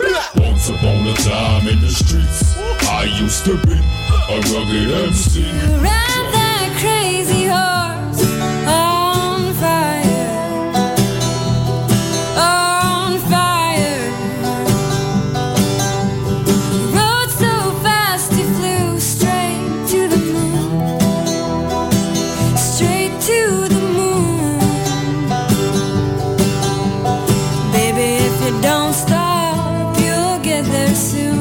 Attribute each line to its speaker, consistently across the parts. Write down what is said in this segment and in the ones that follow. Speaker 1: Euh,
Speaker 2: Once upon a time in the streets, I used to be a rugged MC.
Speaker 3: Ride that crazy horse on fire, on fire. Rode so fast he flew straight to the moon, straight to the moon. Baby, if you don't stop, you'll get there soon.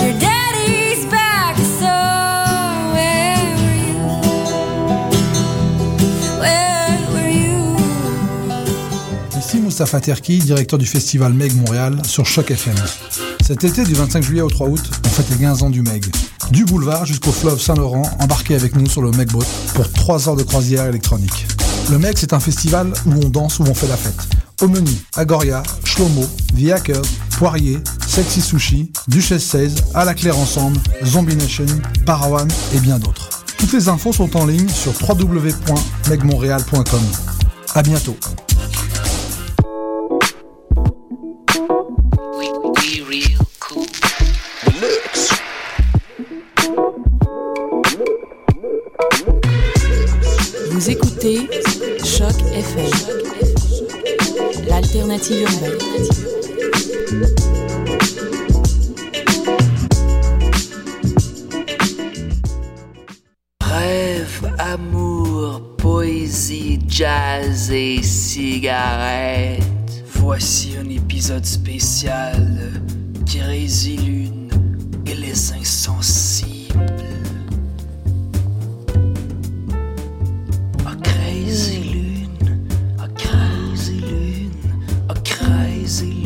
Speaker 3: Your daddy's back, so where were you? Where were you?
Speaker 4: Ici Moustapha Terki, directeur du festival Meg Montréal sur Choc FM. Cet été, du 25 juillet au 3 août, on fête les 15 ans du Meg. Du boulevard jusqu'au fleuve Saint-Laurent, embarquez avec nous sur le Meg Boat pour 3 heures de croisière électronique. Le Meg, c'est un festival où on danse, où on fait la fête. Au menu, Agoria, Shlomo, The Hacker, Poirier, Sexy Sushi, Duchesse 16, À la Claire Ensemble, Zombie Nation, Parawan et bien d'autres. Toutes les infos sont en ligne sur www.megmontréal.com. À bientôt.
Speaker 5: We, we real cool.
Speaker 6: Vous écoutez Choc FM, l'alternative urbaine.
Speaker 5: Rêve, amour, poésie, jazz et cigarettes. Voici un épisode spécial qui résilune les insensibles. A crazy lune, a crazy lune, a crazy lune.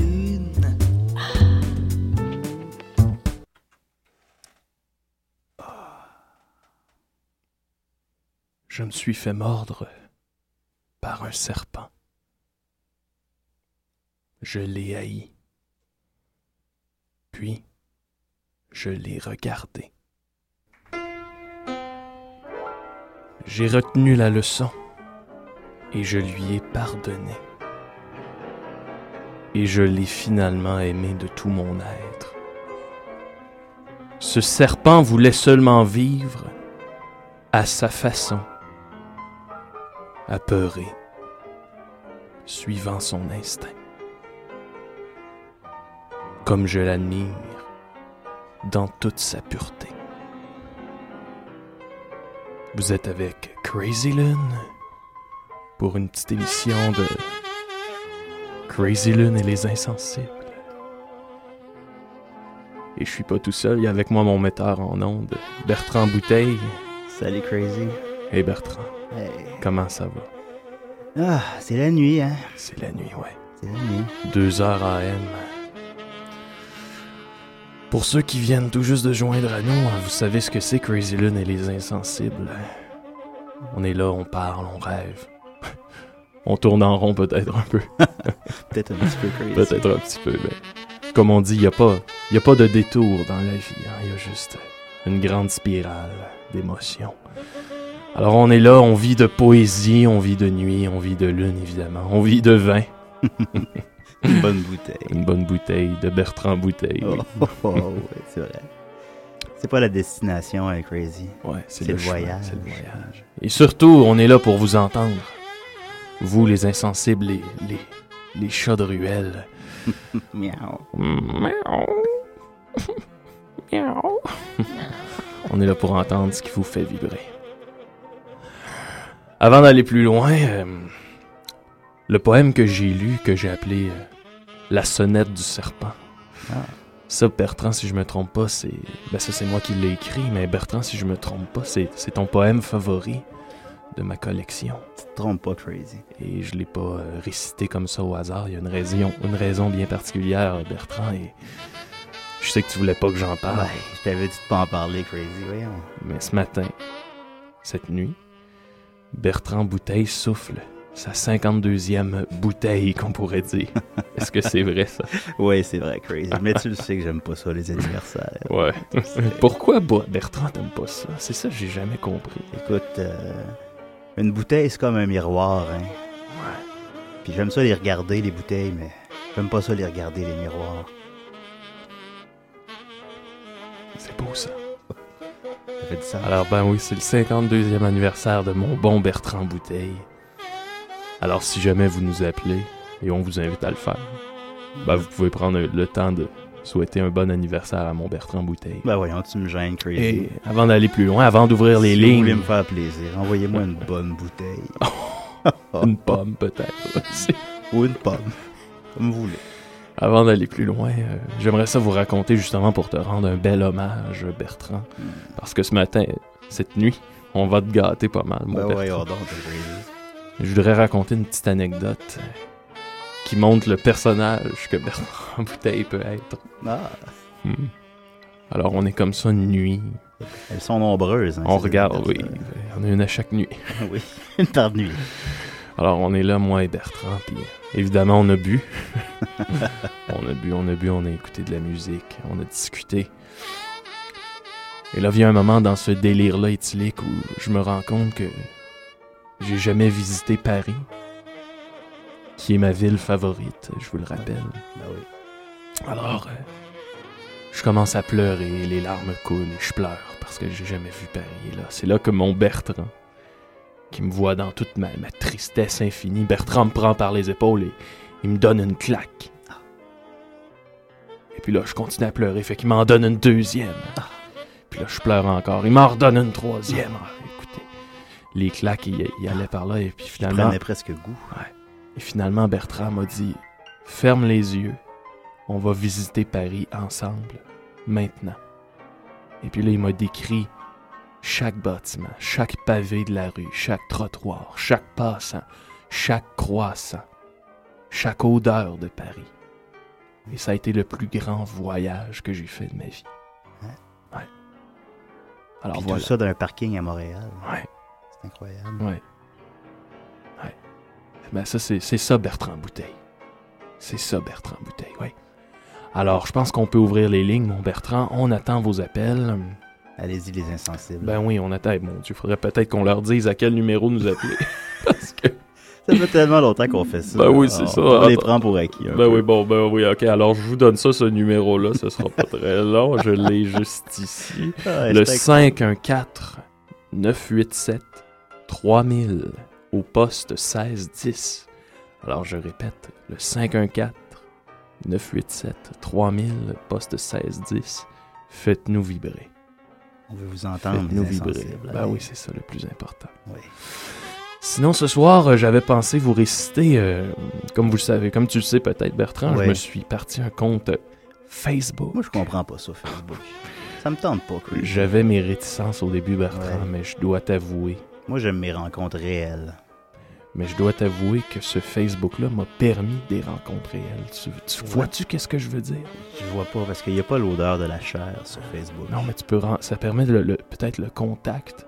Speaker 7: Je me suis fait mordre par un serpent. Je l'ai haï. Puis, je l'ai regardé. J'ai retenu la leçon et je lui ai pardonné. Et je l'ai finalement aimé de tout mon être. Ce serpent voulait seulement vivre à sa façon, apeuré, suivant son instinct. Comme je l'admire dans toute sa pureté. Vous êtes avec Crazy Lune pour une petite émission de Crazy Lune et les insensibles. Et je suis pas tout seul, il y a avec moi mon metteur en ondes, Bertrand Bouteille.
Speaker 8: Salut Crazy.
Speaker 7: Hey Bertrand,
Speaker 8: Hey.
Speaker 7: comment ça va?
Speaker 8: Ah, c'est la nuit, hein.
Speaker 7: C'est la nuit, ouais.
Speaker 8: C'est la nuit.
Speaker 7: 2h AM. Pour ceux qui viennent tout juste de joindre à nous, hein, vous savez ce que c'est Crazy Lune et les insensibles. On est là, on parle, on rêve. on tourne en rond peut-être un peu.
Speaker 8: Peut-être un petit peu crazy.
Speaker 7: Peut-être un petit peu, mais comme on dit, il n'y a, pas- y a pas de détour dans la vie. hein. Il y a juste une grande spirale d'émotions. Alors on est là, on vit de poésie, on vit de nuit, on vit de lune évidemment, on vit de vin,
Speaker 8: Une bonne bouteille.
Speaker 7: une bonne bouteille de Bertrand Bouteille.
Speaker 8: Oh, oh, oh, ouais, c'est vrai. C'est pas la destination, hein, Crazy.
Speaker 7: Ouais,
Speaker 8: C'est le,
Speaker 7: chemin,
Speaker 8: voyage.
Speaker 7: c'est le voyage. Et surtout, on est là pour vous entendre. Vous les insensibles, les, les, les chats de ruelle.
Speaker 8: Miaou.
Speaker 7: On est là pour entendre ce qui vous fait vibrer. Avant d'aller plus loin, euh, le poème que j'ai lu, que j'ai appelé euh, La sonnette du serpent.
Speaker 8: Ah.
Speaker 7: Ça, Bertrand, si je me trompe pas, c'est. Ben, ça, c'est moi qui l'ai écrit, mais Bertrand, si je me trompe pas, c'est c'est ton poème favori de ma collection.
Speaker 8: Tu te trompes pas, Crazy.
Speaker 7: Et je l'ai pas euh, récité comme ça au hasard. Il y a une raison, une raison bien particulière, euh, Bertrand, et je sais que tu voulais pas que j'en parle,
Speaker 8: Ouais, je t'avais dit de pas en parler, Crazy, voyons.
Speaker 7: mais ce matin, cette nuit, Bertrand Bouteille souffle sa 52e bouteille, qu'on pourrait dire. Est-ce que c'est vrai, ça? Ah,
Speaker 8: Ouais, c'est vrai, Crazy. Mais tu le sais que j'aime pas ça, les anniversaires.
Speaker 7: Ouais. Pourquoi bo- Bertrand t'aime pas ça? C'est ça que j'ai jamais compris.
Speaker 8: Écoute, euh, une bouteille, c'est comme un miroir, hein.
Speaker 7: Ouais.
Speaker 8: Puis j'aime ça les regarder, les bouteilles, mais J'aime pas ça les regarder, les miroirs.
Speaker 7: C'est beau ça.
Speaker 8: Ça fait du sens.
Speaker 7: Alors ben oui, c'est le 52e anniversaire de mon bon Bertrand Bouteille. Alors si jamais vous nous appelez, et on vous invite à le faire, ben vous pouvez prendre le temps de souhaiter un bon anniversaire à mon Bertrand Bouteille.
Speaker 8: Ben voyons, tu me gênes, Crazy.
Speaker 7: Et avant d'aller plus loin, avant d'ouvrir les
Speaker 8: si Vous voulez
Speaker 7: lignes,
Speaker 8: me faire plaisir, envoyez-moi une bonne bouteille.
Speaker 7: une pomme peut-être aussi.
Speaker 8: Ou une pomme. Comme vous voulez.
Speaker 7: Avant d'aller plus loin, euh, j'aimerais ça vous raconter justement pour te rendre un bel hommage, Bertrand. Parce que ce matin, cette nuit, on va te gâter pas mal, mon
Speaker 8: Ben
Speaker 7: Bertrand.
Speaker 8: voyons donc, Crazy.
Speaker 7: Je voudrais raconter une petite anecdote euh, qui montre le personnage que Bertrand Bouteille peut être.
Speaker 8: Ah,
Speaker 7: Hmm. Alors, on est comme ça une nuit.
Speaker 8: elles sont nombreuses. hein,
Speaker 7: On
Speaker 8: ces
Speaker 7: regarde, oui.
Speaker 8: anecdotes-là.
Speaker 7: On a une à chaque nuit.
Speaker 8: euh, oui, une par nuit.
Speaker 7: Alors, on est là, moi et Bertrand, puis évidemment, on a bu. on a bu, on a bu, on a écouté de la musique, on a discuté. Et là vient un moment dans ce délire-là éthylique où je me rends compte que j'ai jamais visité Paris, qui est ma ville favorite, je vous le rappelle.
Speaker 8: Ben oui.
Speaker 7: Alors, euh, je commence à pleurer, les larmes coulent et je pleure parce que j'ai jamais vu Paris. Et là, c'est là que mon Bertrand, qui me voit dans toute ma, ma tristesse infinie, Bertrand me prend par les épaules et il me donne une claque. Et puis là, je continue à pleurer, fait qu'il m'en donne une deuxième. Puis là, je pleure encore. Il m'en redonne une troisième. Ah, écoutez, les claques, il, il allait par là et puis
Speaker 8: Je
Speaker 7: finalement...
Speaker 8: prenais presque goût.
Speaker 7: Et finalement, Bertrand m'a dit Ferme les yeux, on va visiter Paris ensemble, maintenant. Et puis là, il m'a décrit chaque bâtiment, chaque pavé de la rue, chaque trottoir, chaque passant, chaque croissant, chaque odeur de Paris. Et ça a été le plus grand voyage que j'ai fait de ma vie. Ouais. Alors
Speaker 8: Hein? Puis
Speaker 7: voilà.
Speaker 8: tout ça d'un parking à Montréal.
Speaker 7: Ouais.
Speaker 8: C'est incroyable.
Speaker 7: Ouais. Ouais. Ben ça, c'est c'est ça, Bertrand Bouteille. C'est ça, Bertrand Bouteille, oui. Alors, je pense qu'on peut ouvrir les lignes, mon Bertrand. On attend vos appels.
Speaker 8: Allez-y, les insensibles.
Speaker 7: Ben oui, on attend. Eh, Mon Dieu, faudrait peut-être qu'on leur dise à quel numéro nous appeler. Parce que...
Speaker 8: Ça fait tellement longtemps qu'on fait ça.
Speaker 7: Ben oui, c'est
Speaker 8: On-
Speaker 7: ça.
Speaker 8: On les
Speaker 7: Attends.
Speaker 8: prend pour acquis. un
Speaker 7: Ben
Speaker 8: peu.
Speaker 7: oui, bon, ben oui, ok. Alors, je vous donne ça, ce numéro-là. Ce sera pas très long. Je l'ai juste ici.
Speaker 8: Ah,
Speaker 7: Le
Speaker 8: c'est
Speaker 7: 514-987-3000 au poste 1610. Alors je répète, le 514-987-3000 poste 1610. Faites-nous vibrer.
Speaker 8: On veut vous entendre,
Speaker 7: Faites-nous
Speaker 8: les
Speaker 7: vibrer.
Speaker 8: insensibles.
Speaker 7: Ben
Speaker 8: Allez.
Speaker 7: oui, c'est ça le plus important.
Speaker 8: Oui.
Speaker 7: Sinon, ce soir, euh, j'avais pensé vous réciter, euh, comme vous le savez, comme tu le sais peut-être, Bertrand,
Speaker 8: Ouais.
Speaker 7: je me suis parti un compte Facebook.
Speaker 8: Moi, je comprends pas ça, Facebook. ça me tente pas, Chris.
Speaker 7: J'avais mes réticences au début, Bertrand,
Speaker 8: Ouais.
Speaker 7: mais je dois t'avouer
Speaker 8: Moi, j'aime mes rencontres réelles.
Speaker 7: Mais je dois t'avouer que ce Facebook-là m'a permis des rencontres réelles. Tu, tu
Speaker 8: Ouais.
Speaker 7: vois-tu qu'est-ce que je veux dire?
Speaker 8: Je vois pas, parce qu'il y a pas l'odeur de la chair sur Facebook.
Speaker 7: Non, mais tu peux... ren- Ça permet le- le- peut-être le contact.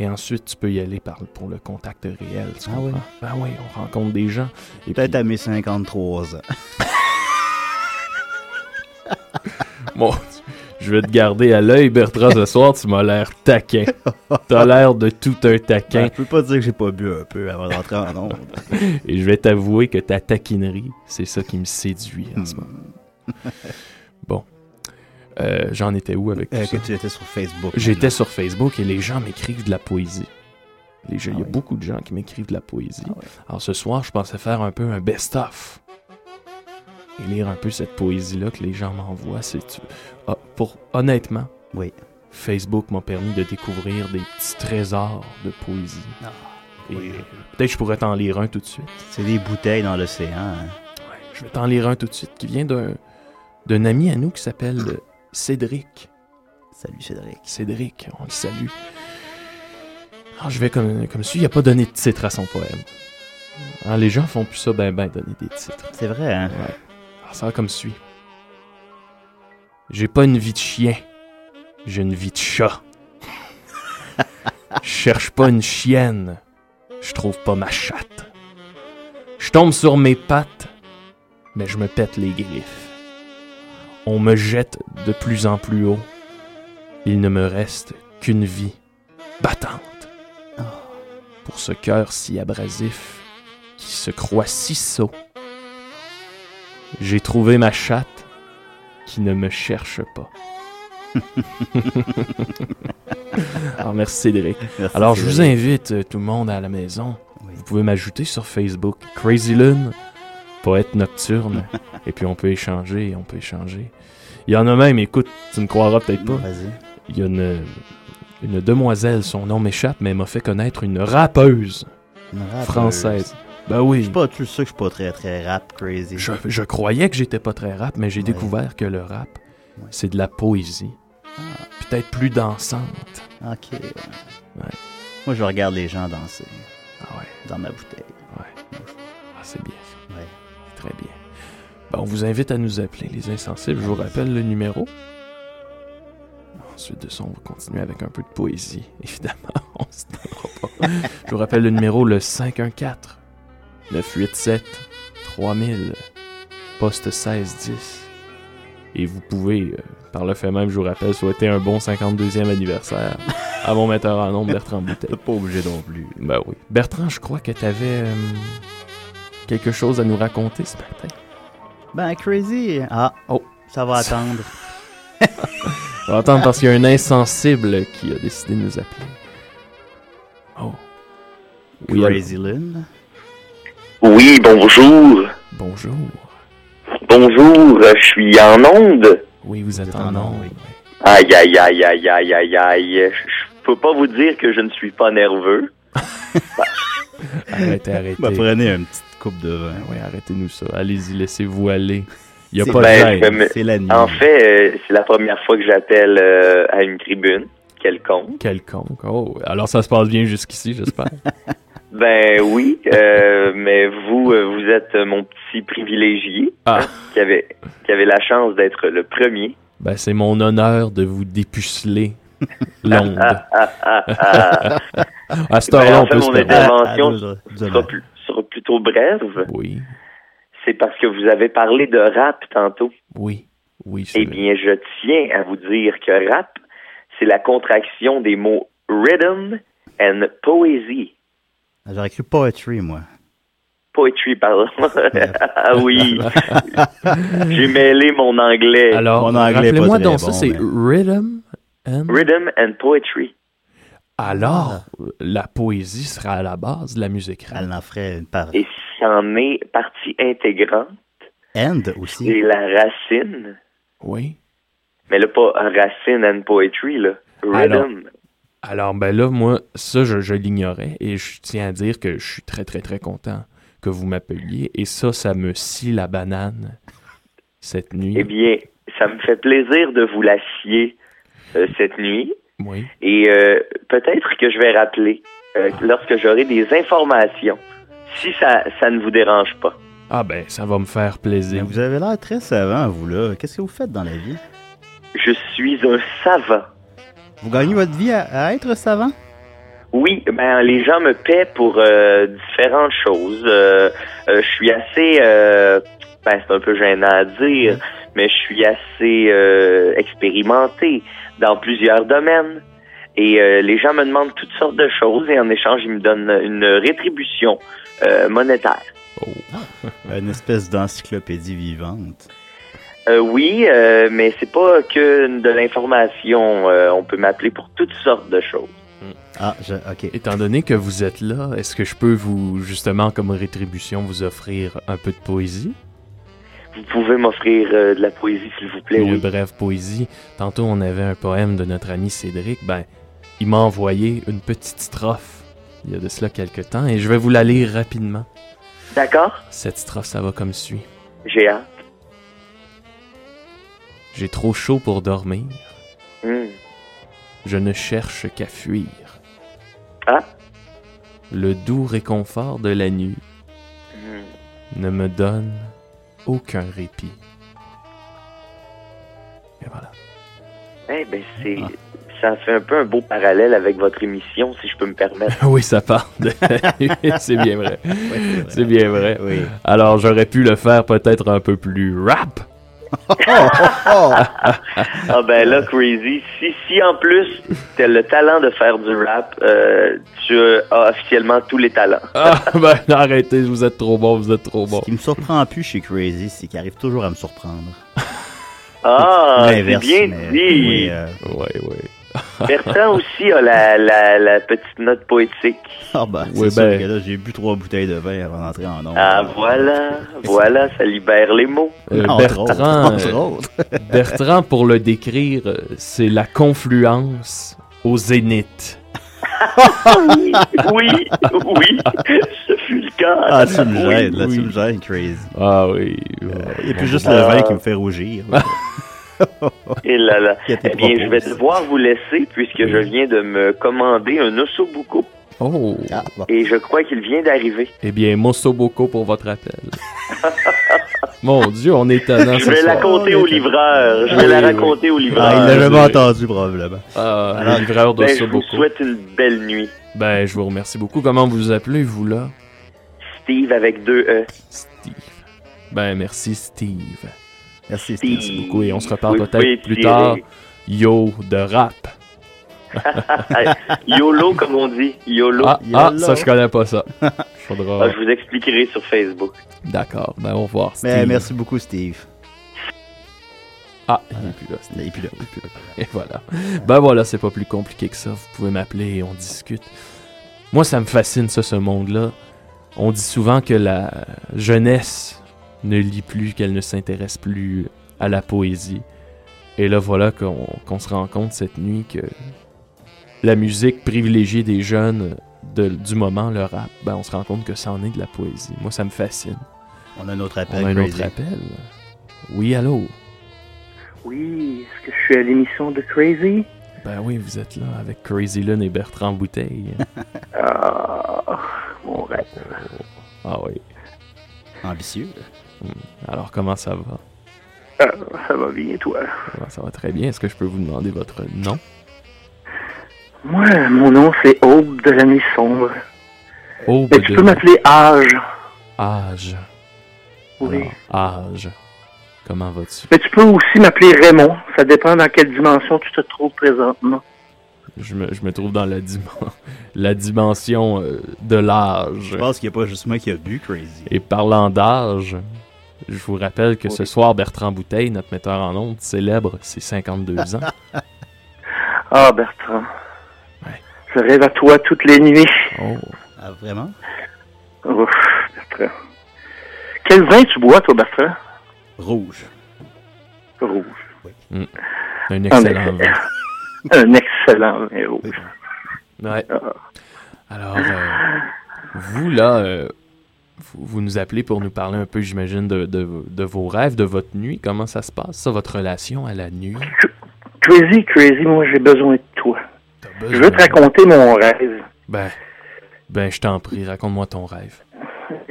Speaker 7: Et ensuite, tu peux y aller par, pour le contact réel. Tu
Speaker 8: Ah
Speaker 7: comprends?
Speaker 8: oui.
Speaker 7: Ben oui, on rencontre des gens. Et
Speaker 8: Peut-être
Speaker 7: puis-
Speaker 8: à mes 53 ans.
Speaker 7: Mon Dieu, je vais te garder à l'œil, Bertrand, ce soir. Tu m'as l'air taquin. T'as l'air de tout un
Speaker 8: Ben,
Speaker 7: taquin.
Speaker 8: je peux pas dire que j'ai pas bu un peu avant d'entrer en onde.
Speaker 7: Et je vais t'avouer que ta taquinerie, c'est ça qui me séduit en ce moment.
Speaker 8: Hmm.
Speaker 7: Bon. Euh, J'en étais où avec tout
Speaker 8: Euh,
Speaker 7: ça?
Speaker 8: que tu étais sur Facebook.
Speaker 7: J'étais sur Facebook et les gens m'écrivent de la poésie. Les gens-
Speaker 8: Ah
Speaker 7: il y a
Speaker 8: ouais.
Speaker 7: beaucoup de gens qui m'écrivent de la poésie.
Speaker 8: Ah ouais.
Speaker 7: Alors ce soir, je pensais faire un peu un best-of. Et lire un peu cette poésie-là que les gens m'envoient. C'est tu- Ah, pour honnêtement,
Speaker 8: Oui.
Speaker 7: Facebook m'a permis de découvrir des petits trésors de poésie.
Speaker 8: Ah,
Speaker 7: Et
Speaker 8: oui.
Speaker 7: Peut-être que je pourrais t'en lire un tout de suite.
Speaker 8: C'est des bouteilles dans l'océan. hein.
Speaker 7: Je vais t'en lire un tout de suite qui vient d'un d'un ami à nous qui s'appelle euh, Cédric.
Speaker 8: Salut, Cédric.
Speaker 7: Cédric, on le salue. Alors, je vais comme, comme suit, il n'a pas donné de titre à son poème. Hein, les gens font plus ça ben ben, donner des titres.
Speaker 8: C'est vrai, hein?
Speaker 7: Alors, ça va comme suit. J'ai pas une vie de chien, j'ai une vie de chat. Je cherche pas une chienne, je trouve pas ma chatte. Je tombe sur mes pattes, mais je me pète les griffes. On me jette de plus en plus haut. Il ne me reste qu'une vie battante. Pour ce cœur si abrasif, qui se croit si sot, J'ai trouvé ma chatte qui ne me cherche pas. Alors, merci Cédric.
Speaker 8: Merci,
Speaker 7: Alors, je vous
Speaker 8: Cédric.
Speaker 7: invite euh, tout le monde à la maison.
Speaker 8: Oui.
Speaker 7: Vous pouvez m'ajouter sur Facebook Crazy Lune, poète nocturne, et puis on peut échanger, on peut échanger. Il y en a même, écoute, tu ne croiras peut-être pas.
Speaker 8: Vas-y.
Speaker 7: Il y a une, une demoiselle, son nom m'échappe, mais elle m'a fait connaître une rappeuse
Speaker 8: Une rappeuse.
Speaker 7: française. Ben
Speaker 8: Je
Speaker 7: oui,
Speaker 8: suis pas, tu le sais que je suis pas très très rap crazy.
Speaker 7: je, je croyais que j'étais pas très rap, mais j'ai
Speaker 8: Ouais.
Speaker 7: découvert que le rap,
Speaker 8: Ouais. Ah.
Speaker 7: c'est de la poésie. Peut-être plus dansante.
Speaker 8: Ok. ouais. Moi je regarde les gens danser
Speaker 7: Ah ouais,
Speaker 8: dans ma bouteille.
Speaker 7: ah, c'est bien.
Speaker 8: Ouais.
Speaker 7: Très bien. Ben, on vous invite à nous appeler, les insensibles. Je vous rappelle le numéro. Ensuite de ça, on va continuer avec un peu de poésie. Évidemment, on se tiendra pas. Je vous rappelle le numéro, le 514-987-3000, poste 1610. Et vous pouvez, euh, par le fait même, je vous rappelle, souhaiter un bon 52e anniversaire à mon metteur en nombre, Bertrand Boutet.
Speaker 8: Pas obligé non plus.
Speaker 7: Ben oui. Bertrand, je crois que t'avais euh, quelque chose à nous raconter ce matin.
Speaker 8: Ben crazy. Ah.
Speaker 7: Oh.
Speaker 8: Ça va
Speaker 7: Ça-
Speaker 8: attendre.
Speaker 7: On va attendre parce qu'il y a un insensible qui a décidé de nous appeler. Oh. Oui, allô.
Speaker 8: crazy Lune.
Speaker 9: Oui, bonjour.
Speaker 7: Bonjour.
Speaker 9: Bonjour, euh, je suis en onde.
Speaker 7: Oui, vous êtes
Speaker 8: êtes
Speaker 7: en
Speaker 8: en
Speaker 7: nom.
Speaker 8: onde, oui.
Speaker 9: Aïe, aïe, aïe, aïe, aïe, aïe, aïe. Je peux pas vous dire que je ne suis pas nerveux.
Speaker 7: Arrêtez, arrêtez.
Speaker 8: Ben, prenez une petite coupe de vin.
Speaker 7: Oui, arrêtez-nous ça. Allez-y, laissez-vous aller. Il n'y a
Speaker 8: C'est
Speaker 7: pas
Speaker 9: ben,
Speaker 7: de gêne.
Speaker 9: je me-
Speaker 8: C'est la nuit.
Speaker 9: En fait, euh, c'est la première fois que j'appelle euh, à une tribune quelconque.
Speaker 7: quelconque. Oh, alors ça se passe bien jusqu'ici, j'espère.
Speaker 9: Ben oui, euh, mais vous, euh, vous êtes mon petit privilégié hein,
Speaker 7: Ah.
Speaker 9: qui avait qui avait la chance d'être le premier.
Speaker 7: ben, c'est mon honneur de vous dépuceler l'onde.
Speaker 9: Ah, ah,
Speaker 7: À cette
Speaker 9: Ben, en
Speaker 7: heure-là, on
Speaker 9: fait,
Speaker 7: peut se
Speaker 9: on
Speaker 7: permettre.
Speaker 9: était- l'intervention
Speaker 8: Ah, ah, deux- deux-
Speaker 9: sera, plus- sera plutôt brève.
Speaker 7: Oui,
Speaker 9: C'est parce que vous avez parlé de rap tantôt.
Speaker 7: oui, oui. c'est
Speaker 9: Eh
Speaker 7: vrai.
Speaker 9: bien, je tiens à vous dire que rap, c'est la contraction des mots rhythm and poésie.
Speaker 8: J'aurais cru poetry, moi.
Speaker 9: Poetry, pardon. ah oui. J'ai mêlé mon anglais.
Speaker 7: Alors,
Speaker 8: Mon anglais est pas
Speaker 7: rappelez-moi
Speaker 8: très
Speaker 7: donc ça,
Speaker 8: bon,
Speaker 7: c'est
Speaker 8: mais-
Speaker 7: rhythm and...
Speaker 9: Rhythm and poetry.
Speaker 8: Ah.
Speaker 7: Alors, la poésie sera à la base de la musique rap.
Speaker 8: Elle en ferait une part.
Speaker 9: Et c'en est partie intégrante.
Speaker 8: End aussi.
Speaker 9: C'est la racine.
Speaker 7: Oui.
Speaker 9: Mais là, pas racine and poetry, là. Rhythm.
Speaker 7: Alors, ben là, moi, ça, je, je l'ignorais et je tiens à dire que je suis très, très, très content que vous m'appeliez et ça, ça me scie la banane cette nuit.
Speaker 9: Eh bien, ça me fait plaisir de vous la scier euh, cette nuit.
Speaker 7: Oui.
Speaker 9: Et euh, peut-être que je vais rappeler euh, lorsque j'aurai des informations, si ça, ça ne vous dérange pas.
Speaker 7: Ah ben, ça va me faire
Speaker 8: Mais
Speaker 7: plaisir.
Speaker 8: vous avez l'air très savant, vous, là. Qu'est-ce que vous faites dans la vie?
Speaker 9: Je suis un savant.
Speaker 8: Vous gagnez votre vie à, à être savant?
Speaker 9: Oui, ben les gens me paient pour euh, différentes choses. Euh, euh, je suis assez, euh, ben c'est un peu gênant à dire, mais je suis assez euh, expérimenté dans plusieurs domaines. Et euh, les gens me demandent toutes sortes de choses et en échange ils me donnent une rétribution euh, monétaire.
Speaker 7: Oh.
Speaker 8: Une espèce d'encyclopédie vivante.
Speaker 9: Euh, oui, euh, mais c'est pas que de l'information. Euh, on peut m'appeler pour toutes sortes de choses.
Speaker 8: Ah, je, ok.
Speaker 7: Étant donné que vous êtes là, est-ce que je peux vous, justement, comme rétribution, vous offrir un peu de poésie?
Speaker 9: Vous pouvez m'offrir euh, de la poésie, s'il vous plaît.
Speaker 7: une
Speaker 9: oui.
Speaker 7: brève poésie. Tantôt, on avait un poème de notre ami Cédric. Ben, il m'a envoyé une petite strophe il y a de cela quelque temps et je vais vous la lire rapidement.
Speaker 9: D'accord.
Speaker 7: Cette strophe, ça va comme suit.
Speaker 9: J'ai hâte.
Speaker 7: J'ai trop chaud pour dormir.
Speaker 9: Hmm.
Speaker 7: Je ne cherche qu'à fuir.
Speaker 9: Ah.
Speaker 7: Le doux réconfort de la nuit
Speaker 9: Hmm.
Speaker 7: ne me donne aucun répit. Et voilà.
Speaker 9: Eh ben c'est
Speaker 8: Ah.
Speaker 9: ça fait un peu un beau parallèle avec votre émission, si je peux me permettre.
Speaker 7: Ah Oui, ça part. de- C'est bien vrai.
Speaker 8: Ouais,
Speaker 7: C'est bien vrai.
Speaker 8: Oui.
Speaker 7: Alors, j'aurais pu le faire peut-être un peu plus rap,
Speaker 8: Oh,
Speaker 9: Ah ben là, Crazy, si, si en plus t'as le talent de faire du rap, euh, tu as officiellement tous les talents.
Speaker 7: Ah, ben arrêtez, vous êtes trop bon, vous êtes trop bon.
Speaker 8: Ce qui me surprend plus chez Crazy, c'est qu'il arrive toujours à me surprendre.
Speaker 9: Ah, c'est
Speaker 8: L'inverse,
Speaker 9: bien
Speaker 8: mais-
Speaker 9: dit.
Speaker 8: oui, euh,
Speaker 7: Ouais, ouais.
Speaker 9: Bertrand aussi a la, la, la petite note poétique.
Speaker 8: Ah bah, c'est
Speaker 7: Oui,
Speaker 8: sûr
Speaker 7: ben.
Speaker 8: que là, j'ai bu trois bouteilles de vin avant d'entrer en onde.
Speaker 9: Ah voilà, voilà, ça libère les mots.
Speaker 7: Euh,
Speaker 8: Entre autres,
Speaker 7: Bertrand,
Speaker 8: entre
Speaker 7: euh,
Speaker 8: autres.
Speaker 7: Bertrand, pour le décrire, euh, c'est la confluence au zénith.
Speaker 8: Ah.
Speaker 9: Oui, oui, oui, ce fut le cas.
Speaker 8: Ah, tu me gênes, là,
Speaker 7: oui.
Speaker 8: tu me gênes, Crazy.
Speaker 7: Ah oui.
Speaker 8: Et puis juste le
Speaker 9: Ah.
Speaker 8: vin qui me fait rougir.
Speaker 9: Et là, là.
Speaker 8: Qui a tes
Speaker 9: Eh bien,
Speaker 8: propos.
Speaker 9: je vais devoir vous laisser puisque je viens de me commander un ossobuco
Speaker 7: Oh.
Speaker 8: Ah, bon.
Speaker 9: et je crois qu'il vient d'arriver.
Speaker 7: Eh bien, Mosoboko pour votre appel. Mon Dieu, on est étonnant
Speaker 9: Je
Speaker 7: ce
Speaker 9: vais la
Speaker 7: soir.
Speaker 9: conter au livreur. Je vais
Speaker 7: Oui,
Speaker 9: la
Speaker 7: oui.
Speaker 9: raconter au
Speaker 8: Ah, il
Speaker 9: livreur.
Speaker 8: l'a
Speaker 7: je-
Speaker 8: jamais entendu, probablement.
Speaker 7: Ah, le
Speaker 8: Alors,
Speaker 7: livreur
Speaker 9: Ben, je vous
Speaker 7: d'Osoboko.
Speaker 9: souhaite une belle nuit.
Speaker 7: Ben, je vous remercie beaucoup. Comment vous vous appelez, vous, là?
Speaker 9: Steve avec deux E.
Speaker 7: Steve. Ben, merci, Steve.
Speaker 8: Merci, Steve.
Speaker 9: Steve.
Speaker 7: beaucoup et on se reparle
Speaker 9: Vous
Speaker 7: peut-être
Speaker 9: pouvez
Speaker 7: plus
Speaker 9: tirer.
Speaker 7: tard. Yo, de rap.
Speaker 9: YOLO, comme on dit. YOLO.
Speaker 7: Ah,
Speaker 8: Yo,
Speaker 7: ah,
Speaker 8: là.
Speaker 7: ça, je connais pas ça. Faudra...
Speaker 9: Ah, je vous expliquerai sur Facebook.
Speaker 7: D'accord, ben, au revoir, Steve.
Speaker 8: Mais merci beaucoup, Steve.
Speaker 7: Ah, il est plus là, Steve.
Speaker 8: Et puis là.
Speaker 7: Et voilà. Ben voilà, c'est pas plus compliqué que ça. Vous pouvez m'appeler et on discute. Moi, ça me fascine, ça, ce monde-là. On dit souvent que la jeunesse ne lit plus, qu'elle ne s'intéresse plus à la poésie. Et là, voilà qu'on qu'on se rend compte cette nuit que la musique privilégiée des jeunes de- du moment, le rap, ben, on se rend compte que ça en est de la poésie. Moi, ça me fascine.
Speaker 8: On a un autre
Speaker 7: On
Speaker 8: appel,
Speaker 7: a un autre
Speaker 8: Crazy.
Speaker 7: appel. Oui, allô?
Speaker 10: Oui, est-ce que je suis à l'émission de Crazy?
Speaker 7: Ben oui, vous êtes là avec Crazy Lune et Bertrand Bouteille.
Speaker 10: Ah, mon rêve.
Speaker 7: Ah oui. Hmm.
Speaker 8: Ambitieux.
Speaker 7: Alors comment ça va?
Speaker 10: Ah, ça va bien, toi?
Speaker 7: Comment ça va très bien. Est-ce que je peux vous demander votre nom?
Speaker 10: Moi, mon nom, c'est Aube de la nuit sombre.
Speaker 7: Aube
Speaker 10: Mais Euh, ben, tu peux
Speaker 7: de
Speaker 10: m'appeler Age.
Speaker 7: âge.
Speaker 10: Oui.
Speaker 7: Alors, âge. Comment vas-tu?
Speaker 10: Mais tu peux aussi m'appeler Raymond. Ça dépend dans quelle dimension tu te trouves présentement.
Speaker 7: Je me, je me trouve dans la, dimen- la dimension euh, de l'âge.
Speaker 8: Je pense qu'il n'y a pas juste moi qui a bu, Crazy.
Speaker 7: Et parlant d'âge, je vous rappelle que ce soir, Bertrand Bouteille, notre metteur en ondes, célèbre ses 52 ans.
Speaker 10: Ah, Bertrand.
Speaker 7: Ouais.
Speaker 10: Je rêve à toi toutes les nuits.
Speaker 7: Oh.
Speaker 8: Ah, vraiment?
Speaker 10: Ouf, Bertrand. Quel vin tu bois, toi, Bertrand?
Speaker 8: Rouge.
Speaker 10: Rouge.
Speaker 7: Mm. Un excellent
Speaker 10: Ah, mais-
Speaker 7: vin.
Speaker 10: Un excellent vin rouge.
Speaker 7: Ouais. Alors, euh, vous, là, euh, vous, vous nous appelez pour nous parler un peu, j'imagine, de, de, de vos rêves, de votre nuit. Comment ça se passe, ça, votre relation à la nuit?
Speaker 10: Crazy, Crazy, moi, j'ai besoin de toi.
Speaker 7: T'as
Speaker 10: Je
Speaker 7: besoin-
Speaker 10: veux te raconter mon rêve.
Speaker 7: Ben, ben, je t'en prie, raconte-moi ton rêve.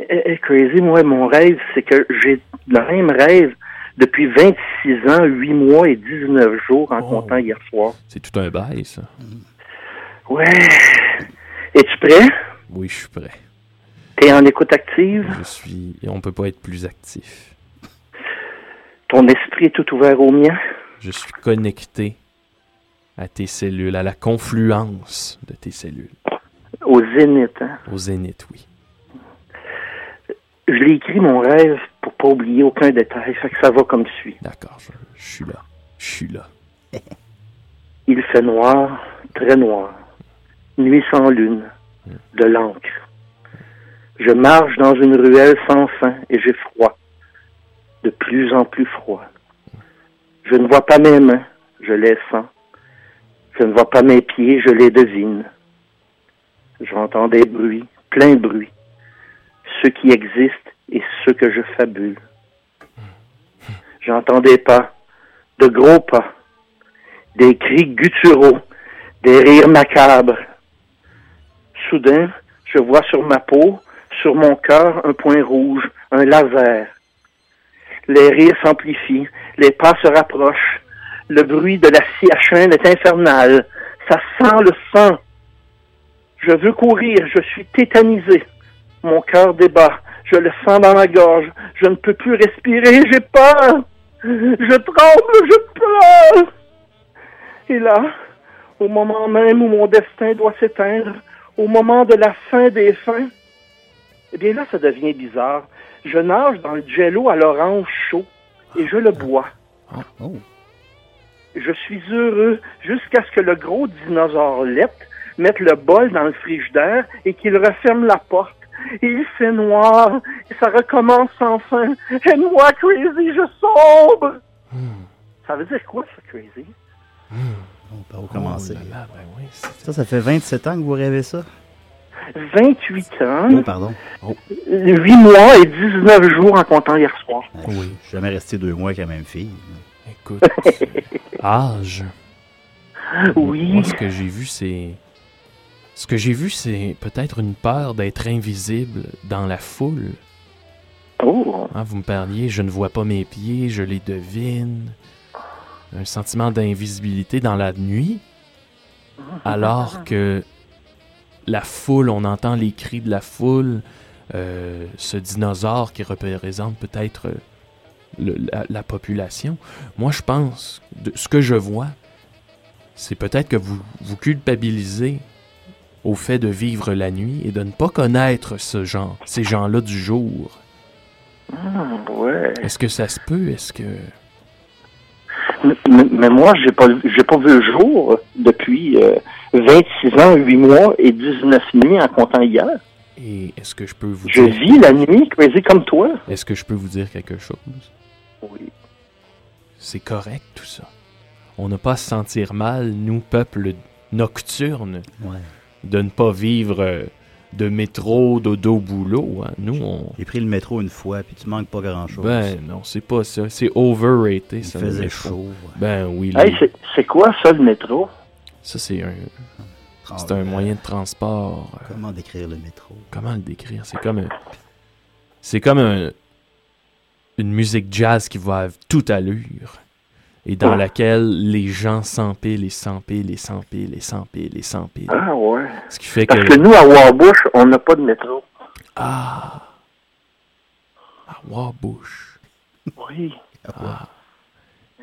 Speaker 10: Eh, eh, crazy, moi, mon rêve, c'est que j'ai le même rêve depuis 26 ans, 8 mois et 19 jours en
Speaker 7: Oh.
Speaker 10: comptant hier soir.
Speaker 7: C'est tout un bail, ça.
Speaker 10: Ouais. Es-tu prêt?
Speaker 7: Oui, je suis prêt.
Speaker 10: T'es en écoute active?
Speaker 7: Je suis... On peut pas être plus actif.
Speaker 10: Ton esprit est tout ouvert au mien?
Speaker 7: Je suis connecté à tes cellules, à la confluence de tes cellules.
Speaker 10: Au zénith, hein?
Speaker 7: Au zénith, oui.
Speaker 10: Je l'ai écrit, mon rêve, pour pas oublier aucun détail. Fait que ça va comme suit.
Speaker 7: D'accord, je, je suis là. Je suis là.
Speaker 10: Il fait noir, très noir. Nuit sans lune. De l'encre. Je marche dans une ruelle sans fin et j'ai froid. De plus en plus froid. Je ne vois pas mes mains, je les sens. Je ne vois pas mes pieds, je les devine. J'entends des bruits, plein de bruits. Ceux qui existent et ceux que je fabule. J'entends des pas, de gros pas des cris gutturaux, des rires macabres. Soudain, je vois sur ma peau, sur mon cœur, un point rouge, un laser. Les rires s'amplifient, les pas se rapprochent. Le bruit de la scie à chaîne est infernal. Ça sent le sang. Je veux courir, je suis tétanisé. Mon cœur débat, je le sens dans ma gorge. Je ne peux plus respirer, j'ai peur. Je tremble, je pleure. Et là, au moment même où mon destin doit s'éteindre, au moment de la fin des fins, eh bien là, ça devient bizarre. Je nage dans le jello à l'orange chaud et je le bois.
Speaker 8: Oh.
Speaker 10: Je suis heureux jusqu'à ce que le gros dinosaure lette mette le bol dans le frigidaire et qu'il referme la porte. Et il fait noir, et ça recommence enfin. Et moi, Crazy, je sombre!
Speaker 8: Hmm.
Speaker 10: Ça veut dire quoi, ça, Crazy?
Speaker 8: On peut recommencer.
Speaker 7: Oh là là, ben oui, c'est-
Speaker 8: ça, ça fait 27 ans que vous rêvez ça?
Speaker 10: 28 ans,
Speaker 8: Non, pardon.
Speaker 9: Oh.
Speaker 10: 8 mois et 19 jours en comptant hier soir.
Speaker 8: Oui. Ah, Je suis jamais resté deux mois avec la même fille.
Speaker 7: Écoute, âge.
Speaker 10: Oui,
Speaker 7: Moi, ce que j'ai vu, c'est. Ce que j'ai vu, c'est peut-être une peur d'être invisible dans la foule.
Speaker 10: oh,
Speaker 7: Hein, vous me parliez, je ne vois pas mes pieds, je les devine. Un sentiment d'invisibilité dans la nuit. Alors que la foule, on entend les cris de la foule, euh, ce dinosaure qui représente peut-être euh, le- la, la population. Moi, je pense, de ce que je vois, c'est peut-être que vous vous culpabilisez au fait de vivre la nuit et de ne pas connaître ce genre, ces gens-là du jour.
Speaker 10: Ah, ouais.
Speaker 7: Est-ce que ça se peut? Est-ce que.
Speaker 10: Mais, mais- mais moi, j'ai pas, j'ai pas vu le jour depuis euh, 26 ans, 8 mois et 19 nuits en comptant hier.
Speaker 7: Et est-ce que je peux vous
Speaker 10: Je
Speaker 7: dire.
Speaker 10: vis la nuit, Crazy, comme toi.
Speaker 7: Est-ce que je peux vous dire quelque chose?
Speaker 10: Oui.
Speaker 7: C'est correct tout ça. On n'a pas à se sentir mal, nous, peuple nocturne,
Speaker 8: Ouais.
Speaker 7: de ne pas vivre euh, de métro, dodo, boulot. hein. Nous, on.
Speaker 8: J'ai pris le métro une fois, puis tu manques pas grand-chose.
Speaker 7: Ben non, c'est pas ça. C'est overrated.
Speaker 8: Il
Speaker 7: ça, le
Speaker 8: faisait
Speaker 7: métro.
Speaker 8: chaud.
Speaker 7: Ben oui.
Speaker 10: Hey,
Speaker 7: les-
Speaker 10: c'est, c'est quoi ça, le métro?
Speaker 7: Ça, c'est un, c'est
Speaker 8: Ah,
Speaker 7: un moyen de transport. euh,
Speaker 8: Comment décrire le métro?
Speaker 7: comment le décrire C'est comme un- c'est comme un- une musique jazz qui va à toute allure et dans
Speaker 10: Ah.
Speaker 7: laquelle les gens s'empilent et s'empilent et s'empilent et s'empilent et s'empilent.
Speaker 10: Ah ouais.
Speaker 7: Ce qui fait
Speaker 10: Parce que
Speaker 7: que
Speaker 10: nous, à Warbush, on n'a pas de métro.
Speaker 7: ah ah Wabush.
Speaker 10: Oui.
Speaker 7: Ah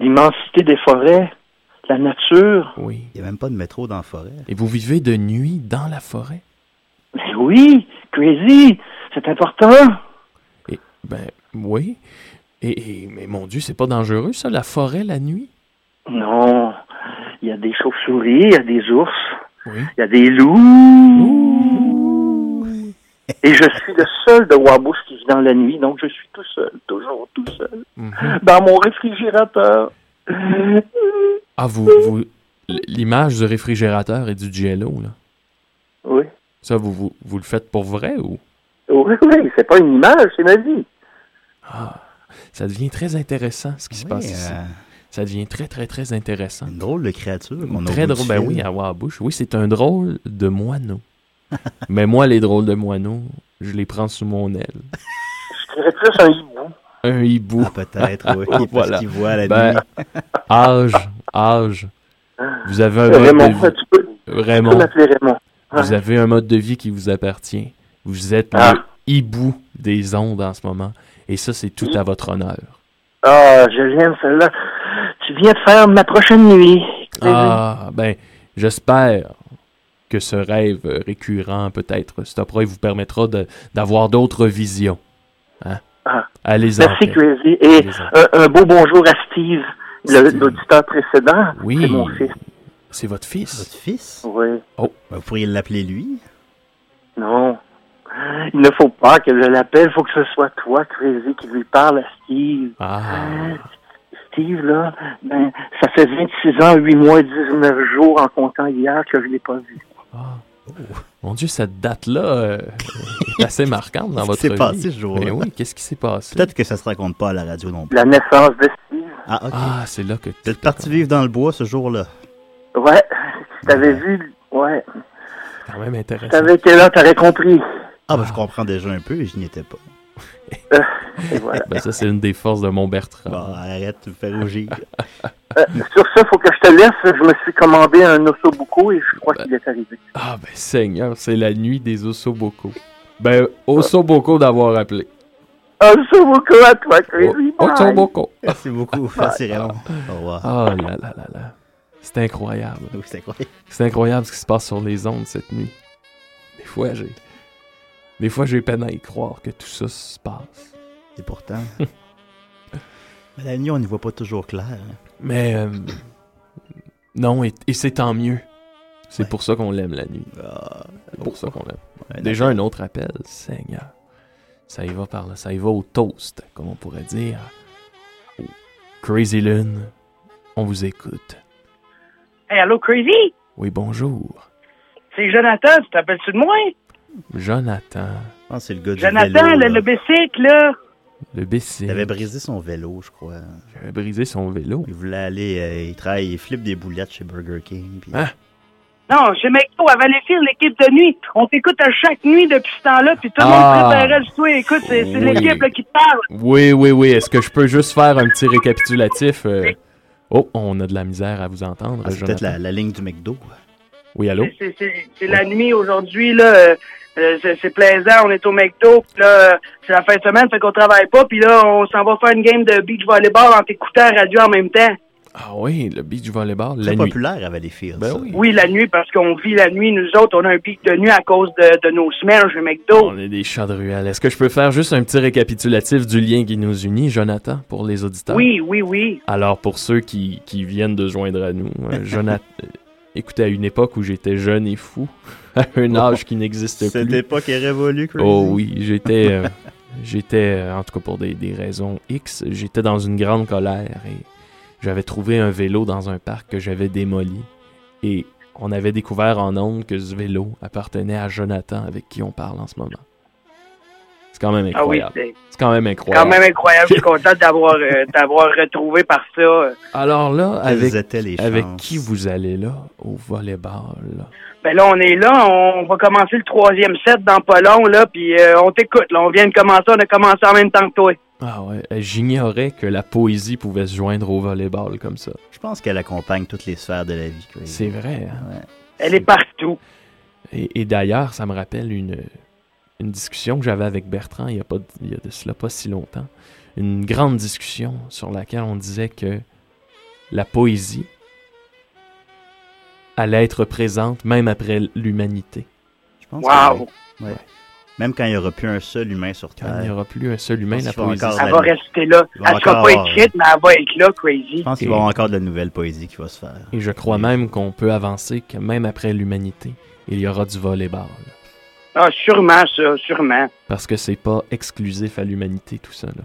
Speaker 10: L'immensité des forêts, la nature.
Speaker 7: oui.
Speaker 8: Il n'y a même pas de métro dans la forêt.
Speaker 7: Et vous vivez de nuit dans la forêt
Speaker 10: Mais oui, Crazy, c'est important.
Speaker 7: Et ben oui. Et, et- mais mon Dieu, c'est pas dangereux ça la forêt la nuit
Speaker 10: Non, il y a des chauves-souris, il y a des ours,
Speaker 7: Oui.
Speaker 10: il y a des loups. Et je suis le seul de Wabush qui vit dans la nuit, donc je suis tout seul, toujours tout seul,
Speaker 7: Mhm.
Speaker 10: dans mon réfrigérateur.
Speaker 7: Ah vous vous l'image du réfrigérateur et du jello là.
Speaker 10: Oui,
Speaker 7: Ça, vous, vous, vous le faites pour vrai ou
Speaker 10: oui, oui, c'est pas une image, c'est ma vie.
Speaker 7: Ah, ça devient très intéressant ce qui se
Speaker 8: Oui,
Speaker 7: passe ici.
Speaker 8: euh,
Speaker 7: Ça devient très très très intéressant.
Speaker 8: une drôle de créature qu'on a
Speaker 7: Très drôle, ben oui, à Wabush. Oui, c'est un drôle de moineau. Mais moi, les drôles de moineaux, je les prends sous mon aile.
Speaker 10: Je dirais plus un hibou.
Speaker 7: Un hibou.
Speaker 8: Ah, peut-être, oui, parce
Speaker 7: Voilà.
Speaker 8: qu'il voit à la
Speaker 7: Ben,
Speaker 8: nuit.
Speaker 7: âge, âge. Vous avez un
Speaker 10: Raymond,
Speaker 7: mode de vie.
Speaker 10: tu peux, tu peux
Speaker 7: Raymond,
Speaker 10: m'appeler Raymond.
Speaker 7: vous avez un mode de vie qui vous appartient. Vous êtes
Speaker 10: Ah.
Speaker 7: le hibou des ondes en ce moment. Et ça, c'est tout à votre honneur.
Speaker 10: Ah, je l'aime celle-là. Tu viens de faire ma prochaine nuit.
Speaker 7: Ah, ben, j'espère que ce rêve euh, récurrent, peut-être, stoppera et vous permettra de- d'avoir d'autres visions. Hein?
Speaker 10: Ah.
Speaker 7: Allez-en.
Speaker 10: Merci,
Speaker 7: Kev.
Speaker 10: Crazy. Et
Speaker 7: Allez-en.
Speaker 10: un, un beau bonjour à Steve, le-
Speaker 7: Steve.
Speaker 10: l'auditeur précédent.
Speaker 7: Oui.
Speaker 10: C'est mon fils.
Speaker 7: C'est votre fils?
Speaker 8: Votre fils?
Speaker 10: Oui.
Speaker 8: Ben, vous pourriez l'appeler lui?
Speaker 10: Non. Il ne faut pas que je l'appelle. Il faut que ce soit toi, Crazy, qui lui parle à Steve. Hein?
Speaker 7: Ah,
Speaker 10: Steve, là, ben, ça fait 26 ans, 8 mois, 19 jours en comptant hier que je ne l'ai pas vu.
Speaker 7: ah. Mon Dieu, cette date-là euh, est assez marquante
Speaker 8: Qu'est-ce
Speaker 7: dans
Speaker 8: qui
Speaker 7: votre
Speaker 8: s'est
Speaker 7: vie.
Speaker 8: passé ce jour-là?
Speaker 7: Mais oui, qu'est-ce qui s'est passé?
Speaker 8: Peut-être que ça se raconte pas à la radio non plus.
Speaker 10: La naissance de Steve.
Speaker 8: Ah, ok.
Speaker 7: Ah, c'est là que...
Speaker 8: Vous êtes parti vivre dans le bois ce jour-là.
Speaker 10: Ouais. Tu t'avais
Speaker 8: Ah.
Speaker 10: vu. Ouais.
Speaker 7: C'est quand même
Speaker 10: Tu
Speaker 7: intéressant.
Speaker 10: t'avais été là, t'aurais compris.
Speaker 8: Ah, ben, je comprends déjà un peu et je n'y étais pas.
Speaker 10: Euh, Et voilà.
Speaker 7: Ben, ça, c'est une des forces de Montbertrand.
Speaker 8: Bon, arrête, tu me fais rougir.
Speaker 10: Euh, sur ça, faut que je te laisse. Je me suis commandé un osso buco et je crois qu'il est arrivé.
Speaker 7: Ah, ben, Seigneur, c'est la nuit des Osoboko. Ben, Osoboko d'avoir appelé.
Speaker 1: Ah,
Speaker 10: Un seul beaucoup
Speaker 1: hein,
Speaker 10: à toi, Crazy
Speaker 7: Oh,
Speaker 10: Mike.
Speaker 7: Otsoboko.
Speaker 8: Merci beaucoup, Francis-Raymond. Au revoir.
Speaker 7: Oh là là là là. C'est incroyable.
Speaker 8: Oui, c'est incroyable.
Speaker 7: C'est incroyable ce qui se passe sur les ondes cette nuit. Des fois, j'ai. Des fois, j'ai peine à y croire que tout ça se passe.
Speaker 8: Et pourtant... Mais la nuit, on n'y voit pas toujours clair. hein.
Speaker 7: Mais. euh, Non, et, et c'est tant mieux. C'est
Speaker 8: Ouais.
Speaker 7: pour ça qu'on l'aime la nuit.
Speaker 8: Ah,
Speaker 7: C'est pour ça qu'on l'aime.
Speaker 8: ouais,
Speaker 7: Déjà un autre appel, Seigneur. Ça y va par là, ça y va au toast, comme on pourrait dire. Au Crazy Lune, on vous écoute.
Speaker 11: Hey, allô, Crazy?
Speaker 7: Oui, bonjour.
Speaker 11: C'est Jonathan, tu t'appelles-tu de moi?
Speaker 7: Jonathan,
Speaker 8: Je pense que c'est le gars du
Speaker 11: Jonathan,
Speaker 8: vélo.
Speaker 11: le,
Speaker 8: là.
Speaker 11: le bicycle, là.
Speaker 7: le BC.
Speaker 8: Il avait brisé son vélo, je crois.
Speaker 7: J'avais brisé son vélo.
Speaker 8: Il voulait aller... euh, il travaille, il flippe des boulettes chez Burger King. Puis...
Speaker 7: Ah.
Speaker 11: Non, chez McDo, à Valleyfield, l'équipe de nuit. On t'écoute à chaque nuit depuis ce temps-là, puis tout le
Speaker 7: Ah.
Speaker 11: monde préparait du tout. Écoute, c'est c'est
Speaker 7: Oui.
Speaker 11: l'équipe là, qui te parle.
Speaker 7: Oui, oui, oui. Est-ce que je peux juste faire un petit récapitulatif? euh? Oh, on a de la misère à vous entendre,
Speaker 8: Ah, c'est peut-être
Speaker 7: Jonathan.
Speaker 8: la, la ligne du McDo.
Speaker 7: Oui, allô?
Speaker 11: C'est- C'est c'est- c'est la nuit aujourd'hui, là. euh, euh, c'est c'est plaisant, on est au McDo, puis là, euh, c'est la fin de semaine, fait qu'on travaille pas, puis là, on s'en va faire une game de beach volleyball en t'écoutant la radio en même temps.
Speaker 7: Ah oui, le beach volleyball, la
Speaker 8: Très
Speaker 7: nuit.
Speaker 8: populaire à Valleyfield.
Speaker 7: Ben
Speaker 8: ça.
Speaker 7: oui.
Speaker 11: Oui, la nuit, parce qu'on vit la nuit, nous autres, on a un pic de nuit à cause de, de nos semaines chez McDo.
Speaker 7: On est des chats de ruelle. Est-ce que je peux faire juste un petit récapitulatif du lien qui nous unit, Jonathan, pour les auditeurs?
Speaker 11: Oui, oui, oui.
Speaker 7: Alors, pour ceux qui, qui viennent de se joindre à nous, euh, Jonathan, écoutez, à une époque où j'étais jeune et fou, à un âge qui n'existe
Speaker 8: Cette
Speaker 7: plus.
Speaker 8: époque est révolue, Crazy.
Speaker 7: Oh oui, j'étais, euh, j'étais, euh, en tout cas pour des, des raisons X, j'étais dans une grande colère et j'avais trouvé un vélo dans un parc que j'avais démoli et on avait découvert en ondes que ce vélo appartenait à Jonathan avec qui on parle en ce moment. C'est quand même
Speaker 11: Ah oui,
Speaker 7: incroyable.
Speaker 11: c'est
Speaker 7: C'est quand même
Speaker 11: quand
Speaker 7: incroyable.
Speaker 11: même incroyable. Je suis content d'avoir euh, d'avoir retrouvé par ça.
Speaker 7: Alors là,
Speaker 8: Quelles
Speaker 7: avec,
Speaker 8: étaient les
Speaker 7: avec
Speaker 8: chances?
Speaker 7: qui vous allez là au volleyball?
Speaker 11: Ben là, on est là, on va commencer le troisième set dans pas long, là, puis euh, on t'écoute. Là, on vient de commencer, on a commencé en même temps que toi.
Speaker 7: Ah ouais, euh, j'ignorais que la poésie pouvait se joindre au volleyball comme ça.
Speaker 8: Je pense qu'elle accompagne toutes les sphères de la vie, Crazy.
Speaker 7: C'est vrai. hein?
Speaker 8: Ouais.
Speaker 11: Elle est partout.
Speaker 7: Et, et d'ailleurs, ça me rappelle une, une discussion que j'avais avec Bertrand il y, a pas, de- il y a de cela pas si longtemps. Une grande discussion sur laquelle on disait que la poésie allait être présente même après l'humanité.
Speaker 8: Je pense que
Speaker 11: Wow!
Speaker 8: oui. Même quand il n'y aura plus un seul humain sur
Speaker 7: Quand il n'y
Speaker 8: Terre.
Speaker 7: aura plus un seul humain,
Speaker 8: Parce
Speaker 7: la
Speaker 8: qu'il faut
Speaker 7: poésie.
Speaker 8: encore
Speaker 11: Elle va rester là.
Speaker 8: Ils vont
Speaker 11: Elle sera
Speaker 8: encore
Speaker 11: pas
Speaker 8: avoir-
Speaker 11: écrite, mais elle va être là,
Speaker 8: Je
Speaker 11: crazy.
Speaker 8: pense qu'il va y avoir encore de la nouvelle poésie qui va se faire.
Speaker 7: Et je crois même qu'on peut avancer que même après l'humanité, il y aura du volleyball.
Speaker 11: Ah, sûrement, ça, sûrement.
Speaker 7: Parce que c'est pas exclusif à l'humanité, tout ça. Là.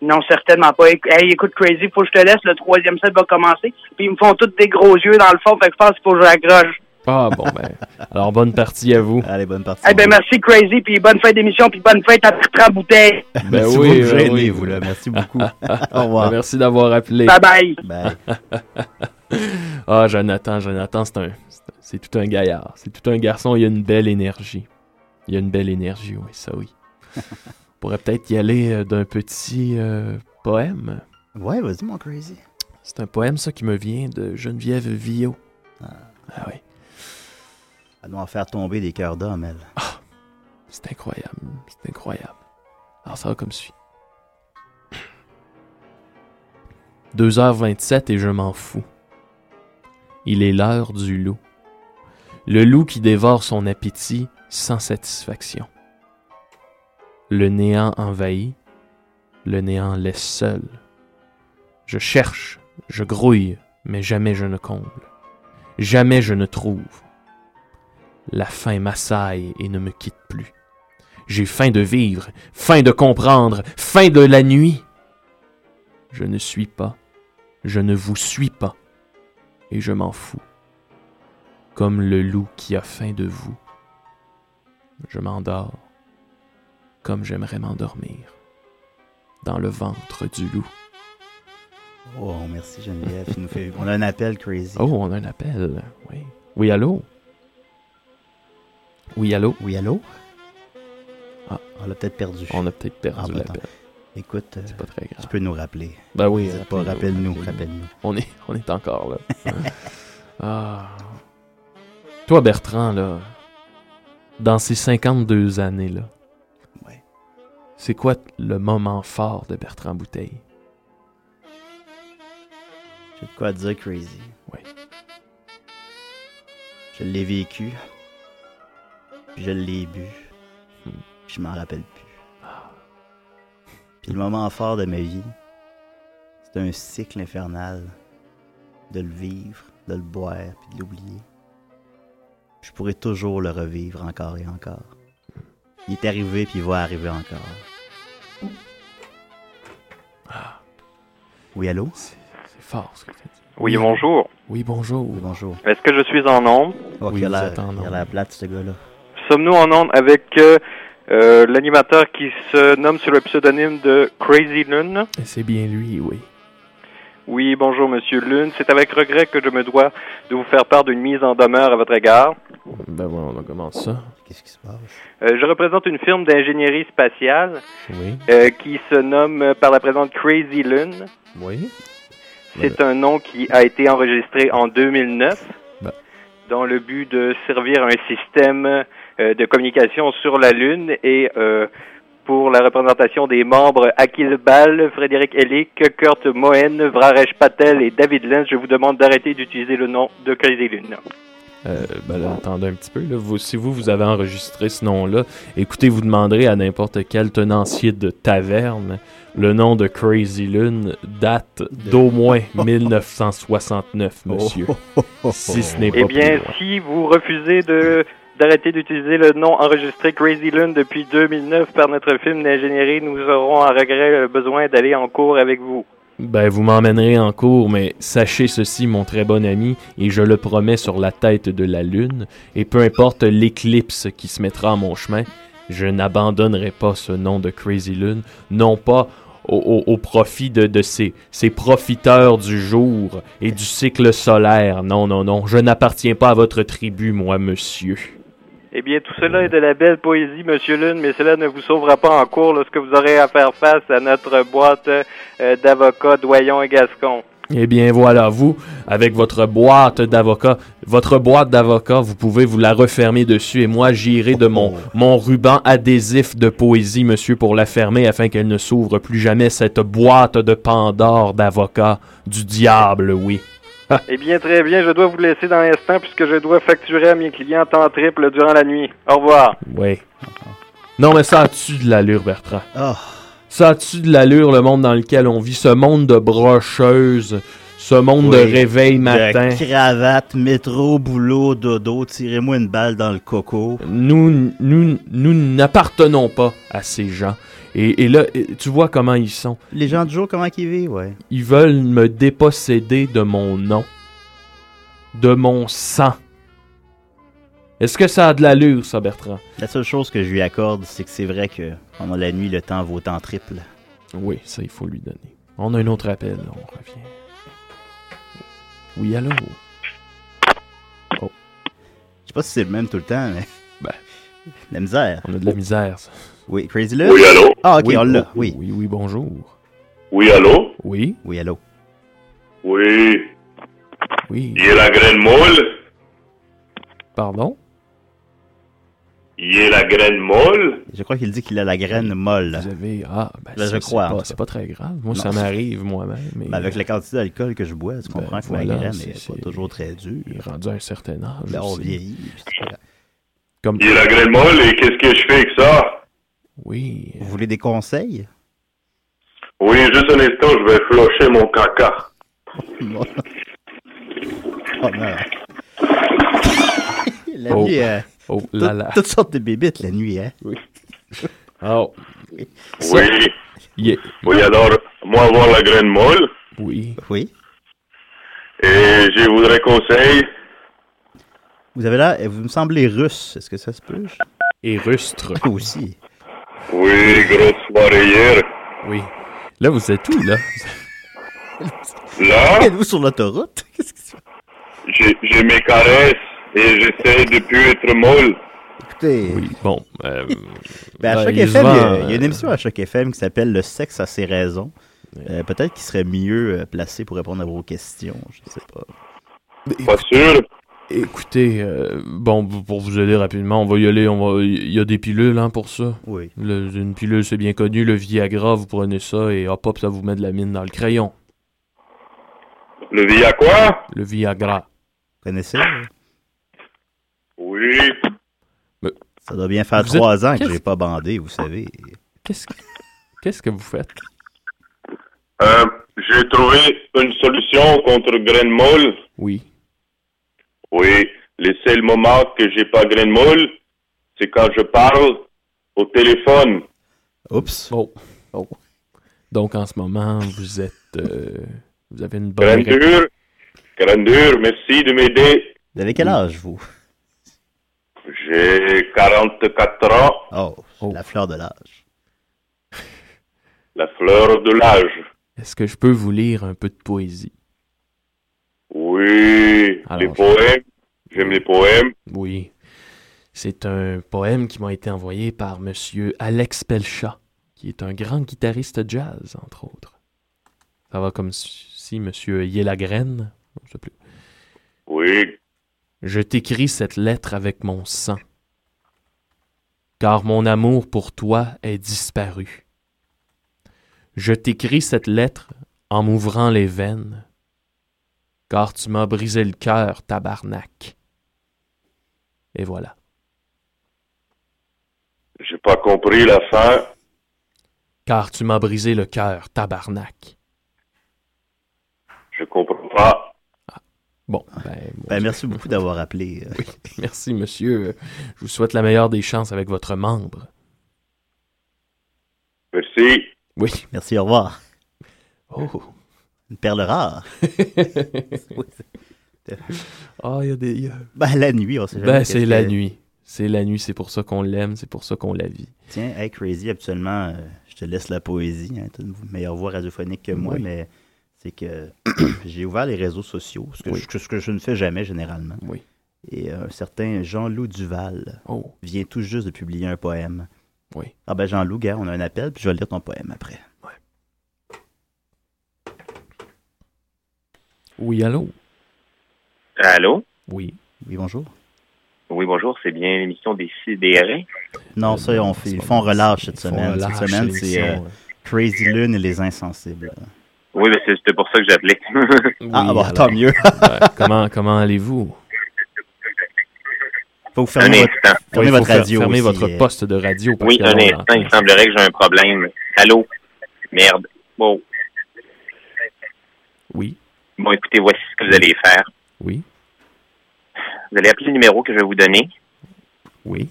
Speaker 11: Non, certainement pas. Éc- Hey, écoute, Crazy, faut que je te laisse. Le troisième set va commencer. Puis ils me font tous des gros yeux dans le fond. Fait que je pense qu'il faut que je l'accroche.
Speaker 7: Ah bon, ben. alors bonne partie à vous.
Speaker 8: Allez, bonne partie.
Speaker 11: Eh ben, merci, Crazy. Puis bonne fin d'émission. Puis bonne fête à Bertrand Bouteille.
Speaker 7: Ben
Speaker 8: Merci,
Speaker 7: oui,
Speaker 8: vous me
Speaker 7: ben
Speaker 8: gênez,
Speaker 7: oui.
Speaker 8: vous, là. Merci beaucoup. Au revoir.
Speaker 7: Merci d'avoir appelé.
Speaker 11: Bye bye.
Speaker 8: Bye.
Speaker 7: Ah, Jonathan, Jonathan, c'est un, c'est un- c'est tout un gaillard, c'est tout un garçon, il a une belle énergie. Il a une belle énergie, oui, ça oui. On pourrait peut-être y aller euh, d'un petit euh, poème.
Speaker 8: Ouais, vas-y, mon Crazy.
Speaker 7: C'est un poème, ça, qui me vient de Geneviève Villot. Ah oui,
Speaker 8: Elle doit en faire tomber des cœurs d'hommes, elle.
Speaker 7: Ah. c'est incroyable, c'est incroyable. Alors ça va comme suit. 2h27 et je m'en fous. Il est l'heure du loup. Le loup qui dévore son appétit sans satisfaction. Le néant envahit, le néant laisse seul. Je cherche, je grouille, mais jamais je ne comble. Jamais je ne trouve. La faim m'assaille et ne me quitte plus. J'ai faim de vivre, faim de comprendre, faim de la nuit. Je ne suis pas, je ne vous suis pas, et je m'en fous. Comme le loup qui a faim de vous, je m'endors comme j'aimerais m'endormir dans le ventre du loup.
Speaker 8: Oh, merci, Geneviève. Il nous fait... On a un appel, Crazy.
Speaker 7: Oh, on a un appel. Oui. Oui, allô? Oui, allô?
Speaker 8: Oui, allô?
Speaker 7: Ah.
Speaker 8: on l'a peut-être perdu.
Speaker 7: On a peut-être
Speaker 8: Ah,
Speaker 7: perdu
Speaker 8: bah,
Speaker 7: l'appel.
Speaker 8: Écoute, euh,
Speaker 7: C'est pas très grave.
Speaker 8: tu peux nous rappeler.
Speaker 7: Ben oui,
Speaker 8: N'hésite pas, rappelle-nous, rappelle-nous.
Speaker 7: On est, on est encore là. Ah. Toi, Bertrand, là, dans ces 52 années-là,
Speaker 8: Ouais.
Speaker 7: C'est quoi t- le moment fort de Bertrand Bouteille?
Speaker 8: J'ai de quoi dire crazy.
Speaker 7: Oui.
Speaker 8: Je l'ai vécu. Puis je l'ai bu. Puis je m'en rappelle plus. Puis le moment fort de ma vie, c'est un cycle infernal de le vivre, de le boire, puis de l'oublier. Je pourrais toujours le revivre encore et encore. Il est arrivé, puis il va arriver encore. Oui, allô?
Speaker 7: C'est fort ce que tu dis.
Speaker 12: Oui, bonjour.
Speaker 7: Oui, bonjour.
Speaker 8: bonjour.
Speaker 12: Est-ce que je suis en nombre
Speaker 8: Ok, Oh, il a l'air- il a l'air plate, ce gars-là.
Speaker 12: Sommes-nous en onde avec euh, euh, l'animateur qui se nomme sur le pseudonyme de Crazy Lune?
Speaker 7: Et C'est bien lui, oui.
Speaker 12: Oui, bonjour, Monsieur Lune. C'est avec regret que je me dois de vous faire part d'une mise en demeure à votre égard.
Speaker 7: Ben ouais, on commence ça.
Speaker 8: Qu'est-ce qui se passe?
Speaker 12: Euh, je représente une firme d'ingénierie spatiale
Speaker 7: Oui.
Speaker 12: euh, qui se nomme euh, par la présente Crazy Lune.
Speaker 7: Oui.
Speaker 12: C'est un nom qui a été enregistré en 2009
Speaker 7: Ben.
Speaker 12: dans le but de servir un système euh, de communication sur la Lune et euh, pour la représentation des membres Akil Ball, Frédéric Ellick, Kurt Mohen, Vraresh Patel et David Lenz, je vous demande d'arrêter d'utiliser le nom de Crazy Lune.
Speaker 7: Euh, ben là, attendez un petit peu. Là. Vous, si vous, vous avez enregistré ce nom-là, écoutez, vous demanderez à n'importe quel tenancier de taverne. Le nom de Crazy Lune date d'au moins 1969, monsieur. Si ce n'est pas
Speaker 12: Eh bien,
Speaker 7: plus loin.
Speaker 12: si vous refusez de d'arrêter d'utiliser le nom enregistré Crazy Lune depuis 2009 par notre film d'ingénierie, nous aurons à regret le besoin d'aller en cours avec vous.
Speaker 7: Ben, vous m'emmènerez en cours, mais sachez ceci, mon très bon ami, et je le promets sur la tête de la lune, et peu importe l'éclipse qui se mettra à mon chemin, je n'abandonnerai pas ce nom de Crazy Lune, non pas au, au- au profit de, de ces, ces profiteurs du jour et du cycle solaire. Non, non, non, je n'appartiens pas à votre tribu, moi, monsieur.
Speaker 12: Eh bien, tout cela est de la belle poésie, Monsieur Lune, mais cela ne vous sauvera pas en cours lorsque vous aurez à faire face à notre boîte euh, d'avocats Doyon et Gascon.
Speaker 7: Eh bien voilà, vous, avec votre boîte d'avocat, votre boîte d'avocat, vous pouvez vous la refermer dessus et moi j'irai de mon, mon ruban adhésif de poésie, monsieur, pour la fermer afin qu'elle ne s'ouvre plus jamais, cette boîte de Pandore d'avocat du diable, oui.
Speaker 12: eh bien, très bien, je dois vous laisser dans l'instant puisque je dois facturer à mes clients en triple durant la nuit. Au revoir.
Speaker 7: Oui. Non, mais ça a-tu de l'allure, Bertrand?
Speaker 8: Ah.
Speaker 7: Ça a-tu de l'allure, le monde dans lequel on vit, ce monde de brocheuses, ce monde de
Speaker 8: Oui,
Speaker 7: réveil matin?
Speaker 8: De cravate, métro, boulot, dodo, tirez-moi une balle dans le coco.
Speaker 7: nous, nous, nous n'appartenons pas à ces gens. Et, et là, et- tu vois comment ils sont.
Speaker 8: Les gens du jour, comment qu'ils vivent, ouais.
Speaker 7: Ils veulent me déposséder de mon nom, de mon sang. Est-ce que ça a de l'allure, ça, Bertrand?
Speaker 8: La seule chose que je lui accorde, c'est que c'est vrai que pendant la nuit, le temps vaut temps triple.
Speaker 7: Oui, ça, il faut lui donner. On a un autre appel, on revient. Oui, allô?
Speaker 8: Oh. Je sais pas si c'est le même tout le temps, mais. La misère.
Speaker 7: Ben. On a de la misère, ça.
Speaker 8: Oui, Crazy Love? Ah, ok, on l'a. Oui.
Speaker 7: Oui, oui, bonjour.
Speaker 13: Oui, allô?
Speaker 7: Oui?
Speaker 8: Oui, allô?
Speaker 13: Oui.
Speaker 7: Oui.
Speaker 13: Il est la graine molle?
Speaker 7: Pardon?
Speaker 13: Il est la graine molle?
Speaker 8: Je crois qu'il dit qu'il a la graine molle.
Speaker 7: Vous avez. Ah, ben,
Speaker 8: Là,
Speaker 7: ça,
Speaker 8: je
Speaker 7: c'est
Speaker 8: crois.
Speaker 7: pas-
Speaker 8: en tout
Speaker 7: c'est
Speaker 8: cas.
Speaker 7: pas très grave.
Speaker 8: Non,
Speaker 7: Moi, ça
Speaker 8: c'est-
Speaker 7: m'arrive moi-même, mais- Ben,
Speaker 8: Ben, avec la quantité d'alcool que je bois, tu comprends que
Speaker 7: voilà,
Speaker 8: ma graine
Speaker 7: c'est-
Speaker 8: est pas toujours très dure. Il est
Speaker 7: rendu à un certain âge.
Speaker 8: Ben, on
Speaker 7: aussi.
Speaker 8: vieillit. puis c'est pas grave.
Speaker 7: Comme...
Speaker 13: Il est la graine molle et qu'est-ce que je fais avec ça?
Speaker 7: Oui.
Speaker 8: Vous voulez des conseils?
Speaker 13: Oui, juste un instant, je vais flocher mon caca.
Speaker 8: Bon. Oh non. la
Speaker 7: Oh.
Speaker 8: nuit, euh,
Speaker 7: Oh là
Speaker 8: tout-
Speaker 7: là.
Speaker 8: toutes sortes de bébites la nuit, hein? Oui.
Speaker 7: Oh.
Speaker 13: Oui.
Speaker 7: Oui.
Speaker 13: alors, moi avoir la graine molle
Speaker 7: Oui.
Speaker 8: Oui.
Speaker 13: et je voudrais conseil.
Speaker 8: Vous avez là, vous me semblez russe, est-ce que ça se peut?
Speaker 7: Et rustre.
Speaker 8: Toi aussi.
Speaker 13: Oui, grosse soirée hier.
Speaker 7: Oui. Là, vous êtes où, là?
Speaker 13: Là,
Speaker 8: Êtes-vous sur l'autoroute?
Speaker 13: je, je me caresse et j'essaie de plus être molle.
Speaker 8: Écoutez.
Speaker 7: Oui, bon. euh,
Speaker 8: Ben, à
Speaker 7: ben,
Speaker 8: Choc
Speaker 7: il se
Speaker 8: FM, il y, a,
Speaker 7: vend,
Speaker 8: il y a une
Speaker 7: euh,
Speaker 8: émission à Choc FM qui s'appelle Le sexe a ses raisons. Euh, Peut-être qu'il serait mieux euh, placé pour répondre à vos questions, je sais pas.
Speaker 13: Pas sûr.
Speaker 7: Écoutez, euh, bon, p- pour vous aider rapidement, on va y aller. On va... Il y a des pilules hein, pour ça.
Speaker 8: Oui.
Speaker 7: une pilule, c'est bien connu. Le Viagra, vous prenez ça et hop, hop, ça vous met de la mine dans le crayon.
Speaker 14: Le Via quoi
Speaker 7: Le Viagra.
Speaker 8: Vous connaissez?
Speaker 14: Oui.
Speaker 8: Ça doit bien faire
Speaker 7: Vous
Speaker 8: trois
Speaker 7: êtes-
Speaker 8: ans que
Speaker 7: qu'est-ce-
Speaker 8: j'ai pas bandé, vous savez.
Speaker 7: Qu'est-ce que, qu'est-ce que vous faites?
Speaker 14: Euh, J'ai trouvé une solution contre Grain Mole.
Speaker 7: Oui.
Speaker 14: Oui, le seul moment que j'ai pas Grain Mole, c'est quand je parle au téléphone.
Speaker 8: Oups.
Speaker 7: Oh. Oh. Donc, en ce moment, vous êtes. euh, vous avez une bonne.
Speaker 14: Grain dur, Grain dur, merci de m'aider.
Speaker 8: Vous avez quel âge, vous?
Speaker 14: J'ai 44 ans,
Speaker 8: Oh, la fleur de l'âge.
Speaker 14: la fleur de l'âge.
Speaker 7: Est-ce que je peux vous lire un peu de poésie?
Speaker 14: Oui,
Speaker 7: Alors,
Speaker 14: les
Speaker 7: je-
Speaker 14: poèmes, j'aime les poèmes.
Speaker 7: Oui. C'est un poème qui m'a été envoyé par Monsieur Alex Pelcha, qui est un grand guitariste jazz, entre autres. Ça va comme si Monsieur Yelagraine, je sais plus.
Speaker 14: Oui,
Speaker 7: Je t'écris cette lettre avec mon sang, car mon amour pour toi est disparu. Je t'écris cette lettre en m'ouvrant les veines, car tu m'as brisé le cœur, tabarnak. Et voilà.
Speaker 14: j'ai pas compris la fin.
Speaker 7: Car tu m'as brisé le cœur, tabarnak.
Speaker 14: Je comprends pas.
Speaker 7: Ah, Bon, ben,
Speaker 8: Ben, merci beaucoup d'avoir appelé. euh.
Speaker 7: merci monsieur. Euh, Je vous souhaite la meilleure des chances avec votre membre.
Speaker 14: Merci.
Speaker 7: Oui.
Speaker 8: Merci, au revoir.
Speaker 7: Oh.
Speaker 8: Une perle rare.
Speaker 7: Ah, il y a des.
Speaker 8: Ben, la nuit, on sait jamais
Speaker 7: Ben,
Speaker 8: qu'est-ce
Speaker 7: c'est la
Speaker 8: que-
Speaker 7: nuit. C'est la nuit, c'est pour ça qu'on l'aime, c'est pour ça qu'on la vit.
Speaker 8: Tiens, hey, Crazy, habituellement, euh, je te laisse la poésie. Hein, T'as une meilleure voix radiophonique que moi,
Speaker 7: Oui.
Speaker 8: mais c'est que j'ai ouvert les réseaux sociaux, ce que,
Speaker 7: Oui.
Speaker 8: je, ce que je ne fais jamais généralement.
Speaker 7: Oui. Oh.
Speaker 8: Et euh, un certain Jean-Loup Duval vient tout juste de publier un poème.
Speaker 7: Oui.
Speaker 8: Ah ben Jean-Loup, gars, on a un appel, puis je vais lire ton poème après.
Speaker 7: Oui, allô?
Speaker 15: Allô?
Speaker 7: Oui.
Speaker 8: Oui, bonjour.
Speaker 15: Oui, bonjour, c'est bien l'émission des CDR.
Speaker 8: Non, ça, on fait, ils font relâche cette
Speaker 15: font
Speaker 8: semaine.
Speaker 15: relâche,
Speaker 8: cette semaine,
Speaker 15: ils
Speaker 8: c'est euh,
Speaker 15: sont, euh,
Speaker 8: Crazy Lune et les Insensibles.
Speaker 15: Oui, mais c'est- c'était pour ça que j'appelais.
Speaker 8: Ah,
Speaker 7: Oui,
Speaker 8: bon,
Speaker 7: alors.
Speaker 8: tant mieux.
Speaker 7: Ben, comment comment allez-vous?
Speaker 8: Faut que vous
Speaker 15: Un
Speaker 8: fermez votre,
Speaker 15: instant.
Speaker 8: fermez
Speaker 7: Oui, faut
Speaker 8: votre
Speaker 7: faire-
Speaker 8: radio.
Speaker 7: fermer
Speaker 8: aussi,
Speaker 7: votre
Speaker 8: euh.
Speaker 7: poste de radio. parce
Speaker 15: Oui,
Speaker 7: que
Speaker 15: un
Speaker 7: on
Speaker 15: instant,
Speaker 7: l'entend.
Speaker 15: il semblerait que j'ai un problème. Allô? Merde. Bon.
Speaker 7: Oui.
Speaker 15: Bon, écoutez, voici ce que vous allez faire.
Speaker 7: Oui.
Speaker 15: Vous allez appeler le numéro que je vais vous donner.
Speaker 7: Oui.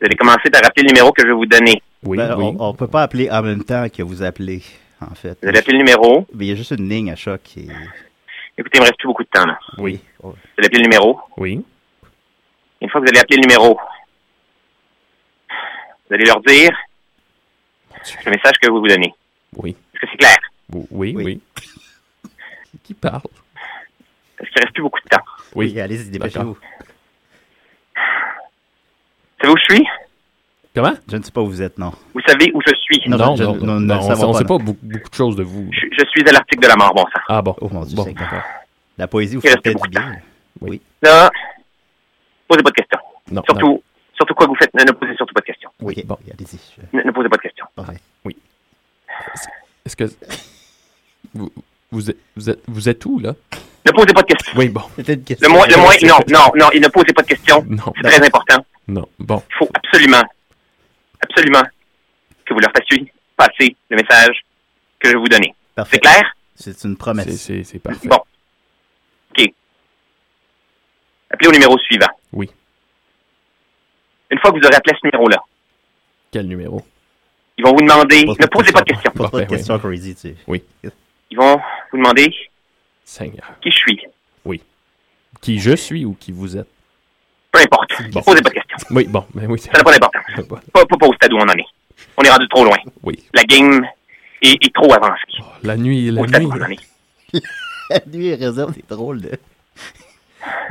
Speaker 15: Vous allez commencer par appeler le numéro que je vais vous donner.
Speaker 8: Ben, On, on peut pas appeler en même temps que vous appelez, en fait.
Speaker 15: Vous allez appeler le numéro.
Speaker 8: Mais il y a juste une ligne à choc. qui est-
Speaker 15: Écoutez, il me reste plus beaucoup de temps, là.
Speaker 7: Oui.
Speaker 15: Vous allez appeler le numéro.
Speaker 7: Oui.
Speaker 15: Une fois que vous allez appeler le numéro, vous allez leur dire le message que vous vous donnez.
Speaker 7: Oui.
Speaker 15: Est-ce que c'est clair?
Speaker 7: Oui, oui. Qui parle?
Speaker 15: Parce qu'il ne reste plus beaucoup de temps.
Speaker 7: Oui.
Speaker 8: allez-y, dépêchez-vous.
Speaker 15: Savez où je suis?
Speaker 7: Comment?
Speaker 8: Je ne sais pas où vous êtes, non.
Speaker 15: Vous savez où je suis?
Speaker 8: Non,
Speaker 7: Non,
Speaker 8: je-
Speaker 7: non,
Speaker 8: non,
Speaker 7: non,
Speaker 8: ne le
Speaker 7: on
Speaker 8: savons
Speaker 7: sait- on
Speaker 8: pas,
Speaker 7: sait
Speaker 8: non.
Speaker 7: pas beaucoup, beaucoup de choses de vous.
Speaker 15: Je, je suis à l'article de la mort, bon sang.
Speaker 7: Ah bon.
Speaker 8: Oh mon Dieu,
Speaker 7: Bon.
Speaker 8: c'est incroyable. La poésie vous
Speaker 15: Il
Speaker 8: fait
Speaker 15: reste
Speaker 8: peut-être
Speaker 15: beaucoup
Speaker 8: du bien. Oui.
Speaker 15: Là, posez pas de questions.
Speaker 7: Non,
Speaker 15: surtout, surtout quoi que vous faites, ne, ne posez surtout pas de questions.
Speaker 8: Oui, allez-y. je-
Speaker 15: Ne, ne posez pas de questions.
Speaker 8: Ah,
Speaker 7: Oui. Est-ce- Est-ce que. Vous, vous, êtes, vous, êtes, vous êtes où, là?
Speaker 15: Ne posez pas de questions.
Speaker 7: Oui, bon.
Speaker 8: C'était une
Speaker 15: Le moins, le moins, non, non, non, il ne posez pas de questions. C'est très important.
Speaker 7: Non, bon.
Speaker 15: Il faut absolument, absolument que vous leur fassiez passer le message que je vais vous donner.
Speaker 8: Parfait.
Speaker 15: C'est clair?
Speaker 8: C'est une promesse.
Speaker 7: C'est parfait.
Speaker 15: Bon. OK. Appelez au numéro suivant.
Speaker 7: Oui.
Speaker 15: Une fois que vous aurez appelé ce numéro-là,
Speaker 7: Quel numéro?
Speaker 15: ils vont vous demander, ne posez pas de questions.
Speaker 8: Pose pas de
Speaker 7: Parfait, oui.
Speaker 8: questions, Crazy, tu sais.
Speaker 7: Oui.
Speaker 15: Ils vont vous demander
Speaker 7: Seigneur.
Speaker 15: qui je suis.
Speaker 7: Oui. Qui je suis ou qui vous êtes?
Speaker 15: Peu importe.
Speaker 7: Bon.
Speaker 15: Posez pas de questions.
Speaker 7: Oui, bon, ben oui. c'est-
Speaker 15: Ça n'a pas d'importance. Pas, pas, pas au stade où on en est. On est rendu trop loin.
Speaker 7: Oui.
Speaker 15: La game est, est trop avancée.
Speaker 7: La nuit, la
Speaker 15: au stade où on en
Speaker 7: nuit.
Speaker 15: est.
Speaker 8: La nuit et réserve, c'est drôle. De...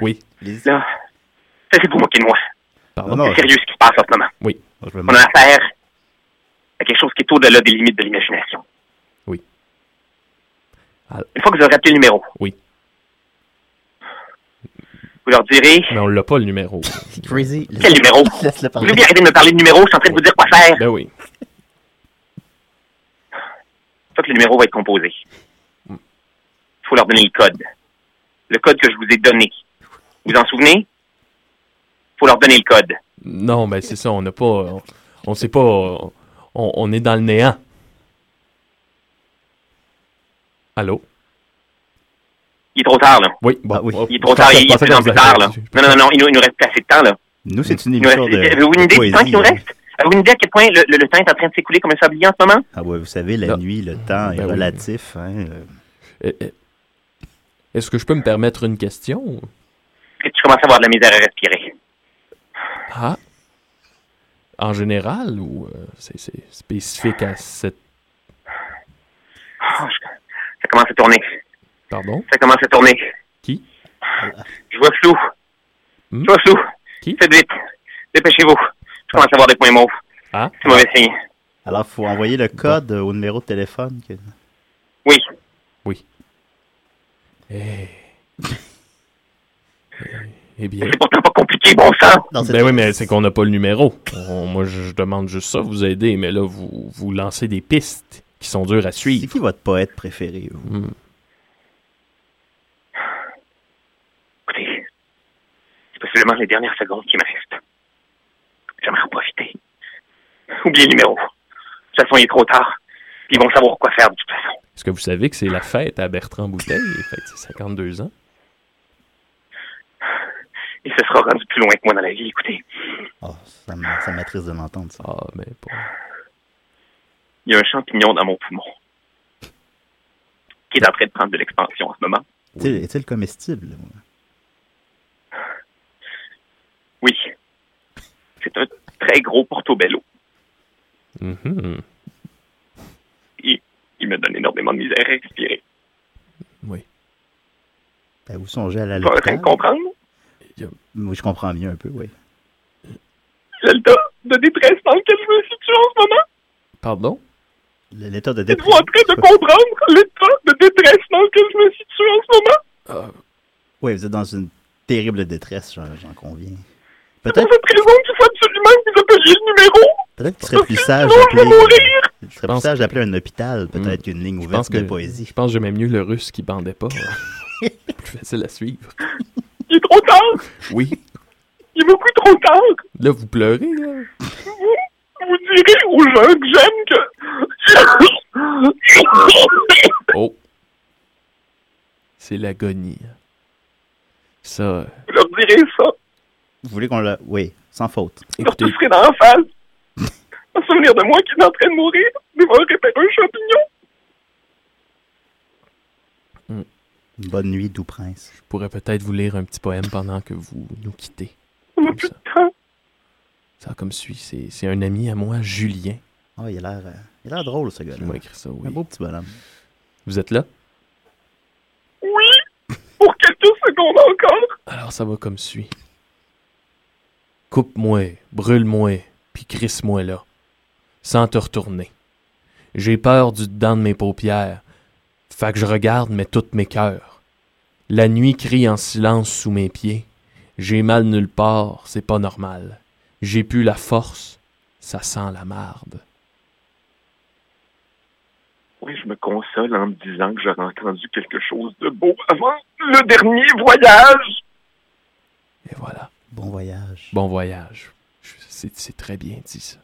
Speaker 7: Oui.
Speaker 15: Là, ça c'est pour moquer de moi.
Speaker 7: Pardon?
Speaker 8: Non, non.
Speaker 15: C'est sérieux ce qui se passe en ce moment.
Speaker 7: Oui.
Speaker 8: Je me
Speaker 15: On a affaire à quelque chose qui est au-delà des limites de l'imagination.
Speaker 7: Oui. Ah. Alors-
Speaker 15: Une fois que vous aurez appelé le numéro,
Speaker 7: Oui.
Speaker 1: Vous leur direz.
Speaker 7: Mais on l'a pas le numéro.
Speaker 8: C'est crazy.
Speaker 1: Quel numéro?
Speaker 8: Laisse-le
Speaker 1: Vous
Speaker 8: parler.
Speaker 1: voulez bien arrêter de me parler de numéro? Je suis en train de vous dire quoi faire.
Speaker 7: Ben oui.
Speaker 1: Une fois que le numéro va être composé, il faut leur donner le code. Le code que je vous ai donné. Vous en souvenez? Il faut leur donner le code.
Speaker 7: Non, ben c'est ça, on n'a pas. On, on sait pas. On, on est dans le néant. Allô?
Speaker 1: Il est trop tard, là.
Speaker 7: Ah Oui, bon.
Speaker 8: Oh,
Speaker 1: Il est trop tard, il est de plus en plus tard, là. Non, non, non, non, il nous, il nous reste plus assez de temps, là.
Speaker 8: Nous, c'est une
Speaker 1: Il nous reste-
Speaker 8: émission de.
Speaker 1: Avez-vous une idée du temps
Speaker 8: poésie,
Speaker 1: qu'il nous
Speaker 8: hein.
Speaker 1: reste? Avez-vous une idée à quel point le, le- le temps est en train de s'écouler comme un sablier en ce moment?
Speaker 8: Ah ouais, vous savez, la nuit, le temps est
Speaker 7: Ben oui.
Speaker 8: relatif. hein, euh.
Speaker 7: Eh, eh, Est-ce que je peux me permettre une question?
Speaker 1: Est-ce que tu commences à avoir de la misère à respirer?
Speaker 7: Ah. En général ou euh, c'est c'est spécifique à cette.
Speaker 1: Oh, je- Ça commence à tourner.
Speaker 7: Pardon?
Speaker 1: Ça commence à tourner.
Speaker 7: Qui?
Speaker 1: Je vois flou. Je vois flou. Faites vite. Dépêchez-vous. Je commence à avoir des points mauves.
Speaker 7: Ah?
Speaker 1: C'est mauvais signe.
Speaker 8: Alors, faut envoyer le code euh, au numéro de téléphone. que-
Speaker 1: Oui.
Speaker 7: Eh. Eh bien.
Speaker 1: C'est pourtant pas compliqué, bon sang!
Speaker 7: Ben oui, mais c'est qu'on n'a pas le numéro. On- moi, je, je demande juste ça, vous aider, mais là, vous, vous lancez des pistes qui sont dures à suivre. Hmm. C'est
Speaker 8: qui votre poète préféré,
Speaker 1: Écoutez, c'est possiblement les dernières secondes qui me restent. J'aimerais en profiter. Oubliez le numéro. De toute façon, il est trop tard. Ils vont savoir quoi faire de toute façon.
Speaker 7: Est-ce que vous savez que c'est la fête à Bertrand Bouteille? Fait que c'est 52 ans.
Speaker 1: Il se sera rendu plus loin que moi dans la vie, écoutez.
Speaker 8: Oh, ça m'a- ça m'attriste de l'entendre, ça.
Speaker 7: Ah, mais
Speaker 1: Il y a un champignon dans mon poumon. Qui est en train de prendre de l'expansion en ce moment.
Speaker 8: Est-il est-il comestible? ouais?
Speaker 1: Oui. C'est un très gros portobello.
Speaker 7: Mhm.
Speaker 1: Il, il me donne énormément de misère à respirer.
Speaker 8: Ben, vous songez à la
Speaker 1: Vous êtes en train de comprendre?
Speaker 8: Moi, je comprends mieux un peu, oui.
Speaker 1: L'état de détresse dans lequel je me situe en ce moment?
Speaker 7: Pardon?
Speaker 8: Le- L'état de
Speaker 1: Êtes-vous en
Speaker 8: dépression.
Speaker 1: train de comprendre l'état de détresse dans lequel je me situe en ce moment?
Speaker 8: Oui, vous êtes dans une terrible détresse, j'en j'en conviens.
Speaker 1: C'est pour
Speaker 8: Peut-être
Speaker 1: cette raison qu'il faut absolument que vous appeliez le numéro.
Speaker 8: peut qu'il serait plus sage
Speaker 1: Sinon, je vais
Speaker 8: d'appeler
Speaker 1: mourir.
Speaker 8: il serait plus sage d'appeler un hôpital, peut-être qu'une ligne
Speaker 7: Hmm. Je pense
Speaker 8: ouverte
Speaker 7: que
Speaker 8: de poésie.
Speaker 7: Je pense que j'aimais mieux le russe qui bandait pas. C'est plus facile à suivre.
Speaker 1: Il est trop tard.
Speaker 7: Oui.
Speaker 1: Il est beaucoup trop tard.
Speaker 7: Là, vous pleurez, là.
Speaker 1: Vous, vous direz aux gens que j'aime que...
Speaker 7: Oh. C'est l'agonie. Ça. euh,
Speaker 1: Vous leur direz ça.
Speaker 8: Vous voulez qu'on le... Oui, sans faute.
Speaker 1: Vous leur tousserez dans la face. Un souvenir de moi qui est en train de mourir, dévoré par un champignon.
Speaker 8: Bonne nuit, doux prince.
Speaker 7: Je pourrais peut-être vous lire un petit poème pendant que vous nous quittez.
Speaker 1: On n'a plus de temps.
Speaker 7: Ça, comme suit, c'est c'est un ami à moi, Julien.
Speaker 8: Oh, il a l'air, euh, il a l'air drôle, ce gars-là.
Speaker 7: qui m'a écrit ça, oui.
Speaker 8: Un beau petit bonhomme.
Speaker 7: Vous êtes là?
Speaker 1: Oui, pour quelques secondes encore.
Speaker 7: Alors ça va comme suit. Coupe-moi, brûle-moi, puis crisse-moi là, sans te retourner. J'ai peur du dedans de mes paupières, fait que je regarde mais toutes mes cœurs. La nuit crie en silence sous mes pieds. J'ai mal nulle part, c'est pas normal. J'ai plus la force, ça sent la marde.
Speaker 1: Oui, je me console en me disant que j'aurais entendu quelque chose de beau avant le dernier voyage.
Speaker 7: Et voilà.
Speaker 8: Bon voyage.
Speaker 7: Bon voyage. Je- C'est c'est très bien dit ça.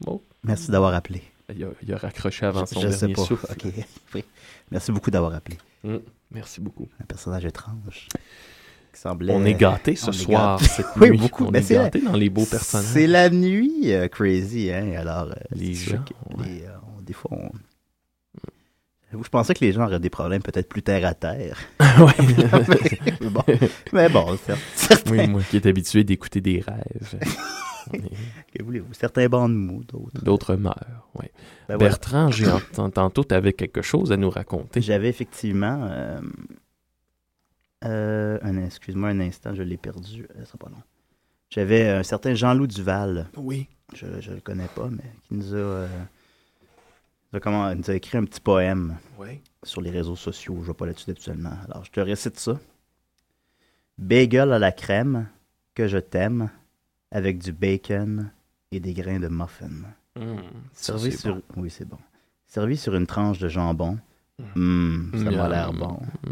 Speaker 7: Bon.
Speaker 8: Merci d'avoir appelé.
Speaker 7: Oh. Il a, il a raccroché avant son
Speaker 8: je sais
Speaker 7: dernier
Speaker 8: pas.
Speaker 7: souffle.
Speaker 8: OK. Oui. Merci beaucoup d'avoir appelé.
Speaker 7: Mm. Merci beaucoup.
Speaker 8: Un personnage étrange. qui semblait-
Speaker 7: On est gâtés ce
Speaker 8: On est
Speaker 7: soir,
Speaker 8: gâtés.
Speaker 7: cette
Speaker 8: oui,
Speaker 7: nuit.
Speaker 8: beaucoup.
Speaker 7: On
Speaker 8: Mais
Speaker 7: est
Speaker 8: c'est la-
Speaker 7: gâtés dans les beaux personnages.
Speaker 8: C'est la nuit, euh, crazy, hein. Alors, euh,
Speaker 7: Les
Speaker 8: c'est sûr
Speaker 7: gens,
Speaker 8: que les, euh, on- des fois, on... Je pensais que les gens auraient des problèmes peut-être plus terre à terre.
Speaker 7: Ouais.
Speaker 8: mais bon, mais bon cer- certains,
Speaker 7: Oui, moi qui est habitué d'écouter des rêves. On est-
Speaker 8: que voulez-vous, certains bancs de mou, d'autres.
Speaker 7: D'autres meurent. ouais.
Speaker 8: Ben voilà.
Speaker 7: Bertrand, j'ai enten- tantôt, tu avais quelque chose à nous raconter.
Speaker 8: J'avais effectivement. euh, euh, un- Excuse-moi un instant, je l'ai perdu. euh, Ça sera pas long. J'avais un certain Jean-Loup Duval.
Speaker 7: Oui.
Speaker 8: Je, je le connais pas, mais qui nous a, euh, nous a, comment- elle nous a écrit un petit poème
Speaker 7: Oui.
Speaker 8: sur les réseaux sociaux. Je ne vais pas là-dessus habituellement. Alors, je te récite ça. Bagel à la crème, que je t'aime, avec du bacon et des grains de muffin.
Speaker 7: Mm, ça,
Speaker 8: Servi
Speaker 7: c'est
Speaker 8: sur... Oui, c'est bon. Servi sur une tranche de jambon.
Speaker 7: Mmh.
Speaker 8: Mm, ça m'a
Speaker 7: Miam.
Speaker 8: l'air bon. Mm.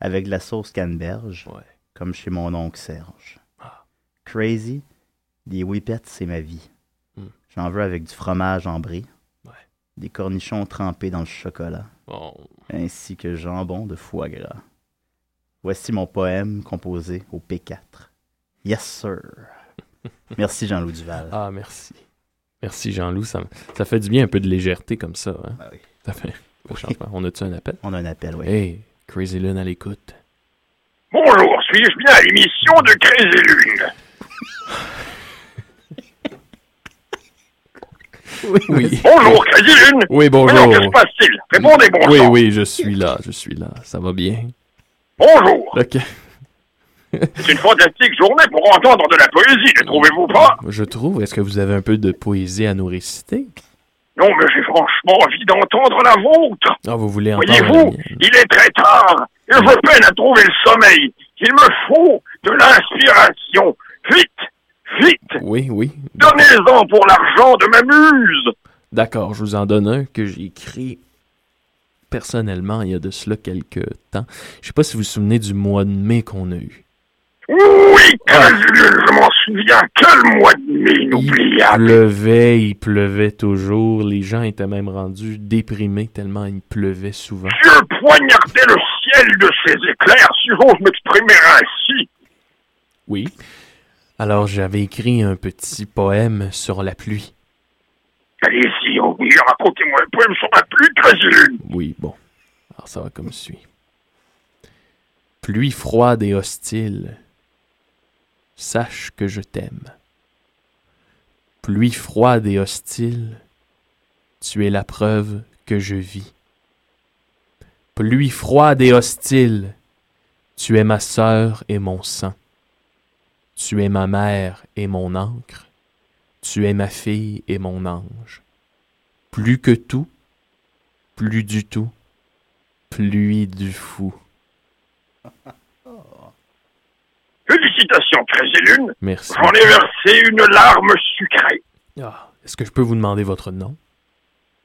Speaker 8: Avec de la sauce canneberge, comme chez mon oncle Serge. Crazy, des whippets, c'est ma vie.
Speaker 7: Mm.
Speaker 8: J'en veux avec du fromage ambré, des cornichons trempés dans le chocolat, ainsi que jambon de foie gras. Voici mon poème composé au P4. Yes, sir. Merci, Jean-Louis Duval.
Speaker 7: Ah, merci. Merci Jean-Loup, ça, ça fait du bien un peu de légèreté comme ça. hein? Ça fait- franchement, On a-tu un appel?
Speaker 8: Ben On a un appel, oui.
Speaker 7: Hey, Crazy Lune à l'écoute.
Speaker 1: Bonjour, suis-je bien à l'émission de Crazy Lune
Speaker 7: Oui.
Speaker 1: Bonjour, Crazy Lune
Speaker 7: Oui, bonjour.
Speaker 1: Voyons, que se passe-t-il Oh, Répondez, bon
Speaker 7: Oui,
Speaker 1: sang.
Speaker 7: oui, je suis là, je suis là. Ça va bien?
Speaker 1: Bonjour
Speaker 7: Ok.
Speaker 1: C'est une fantastique journée pour entendre de la poésie, ne trouvez-vous pas
Speaker 7: Je trouve, est-ce que vous avez un peu de poésie à nous réciter?
Speaker 1: Non, mais j'ai franchement envie d'entendre la vôtre
Speaker 7: Ah, vous voulez entendre... la
Speaker 1: Voyez-vous,
Speaker 7: mienne?
Speaker 1: il est très tard et je peine à trouver le sommeil. Il me faut de l'inspiration. Vite, vite
Speaker 7: Oui, oui.
Speaker 1: Donnez-en pour l'argent de ma muse
Speaker 7: D'accord, je vous en donne un que j'ai écrit personnellement il y a de cela quelques temps. Je sais pas si vous vous souvenez du mois de mai qu'on a eu.
Speaker 1: Oui, Casulule, je m'en souviens, quel mois de mai inoubliable
Speaker 7: Il pleuvait, il pleuvait toujours. Les gens étaient même rendus déprimés tellement il pleuvait souvent.
Speaker 1: Dieu poignardait le ciel de ses éclairs, si j'ose m'exprimer ainsi
Speaker 7: Oui. Alors j'avais écrit un petit poème sur la pluie.
Speaker 1: Allez-y, oh oui, racontez-moi un poème sur la pluie, Casulule
Speaker 7: Oui, bon. Alors ça va comme suit. Pluie froide et hostile, sache que je t'aime. Pluie froide et hostile, tu es la preuve que je vis. Pluie froide et hostile, tu es ma sœur et mon sang. Tu es ma mère et mon ancre. Tu es ma fille et mon ange. Plus que tout, plus du tout, pluie du fou.
Speaker 1: Félicitations, Casulule
Speaker 7: Merci.
Speaker 1: J'en ai versé une larme sucrée.
Speaker 7: Est-ce que je peux vous demander votre nom?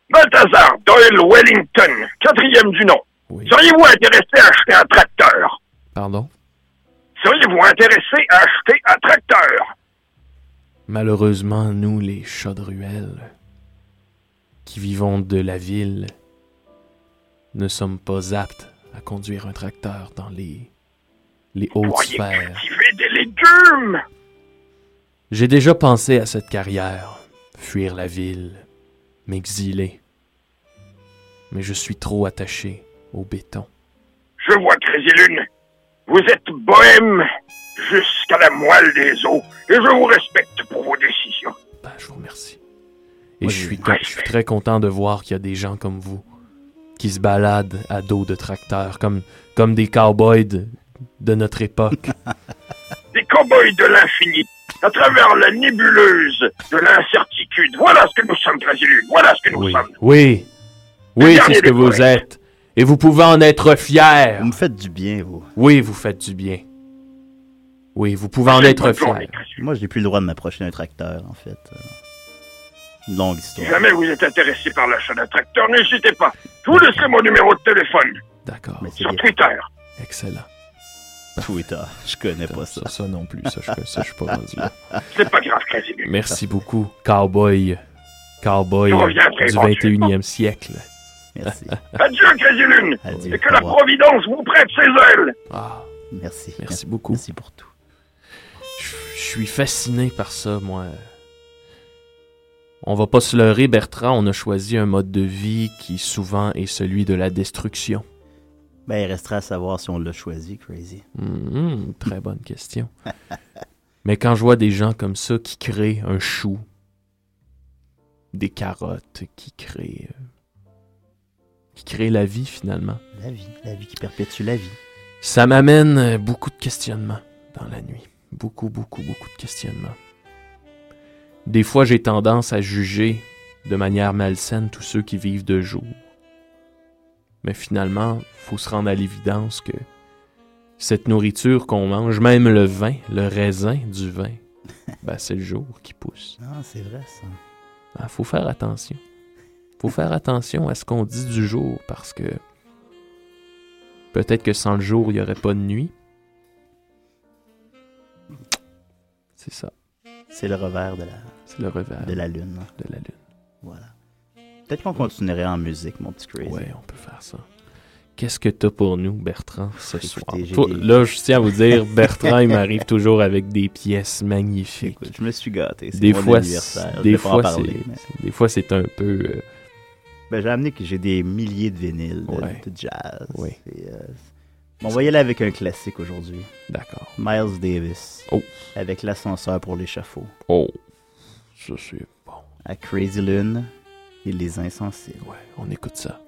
Speaker 1: Balthazar Doyle Wellington, quatrième du nom. Seriez-vous intéressé à acheter un tracteur
Speaker 7: Pardon?
Speaker 1: Seriez-vous intéressé à acheter un tracteur
Speaker 7: Malheureusement, nous, les chats de ruelle, qui vivons de la ville, ne sommes pas aptes à conduire un tracteur dans les, les hautes
Speaker 1: Pourriez
Speaker 7: sphères.
Speaker 1: cultiver des légumes
Speaker 7: J'ai déjà pensé à cette carrière, fuir la ville, m'exiler. Mais je suis trop attaché au béton.
Speaker 1: Je vois, Crésilune, vous êtes bohème jusqu'à la moelle des os, et je vous respecte pour vos décisions.
Speaker 7: je vous remercie. Oh, Et je, suis, je suis très content de voir qu'il y a des gens comme vous qui se baladent à dos de tracteurs, comme, comme des cowboys de, de notre époque.
Speaker 1: Des cow-boys de l'infini, à travers la nébuleuse de l'incertitude. Voilà ce que nous sommes, Crésilune, voilà ce que nous
Speaker 7: oui,
Speaker 1: sommes.
Speaker 7: oui, oui, c'est
Speaker 1: dernier
Speaker 7: ce que
Speaker 1: des
Speaker 7: vous
Speaker 1: poètes.
Speaker 7: êtes. Et vous pouvez en être fier. Vous me
Speaker 8: faites du bien, vous.
Speaker 7: Oui, vous faites du bien. Oui, vous pouvez en être fier.
Speaker 8: Moi, je n'ai plus le droit de m'approcher d'un tracteur, en fait. Euh, Une longue
Speaker 1: Si
Speaker 8: histoire.
Speaker 1: jamais vous êtes intéressé par l'achat d'un tracteur, n'hésitez pas. Je vous laisserai mon numéro de téléphone
Speaker 7: D'accord.
Speaker 1: sur Twitter.
Speaker 7: Excellent.
Speaker 8: Twitter, je connais pas ça.
Speaker 7: Ça, non plus, ça, je, ça, je suis pas rendu là.
Speaker 1: C'est pas grave, Crésilune.
Speaker 7: Merci beaucoup, cowboy. Cowboy
Speaker 1: Je
Speaker 7: euh,
Speaker 1: reviens très
Speaker 7: du 21e siècle.
Speaker 8: Merci.
Speaker 1: Adieu, Crésilune,
Speaker 7: Adieu,
Speaker 1: et que la
Speaker 7: au revoir.
Speaker 1: Providence vous prête ses ailes.
Speaker 8: Merci.
Speaker 7: Ah, Merci beaucoup. Merci
Speaker 8: pour tout.
Speaker 7: Je suis fasciné par ça, moi. On va pas se leurrer, Bertrand, on a choisi un mode de vie qui souvent est celui de la destruction.
Speaker 8: Ben, il restera à savoir si on l'a choisi, Crazy.
Speaker 7: Mhm, très bonne question. Mais quand je vois des gens comme ça qui créent un chou, des carottes, qui créent, euh, qui créent la vie finalement,
Speaker 8: La vie, la vie qui perpétue la vie.
Speaker 7: ça m'amène euh, beaucoup de questionnements dans la nuit. Beaucoup, beaucoup, beaucoup de questionnements. Des fois, j'ai tendance à juger de manière malsaine tous ceux qui vivent de jour. Mais finalement, faut se rendre à l'évidence que cette nourriture qu'on mange, même le vin, le raisin du vin, ben, c'est le jour qui pousse.
Speaker 8: Ah, c'est vrai ça.
Speaker 7: Il faut faire attention. faut faire attention à ce qu'on dit du jour parce que peut-être que sans le jour, il n'y aurait pas de nuit. C'est ça.
Speaker 8: C'est le revers de la.
Speaker 7: C'est le revers.
Speaker 8: De la lune.
Speaker 7: De la lune.
Speaker 8: Voilà. Peut-être qu'on continuerait en musique, mon petit Crazy.
Speaker 7: Ouais, on peut faire ça. Qu'est-ce que t'as pour nous, Bertrand, ce
Speaker 8: Écoutez,
Speaker 7: soir?
Speaker 8: j'ai
Speaker 7: Toi,
Speaker 8: des-
Speaker 7: Là, je tiens à vous dire, Bertrand, il m'arrive toujours avec des pièces magnifiques.
Speaker 8: Écoute, je me suis gâté. C'est
Speaker 7: Des
Speaker 8: mon
Speaker 7: fois,
Speaker 8: anniversaire,
Speaker 7: c'est-
Speaker 8: je
Speaker 7: des
Speaker 8: vais pas en
Speaker 7: fois, c'est,
Speaker 8: parler,
Speaker 7: des fois, c'est un peu. euh,
Speaker 8: Ben, j'ai amené que j'ai des milliers de vinyles de,
Speaker 7: Ouais.
Speaker 8: de jazz. Et, euh, bon, on va y aller avec un classique aujourd'hui.
Speaker 7: D'accord.
Speaker 8: Miles Davis.
Speaker 7: Oh.
Speaker 8: Avec l'ascenseur pour l'échafaud.
Speaker 7: Oh. Ça, c'est bon.
Speaker 8: À Crazy Lune et les insensibles.
Speaker 7: Ouais, on écoute ça.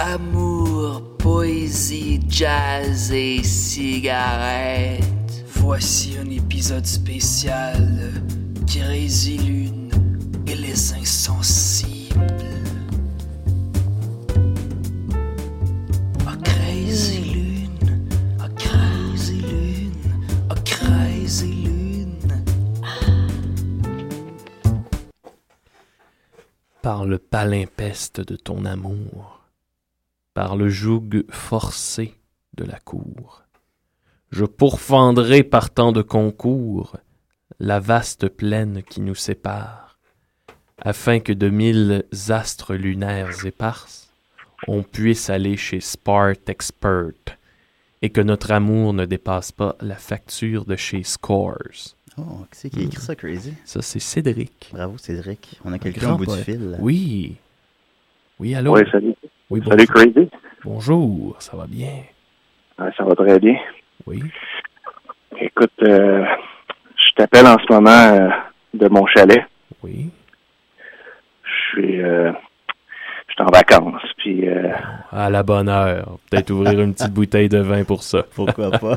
Speaker 5: Amour, poésie, jazz et cigarettes. Voici un épisode spécial qui résille Lune et les insensibles. A crazy lune, a crazy lune, a crazy lune.
Speaker 7: par le palimpeste de ton amour, par le joug forcé de la cour. Je pourfendrai par tant de concours la vaste plaine qui nous sépare, afin que de mille astres lunaires éparses, on puisse aller chez Spart Expert, et que notre amour ne dépasse pas la facture de chez Scores. Hmm.
Speaker 8: Oh, qui c'est qui a écrit ça, Crazy?
Speaker 7: Ça, c'est Cédric.
Speaker 8: Bravo, Cédric. On a quelqu'un
Speaker 7: grand
Speaker 8: au bout du
Speaker 7: poète.
Speaker 8: fil.
Speaker 7: Oui. Oui, allô?
Speaker 16: Oui, salut.
Speaker 7: Oui,
Speaker 16: Salut,
Speaker 7: bonjour.
Speaker 16: Crazy.
Speaker 7: Bonjour, ça va bien?
Speaker 16: Ah, ça va très bien.
Speaker 7: Oui.
Speaker 16: Écoute, euh, je t'appelle en ce moment euh, de mon chalet.
Speaker 7: Oui.
Speaker 16: Je suis euh, je suis en vacances. Puis, euh,
Speaker 7: À la bonne heure. Peut-être ouvrir une petite bouteille de vin pour ça.
Speaker 8: Pourquoi pas?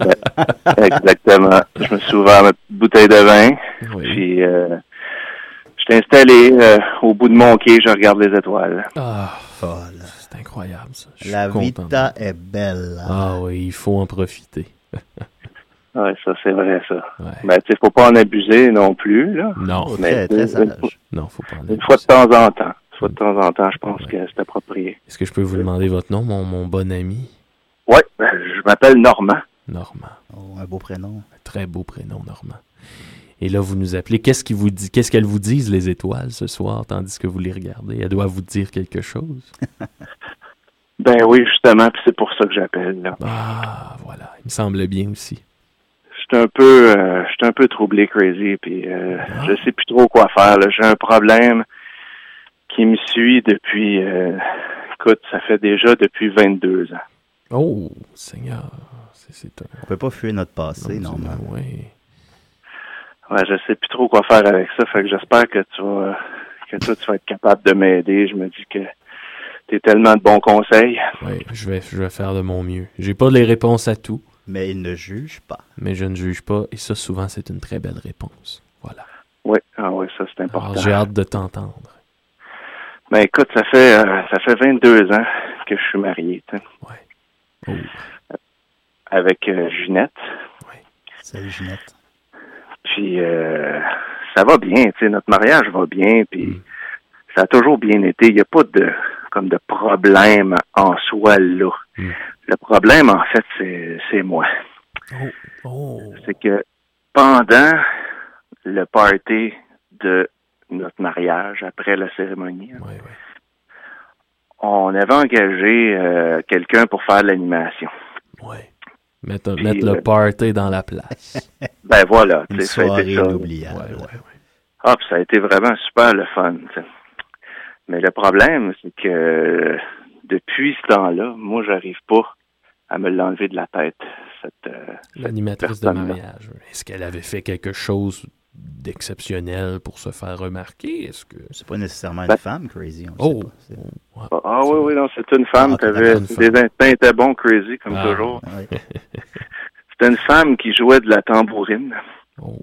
Speaker 16: exactement. Je me suis ouvert ma petite bouteille de vin. Puis, euh, je suis installé euh, au bout de mon quai. Je regarde les étoiles.
Speaker 7: Ah, c'est incroyable ça. Je suis
Speaker 8: La
Speaker 7: content.
Speaker 8: vita est belle.
Speaker 7: Ah oui, il faut en profiter.
Speaker 16: Ouais, ça, c'est vrai, ça. Ben, tu sais, faut pas en abuser non plus, là.
Speaker 7: Non.
Speaker 8: Oh, très,
Speaker 16: Mais, tu sais,
Speaker 8: très
Speaker 16: une
Speaker 8: sage.
Speaker 16: fois-
Speaker 7: Non, faut pas en
Speaker 16: Une fois de temps en temps. Une fois de temps en temps, je pense que c'est approprié.
Speaker 7: Est-ce que je peux vous demander votre nom, mon, mon bon ami?
Speaker 16: Ouais, ben, je m'appelle Normand.
Speaker 7: Normand.
Speaker 8: Oh, un beau prénom.
Speaker 7: Un très beau prénom, Normand. Et là, vous nous appelez. Qu'est-ce qu'ils vous dit- Qu'est-ce qu'elles vous disent, les étoiles, ce soir, tandis que vous les regardez? Elles doivent vous dire quelque chose?
Speaker 16: Ben oui, justement, puis c'est pour ça que j'appelle, là.
Speaker 7: Ah, voilà. Il me semble bien aussi.
Speaker 16: J'étais un peu, euh, j'étais un peu troublé, crazy, puis euh, je sais plus trop quoi faire. là. J'ai un problème qui me suit depuis, euh, écoute, ça fait déjà depuis 22 ans.
Speaker 7: Oh, Seigneur. C'est, c'est un...
Speaker 8: On peut pas fuir notre passé, normalement.
Speaker 7: Oui.
Speaker 16: Ouais, je sais plus trop quoi faire avec ça. Fait que j'espère que tu vas, que toi tu vas être capable de m'aider. Je me dis que t'es tellement de bons conseils.
Speaker 7: Oui, je vais, je vais faire de mon mieux. J'ai pas les réponses à tout,
Speaker 8: Mais il ne juge pas.
Speaker 7: mais je ne juge pas, et ça, souvent, c'est une très belle réponse. Voilà.
Speaker 16: Oui, ah oui, ça c'est
Speaker 7: Alors,
Speaker 16: important.
Speaker 7: j'ai hâte de t'entendre.
Speaker 16: Ben écoute, ça fait euh, ça fait 22 ans que je suis marié, t'sais.
Speaker 7: Oh.
Speaker 16: avec euh, Ginette.
Speaker 8: Salut, Ginette.
Speaker 16: Puis euh, ça va bien, tu sais, notre mariage va bien, puis
Speaker 8: Mm.
Speaker 16: ça a toujours bien été. Il n'y a pas de comme de problème en soi là.
Speaker 8: Mm.
Speaker 16: Le problème, en fait, c'est c'est moi.
Speaker 8: Oh.
Speaker 16: C'est que pendant le party de notre mariage, après la cérémonie, hein, on avait engagé euh, quelqu'un pour faire l'animation.
Speaker 7: Mettre,
Speaker 16: Puis,
Speaker 7: mettre
Speaker 16: euh,
Speaker 7: le party dans la place.
Speaker 16: Ben voilà, tu
Speaker 7: Une
Speaker 16: sais, ça a été
Speaker 7: soirée
Speaker 16: ça.
Speaker 7: Ouais, ouais, ouais.
Speaker 16: Ah, puis ça a été vraiment super le fun. tu sais. Mais le problème, c'est que euh, depuis ce temps-là, moi, j'arrive pas à me l'enlever de la tête. Cette, euh,
Speaker 7: L'animatrice de
Speaker 16: Personne, là.
Speaker 7: mariage. Est-ce qu'elle avait fait quelque chose d'exceptionnel pour se faire remarquer? Est-ce que...
Speaker 8: C'est pas nécessairement
Speaker 7: Ben-
Speaker 8: une femme, Crazy. On le
Speaker 7: Oh!
Speaker 8: sait pas. C'est-
Speaker 16: Ah, ah oui, oui, non, c'est une femme.
Speaker 8: Ah, t'es
Speaker 16: T'avais,
Speaker 8: d'accord, une
Speaker 16: tes instincts étaient bons, crazy, comme
Speaker 7: Ah,
Speaker 16: toujours.
Speaker 8: ouais.
Speaker 16: C'était une femme qui jouait de la tambourine.
Speaker 7: Oh.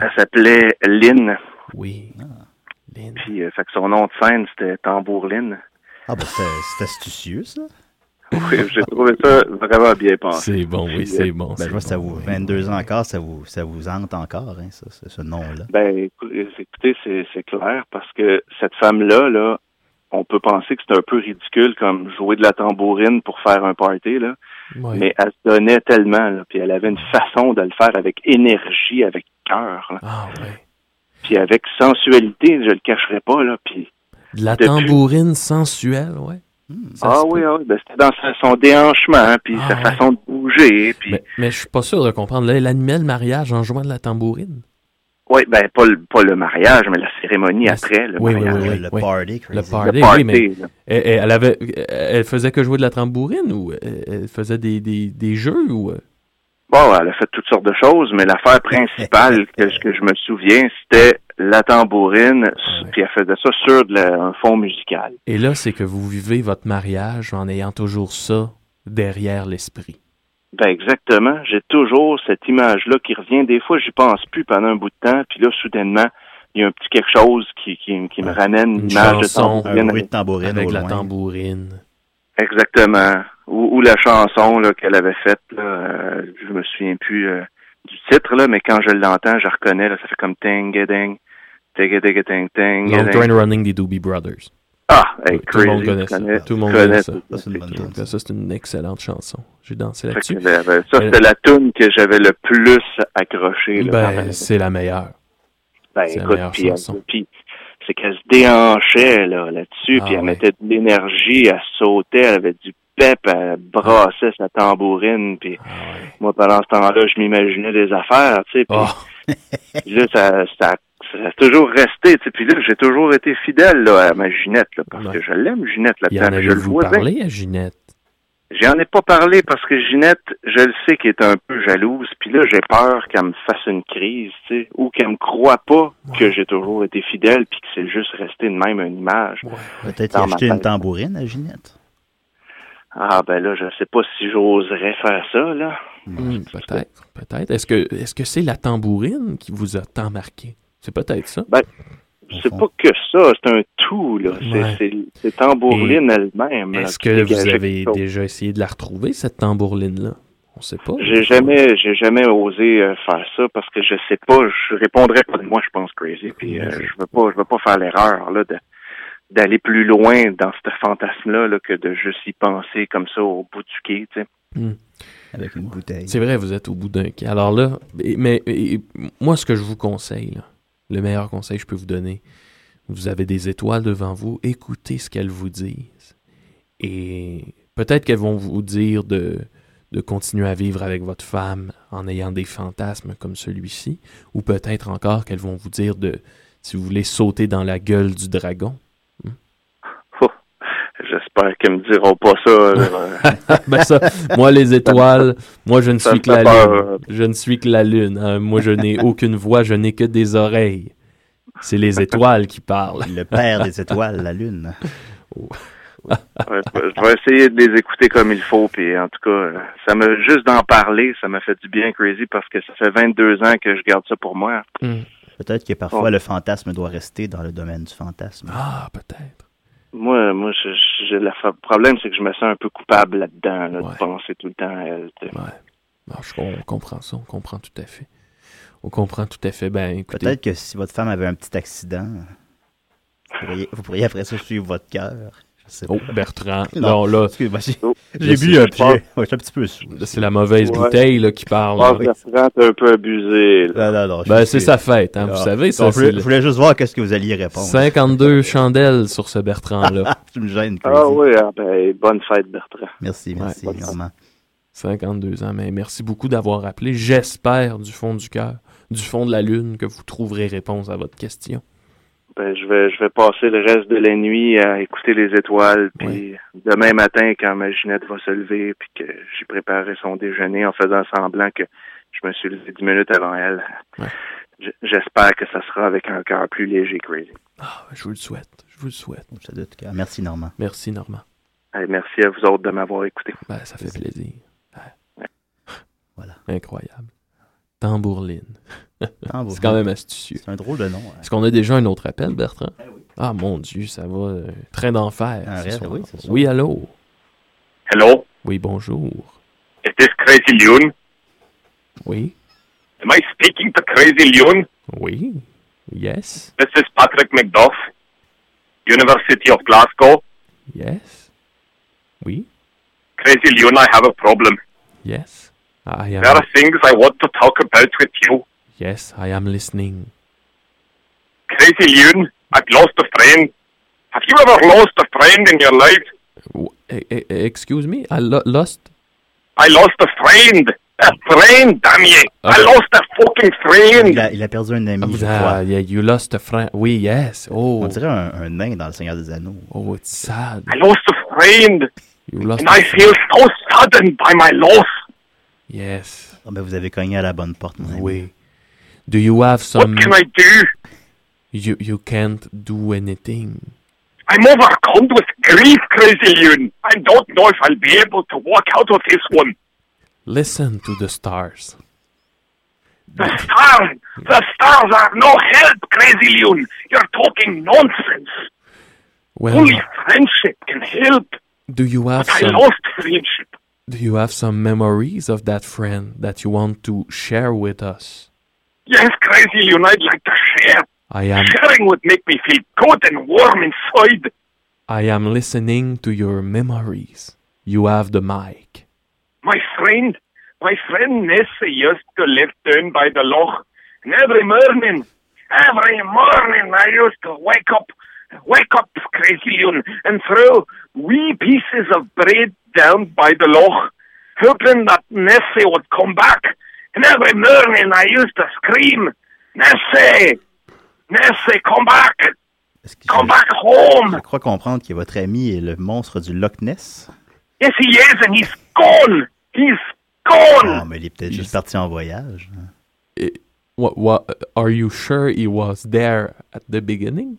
Speaker 16: Elle s'appelait Lynn.
Speaker 7: Oui.
Speaker 8: Ah,
Speaker 16: Puis, euh, fait que son nom de scène, c'était Tambourline.
Speaker 8: Ah, ben, c'est c'est astucieux, ça.
Speaker 16: Oui, j'ai trouvé ça vraiment bien pensé. euh,
Speaker 7: C'est bon, oui, c'est bon.
Speaker 8: Ben, je vois que ça vous, 22 ans encore, ça vous, ça vous hante encore, hein, ça, ce, ce nom-là.
Speaker 16: Ben, écou- écoutez, c'est, c'est clair, parce que cette femme-là, là, on peut penser que c'est un peu ridicule, comme jouer de la tambourine pour faire un party, là.
Speaker 7: Ouais.
Speaker 16: Mais elle se donnait tellement, là, puis elle avait une façon de le faire avec énergie, avec cœur, là.
Speaker 7: Ah,
Speaker 16: Puis avec sensualité, je le cacherai pas, là, puis...
Speaker 7: De la
Speaker 16: Depuis-
Speaker 7: tambourine sensuelle, ouais. Ça
Speaker 16: ah
Speaker 7: se
Speaker 16: oui, ah oui, ben, c'était dans sa- son déhanchement, hein, puis
Speaker 7: Ah,
Speaker 16: sa
Speaker 7: ouais.
Speaker 16: façon de bouger, puis...
Speaker 7: Mais, mais je suis pas sûr de comprendre. Là, elle animait le mariage en jouant de la tambourine.
Speaker 16: Oui, ben pas le, pas le mariage, mais la cérémonie après, le
Speaker 7: Oui, oui,
Speaker 16: mariage.
Speaker 7: oui, oui, oui. Le party,
Speaker 16: Le party,
Speaker 7: oui, mais
Speaker 16: là.
Speaker 7: elle, elle- elle avait, elle faisait que jouer de la tambourine ou elle elle faisait des, des, des jeux ou... euh,
Speaker 16: Bon, elle a fait toutes sortes de
Speaker 7: Ah
Speaker 16: choses, mais l'affaire principale que, je- que je me souviens, c'était la tambourine s- puis elle faisait ça sur de la- un fond musical.
Speaker 7: Et là, c'est que vous vivez votre mariage en ayant toujours ça derrière l'esprit.
Speaker 16: Ben exactement. J'ai toujours cette image-là qui revient. Des fois, j'y pense plus pendant un bout de temps, puis là, soudainement, il y a un petit quelque chose qui, qui, qui me ramène
Speaker 7: Ah, Une
Speaker 16: l'image de
Speaker 7: chanson, euh,
Speaker 16: tambourine.
Speaker 7: avec la tambourine.
Speaker 16: Exactement. Ou, ou la chanson là, qu'elle avait faite, là, euh, je me souviens plus euh, du titre, là, mais quand je l'entends, je reconnais, là, ça fait comme ting ding ting ting ting
Speaker 7: Long Train Running des Doobie Brothers.
Speaker 16: Ah, hey,
Speaker 7: tout le monde
Speaker 16: crazy,
Speaker 7: connaît
Speaker 16: je
Speaker 7: ça.
Speaker 16: connais-
Speaker 7: Tout le monde
Speaker 16: je connais
Speaker 7: connaît ça.
Speaker 16: tout
Speaker 7: Ça, c'est une, excellente chanson. J'ai dansé
Speaker 16: Fait
Speaker 7: là-dessus.
Speaker 16: que, euh, ben, ça,
Speaker 7: Mais-
Speaker 16: c'était la tune que j'avais le plus accrochée. là, quand
Speaker 7: Ben,
Speaker 16: même.
Speaker 7: c'est la meilleure.
Speaker 16: Ben,
Speaker 7: C'est la
Speaker 16: écoute,
Speaker 7: meilleure
Speaker 16: puis, elle-
Speaker 7: chanson.
Speaker 16: puis c'est qu'elle se déhanchait là, là-dessus,
Speaker 7: Ah,
Speaker 16: puis elle
Speaker 7: ouais.
Speaker 16: mettait de l'énergie, elle sautait, elle avait du pep, elle brassait sa tambourine, puis
Speaker 7: Ah
Speaker 16: moi, pendant ce temps-là, je m'imaginais des affaires, tu sais, puis
Speaker 7: Oh.
Speaker 16: puis là, ça, ça, ça a toujours resté, tu sais, puis là, j'ai toujours été fidèle là, à ma Ginette, là, parce que je l'aime, Ginette,
Speaker 7: Il y
Speaker 16: là-dedans,
Speaker 7: en
Speaker 16: puis je le
Speaker 7: avez-vous
Speaker 16: vois bien.
Speaker 7: parlé à Ginette?
Speaker 16: J'en ai pas parlé parce que Ginette, je le sais qu'elle est un peu jalouse, puis là j'ai peur qu'elle me fasse une crise, tu sais, ou qu'elle me croie pas que j'ai toujours été fidèle puis que c'est juste resté de même une image.
Speaker 8: Peut-être y
Speaker 16: Dans ma
Speaker 8: acheter une
Speaker 16: tête.
Speaker 8: tambourine à Ginette.
Speaker 16: Ah ben là, je sais pas si j'oserais faire ça là.
Speaker 7: Hmm, peut-être, peut-être. Est-ce que est-ce que c'est la tambourine qui vous a tant marqué? C'est peut-être ça.
Speaker 16: Ben, C'est pas que ça, c'est un tout là, c'est
Speaker 7: Ouais.
Speaker 16: c'est c'est tambourine
Speaker 7: Et
Speaker 16: elle-même. là,
Speaker 7: Est-ce
Speaker 16: qui
Speaker 7: que vous
Speaker 16: dégageait
Speaker 7: avez
Speaker 16: quelque chose.
Speaker 7: déjà essayé de la retrouver, cette tambourine-là? On sait pas.
Speaker 16: J'ai jamais, j'ai jamais osé euh, faire ça parce que je sais pas, je répondrais pas de moi, je pense crazy, puis euh, je veux pas, je veux pas faire l'erreur là de d'aller plus loin dans ce fantasme-là là, que de juste y penser comme ça au bout du quai, tu sais.
Speaker 7: Hmm.
Speaker 8: Avec une bouteille.
Speaker 7: C'est vrai, vous êtes au bout d'un quai. Alors là, et- mais et- moi, ce que je vous conseille, là, le meilleur conseil que je peux vous donner, vous avez des étoiles devant vous, écoutez ce qu'elles vous disent. Et peut-être qu'elles vont vous dire de, de continuer à vivre avec votre femme en ayant des fantasmes comme celui-ci, ou peut-être encore qu'elles vont vous dire de, si vous voulez, sauter dans la gueule du dragon.
Speaker 16: J'espère qu'ils me diront pas ça. là.
Speaker 7: ben ça, moi les étoiles, moi je ne
Speaker 16: Ça
Speaker 7: suis
Speaker 16: me
Speaker 7: que la
Speaker 16: fait peur.
Speaker 7: lune. Je ne suis que la lune. hein. Moi je n'ai aucune voix, je n'ai que des oreilles. C'est les étoiles qui parlent.
Speaker 8: Le père des étoiles, la lune.
Speaker 7: Oh.
Speaker 16: Ouais, je vais essayer de les écouter comme il faut, puis en tout cas, euh, ça me juste d'en parler, ça m'a fait du bien crazy parce que ça fait 22 ans que je garde ça pour moi.
Speaker 8: Peut-être que
Speaker 16: Oh.
Speaker 8: parfois le fantasme doit rester dans le domaine du fantasme.
Speaker 7: Ah, peut-être.
Speaker 16: Moi, moi, je, je- le fa- problème, c'est que je me sens un peu coupable là-dedans, là, de penser tout le temps à elle. tu sais.
Speaker 7: Ah, je- on comprend ça, on comprend tout à fait. On comprend tout à fait. Ben écoutez,
Speaker 8: Peut-être que si votre femme avait un petit accident, vous pourriez, vous pourriez après ça suivre votre cœur. Je sais
Speaker 7: Oh,
Speaker 8: pas.
Speaker 7: Bertrand.
Speaker 8: Non,
Speaker 7: Non, là.
Speaker 8: excuse-moi, j'ai-
Speaker 16: Oh.
Speaker 7: Là,
Speaker 8: j'ai bu
Speaker 7: c'est-
Speaker 8: un
Speaker 7: je pense-
Speaker 8: pied. Ouais, j'étais un petit peu sous.
Speaker 7: c'est la mauvaise
Speaker 8: Ouais.
Speaker 7: bouteille là, qui
Speaker 16: Je
Speaker 7: parle.
Speaker 16: pense
Speaker 7: là.
Speaker 16: que Bertrand, t'es un peu abusé. là.
Speaker 7: Ben, c'est sa fête, hein, vous
Speaker 8: Ah.
Speaker 7: savez.
Speaker 8: Donc,
Speaker 7: Ça,
Speaker 8: je voulais-
Speaker 7: c'est le-
Speaker 8: je voulais juste voir qu'est-ce que vous alliez répondre.
Speaker 7: 52 chandelles sur ce Bertrand-là.
Speaker 8: tu me gênes.
Speaker 16: Ah oui, ah, ben, bonne fête, Bertrand.
Speaker 8: Merci, merci,
Speaker 7: Ouais.
Speaker 8: vraiment.
Speaker 7: 52 ans, mais merci beaucoup d'avoir appelé. J'espère du fond du cœur, du fond de la lune, que vous trouverez réponse à votre question.
Speaker 16: Ben, je vais, je vais passer le reste de la nuit à écouter les étoiles, puis demain matin, quand ma Ginette va se lever, puis que j'ai préparé son déjeuner en faisant semblant que je me suis levé 10 minutes avant elle, j- j'espère que ça sera avec un cœur plus léger, Crazy.
Speaker 7: Ah, je vous le souhaite, je vous le souhaite.
Speaker 8: Merci, Normand.
Speaker 7: Merci, Normand.
Speaker 16: Allez, merci à vous autres de m'avoir écouté.
Speaker 7: Ben, ça fait plaisir. Voilà. Incroyable. Tambourline.
Speaker 8: Tambourline.
Speaker 7: C'est quand même astucieux.
Speaker 8: C'est un drôle de nom, hein.
Speaker 7: Est-ce qu'on a déjà un autre appel, Bertrand? Ah, mon Dieu, ça va. euh, Train d'enfer.
Speaker 8: Un
Speaker 7: ce
Speaker 8: rêve,
Speaker 7: soir.
Speaker 8: oui, c'est ça.
Speaker 7: oui, allô?
Speaker 1: Hello,
Speaker 7: Oui, bonjour.
Speaker 1: is this Crazy Leon?
Speaker 7: Oui,
Speaker 1: Am I speaking to Crazy Leon?
Speaker 7: oui, yes,
Speaker 1: This is Patrick McDuff, University of Glasgow.
Speaker 7: yes, oui,
Speaker 1: Crazy Leon, I have a problem.
Speaker 7: yes. I
Speaker 1: There
Speaker 7: am,
Speaker 1: are things I want to talk about with you.
Speaker 7: yes, I am listening.
Speaker 1: Crazy Leon, I've lost a friend. Have you ever lost a friend in your life?
Speaker 7: E- e- Excuse me, I lo- lost
Speaker 1: I lost a friend. A friend, damn you. I lost a fucking friend.
Speaker 8: Il a, il a perdu un ami, je crois.
Speaker 7: Ah, yeah, you lost a friend. Oui, yes. Oh.
Speaker 8: On dirait un, un nain dans Le Seigneur des Anneaux.
Speaker 7: Oh, it's sad.
Speaker 1: I lost a friend.
Speaker 7: You lost
Speaker 1: and I feel so saddened by my loss.
Speaker 7: Yes.
Speaker 8: Ah, ben, vous avez cogné à la bonne porte, mon ami.
Speaker 7: Oui. Do you have some
Speaker 1: Can I do?
Speaker 7: You, you can't do anything.
Speaker 1: I'm overcome with grief, Crazy Loon. I don't know if I'll be able to walk out of this one.
Speaker 7: Listen to the stars.
Speaker 1: The stars, the stars are no help, Crazy Loon. You're talking nonsense.
Speaker 7: Well,
Speaker 1: Only friendship can help.
Speaker 7: do you have
Speaker 1: But I
Speaker 7: some
Speaker 1: lost friendship.
Speaker 7: do you have some memories of that friend that you want to share with us?
Speaker 1: Yes, Crazy Loon, I'd like to share.
Speaker 7: I am
Speaker 1: Sharing would make me feel good and warm inside.
Speaker 7: I am listening to your memories. You have the mic.
Speaker 1: My friend, my friend Nessie used to live down by the loch, and every morning, every morning I used to wake up, wake up, crazy Loon, and throw wee pieces of bread down by the loch, hoping that Nessie would come back. And every morning I used to scream, Nessie, Nessie, come back, come back home.
Speaker 8: Je crois comprendre que votre ami est le monstre du Loch Ness.
Speaker 1: Yes, he is, and he's gone. He's gone.
Speaker 8: Ah, mais il est peut-être juste parti en voyage.
Speaker 7: What what are you sure he was there at the beginning?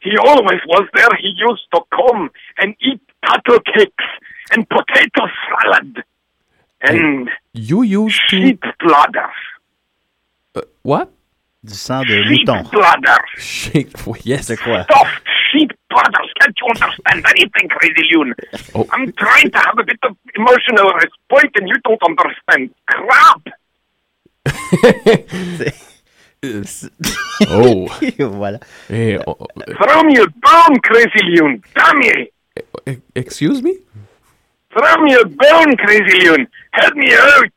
Speaker 1: He always was there. He used to come and eat tattoo cakes and potato salad and
Speaker 7: You used
Speaker 1: sheep bladder.
Speaker 7: What?
Speaker 8: Du sang de
Speaker 1: Sheep
Speaker 8: mouton.
Speaker 1: bladder.
Speaker 7: yes.
Speaker 8: C'est quoi?
Speaker 1: Stuffed sheep bladder. Can't you understand anything, Crazy Loon?
Speaker 7: Oh.
Speaker 1: I'm trying to have a bit of emotional respite and you don't understand. Crap!
Speaker 7: Oh.
Speaker 8: voilà.
Speaker 7: Eh, oh,
Speaker 1: Throw me a bone, Crazy Loon. Damn you!
Speaker 7: eh, excuse me?
Speaker 1: Throw me a bone, Crazy Loon. Help me out.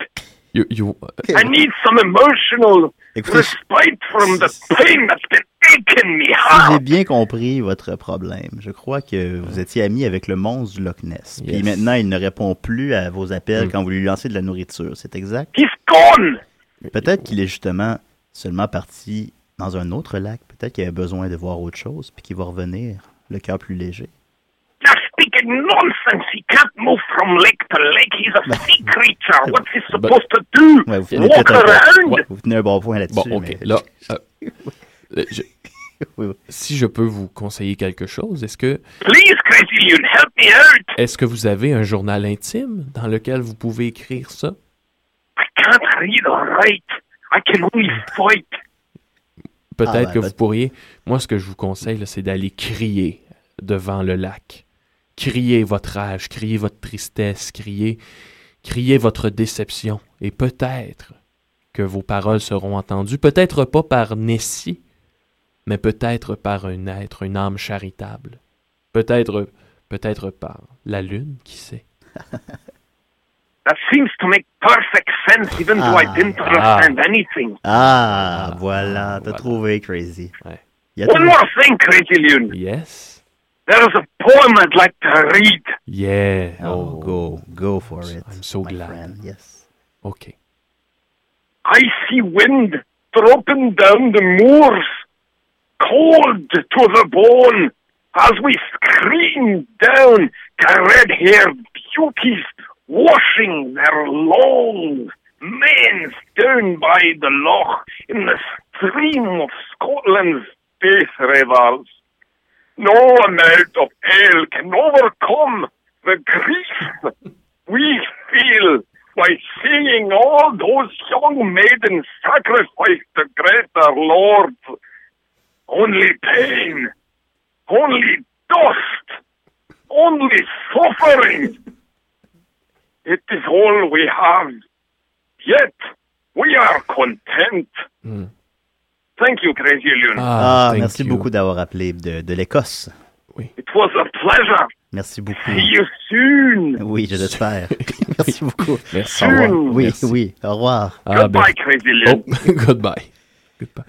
Speaker 7: You you
Speaker 1: I need some emotional respite from the pain that's been aching me
Speaker 8: Si
Speaker 1: hard.
Speaker 8: j'ai bien compris votre problème, je crois que vous étiez ami avec le monstre du Loch Ness. Puis
Speaker 1: Ah. Yes. Mm.
Speaker 8: maintenant, il ne répond plus à vos appels quand vous lui lancez de la nourriture, c'est exact?
Speaker 1: He's gone!
Speaker 8: Peut-être qu'il est justement seulement parti dans un autre lac. Peut-être qu'il avait besoin de voir autre chose, puis qu'il va revenir le cœur plus léger.
Speaker 1: You're speaking nonsense. He can't move from lake to lake. He's a sea creature. What's he supposed to do?
Speaker 8: Ouais, vous, tenez
Speaker 1: Walk
Speaker 8: peut-être un bon-
Speaker 1: around?
Speaker 8: ouais, vous tenez un bon point là-dessus.
Speaker 7: Bon, ok.
Speaker 8: mais-
Speaker 7: Là, euh, euh, je- si je peux vous conseiller quelque chose, est-ce que
Speaker 1: Please, Crazy Loon, help me out.
Speaker 7: est-ce que vous avez un journal intime dans lequel vous pouvez écrire ça?
Speaker 1: I can't read or write. I can only fight.
Speaker 7: Peut-être
Speaker 1: Ah, ben,
Speaker 7: que
Speaker 1: ben-
Speaker 7: vous pourriez. Moi, ce que je vous conseille, là, c'est d'aller crier devant le lac. Criez votre rage, criez votre tristesse, criez, criez votre déception. Et peut-être que vos paroles seront entendues, peut-être pas par Nessie, mais peut-être par un être, une âme charitable. Peut-être, peut-être par la lune, qui sait.
Speaker 1: That seems to make perfect sense, even though I didn't understand anything.
Speaker 8: Ah, voilà, t'as trouvé, Crazy. Il y a
Speaker 1: One
Speaker 8: tout-
Speaker 1: more thing, Crazy Loon.
Speaker 7: Yes.
Speaker 1: There is a poem I'd like to read.
Speaker 7: Yeah.
Speaker 8: Oh, go, go for it.
Speaker 7: I'm so
Speaker 8: glad. Yes.
Speaker 7: OK.
Speaker 1: icy wind dropping down the moors, cold to the bone, as we scream down to red-haired beauties washing their long manes down by the loch in the stream of Scotland's death rivers. No amount of ale can overcome the grief we feel by seeing all those young maidens sacrificed to greater lords. Only pain, only dust, only suffering. It is all we have. Yet we are content. Thank you, Crazy Loon.
Speaker 8: Ah, merci beaucoup d'avoir appelé de, de l'Écosse.
Speaker 1: It was a pleasure.
Speaker 8: Merci beaucoup.
Speaker 1: See you soon.
Speaker 8: Oui, je l'espère. merci beaucoup.
Speaker 7: Merci.
Speaker 8: Au revoir.
Speaker 1: Soon.
Speaker 8: Oui,
Speaker 7: Merci.
Speaker 8: oui, au revoir.
Speaker 7: Ah, ben- Oh, goodbye.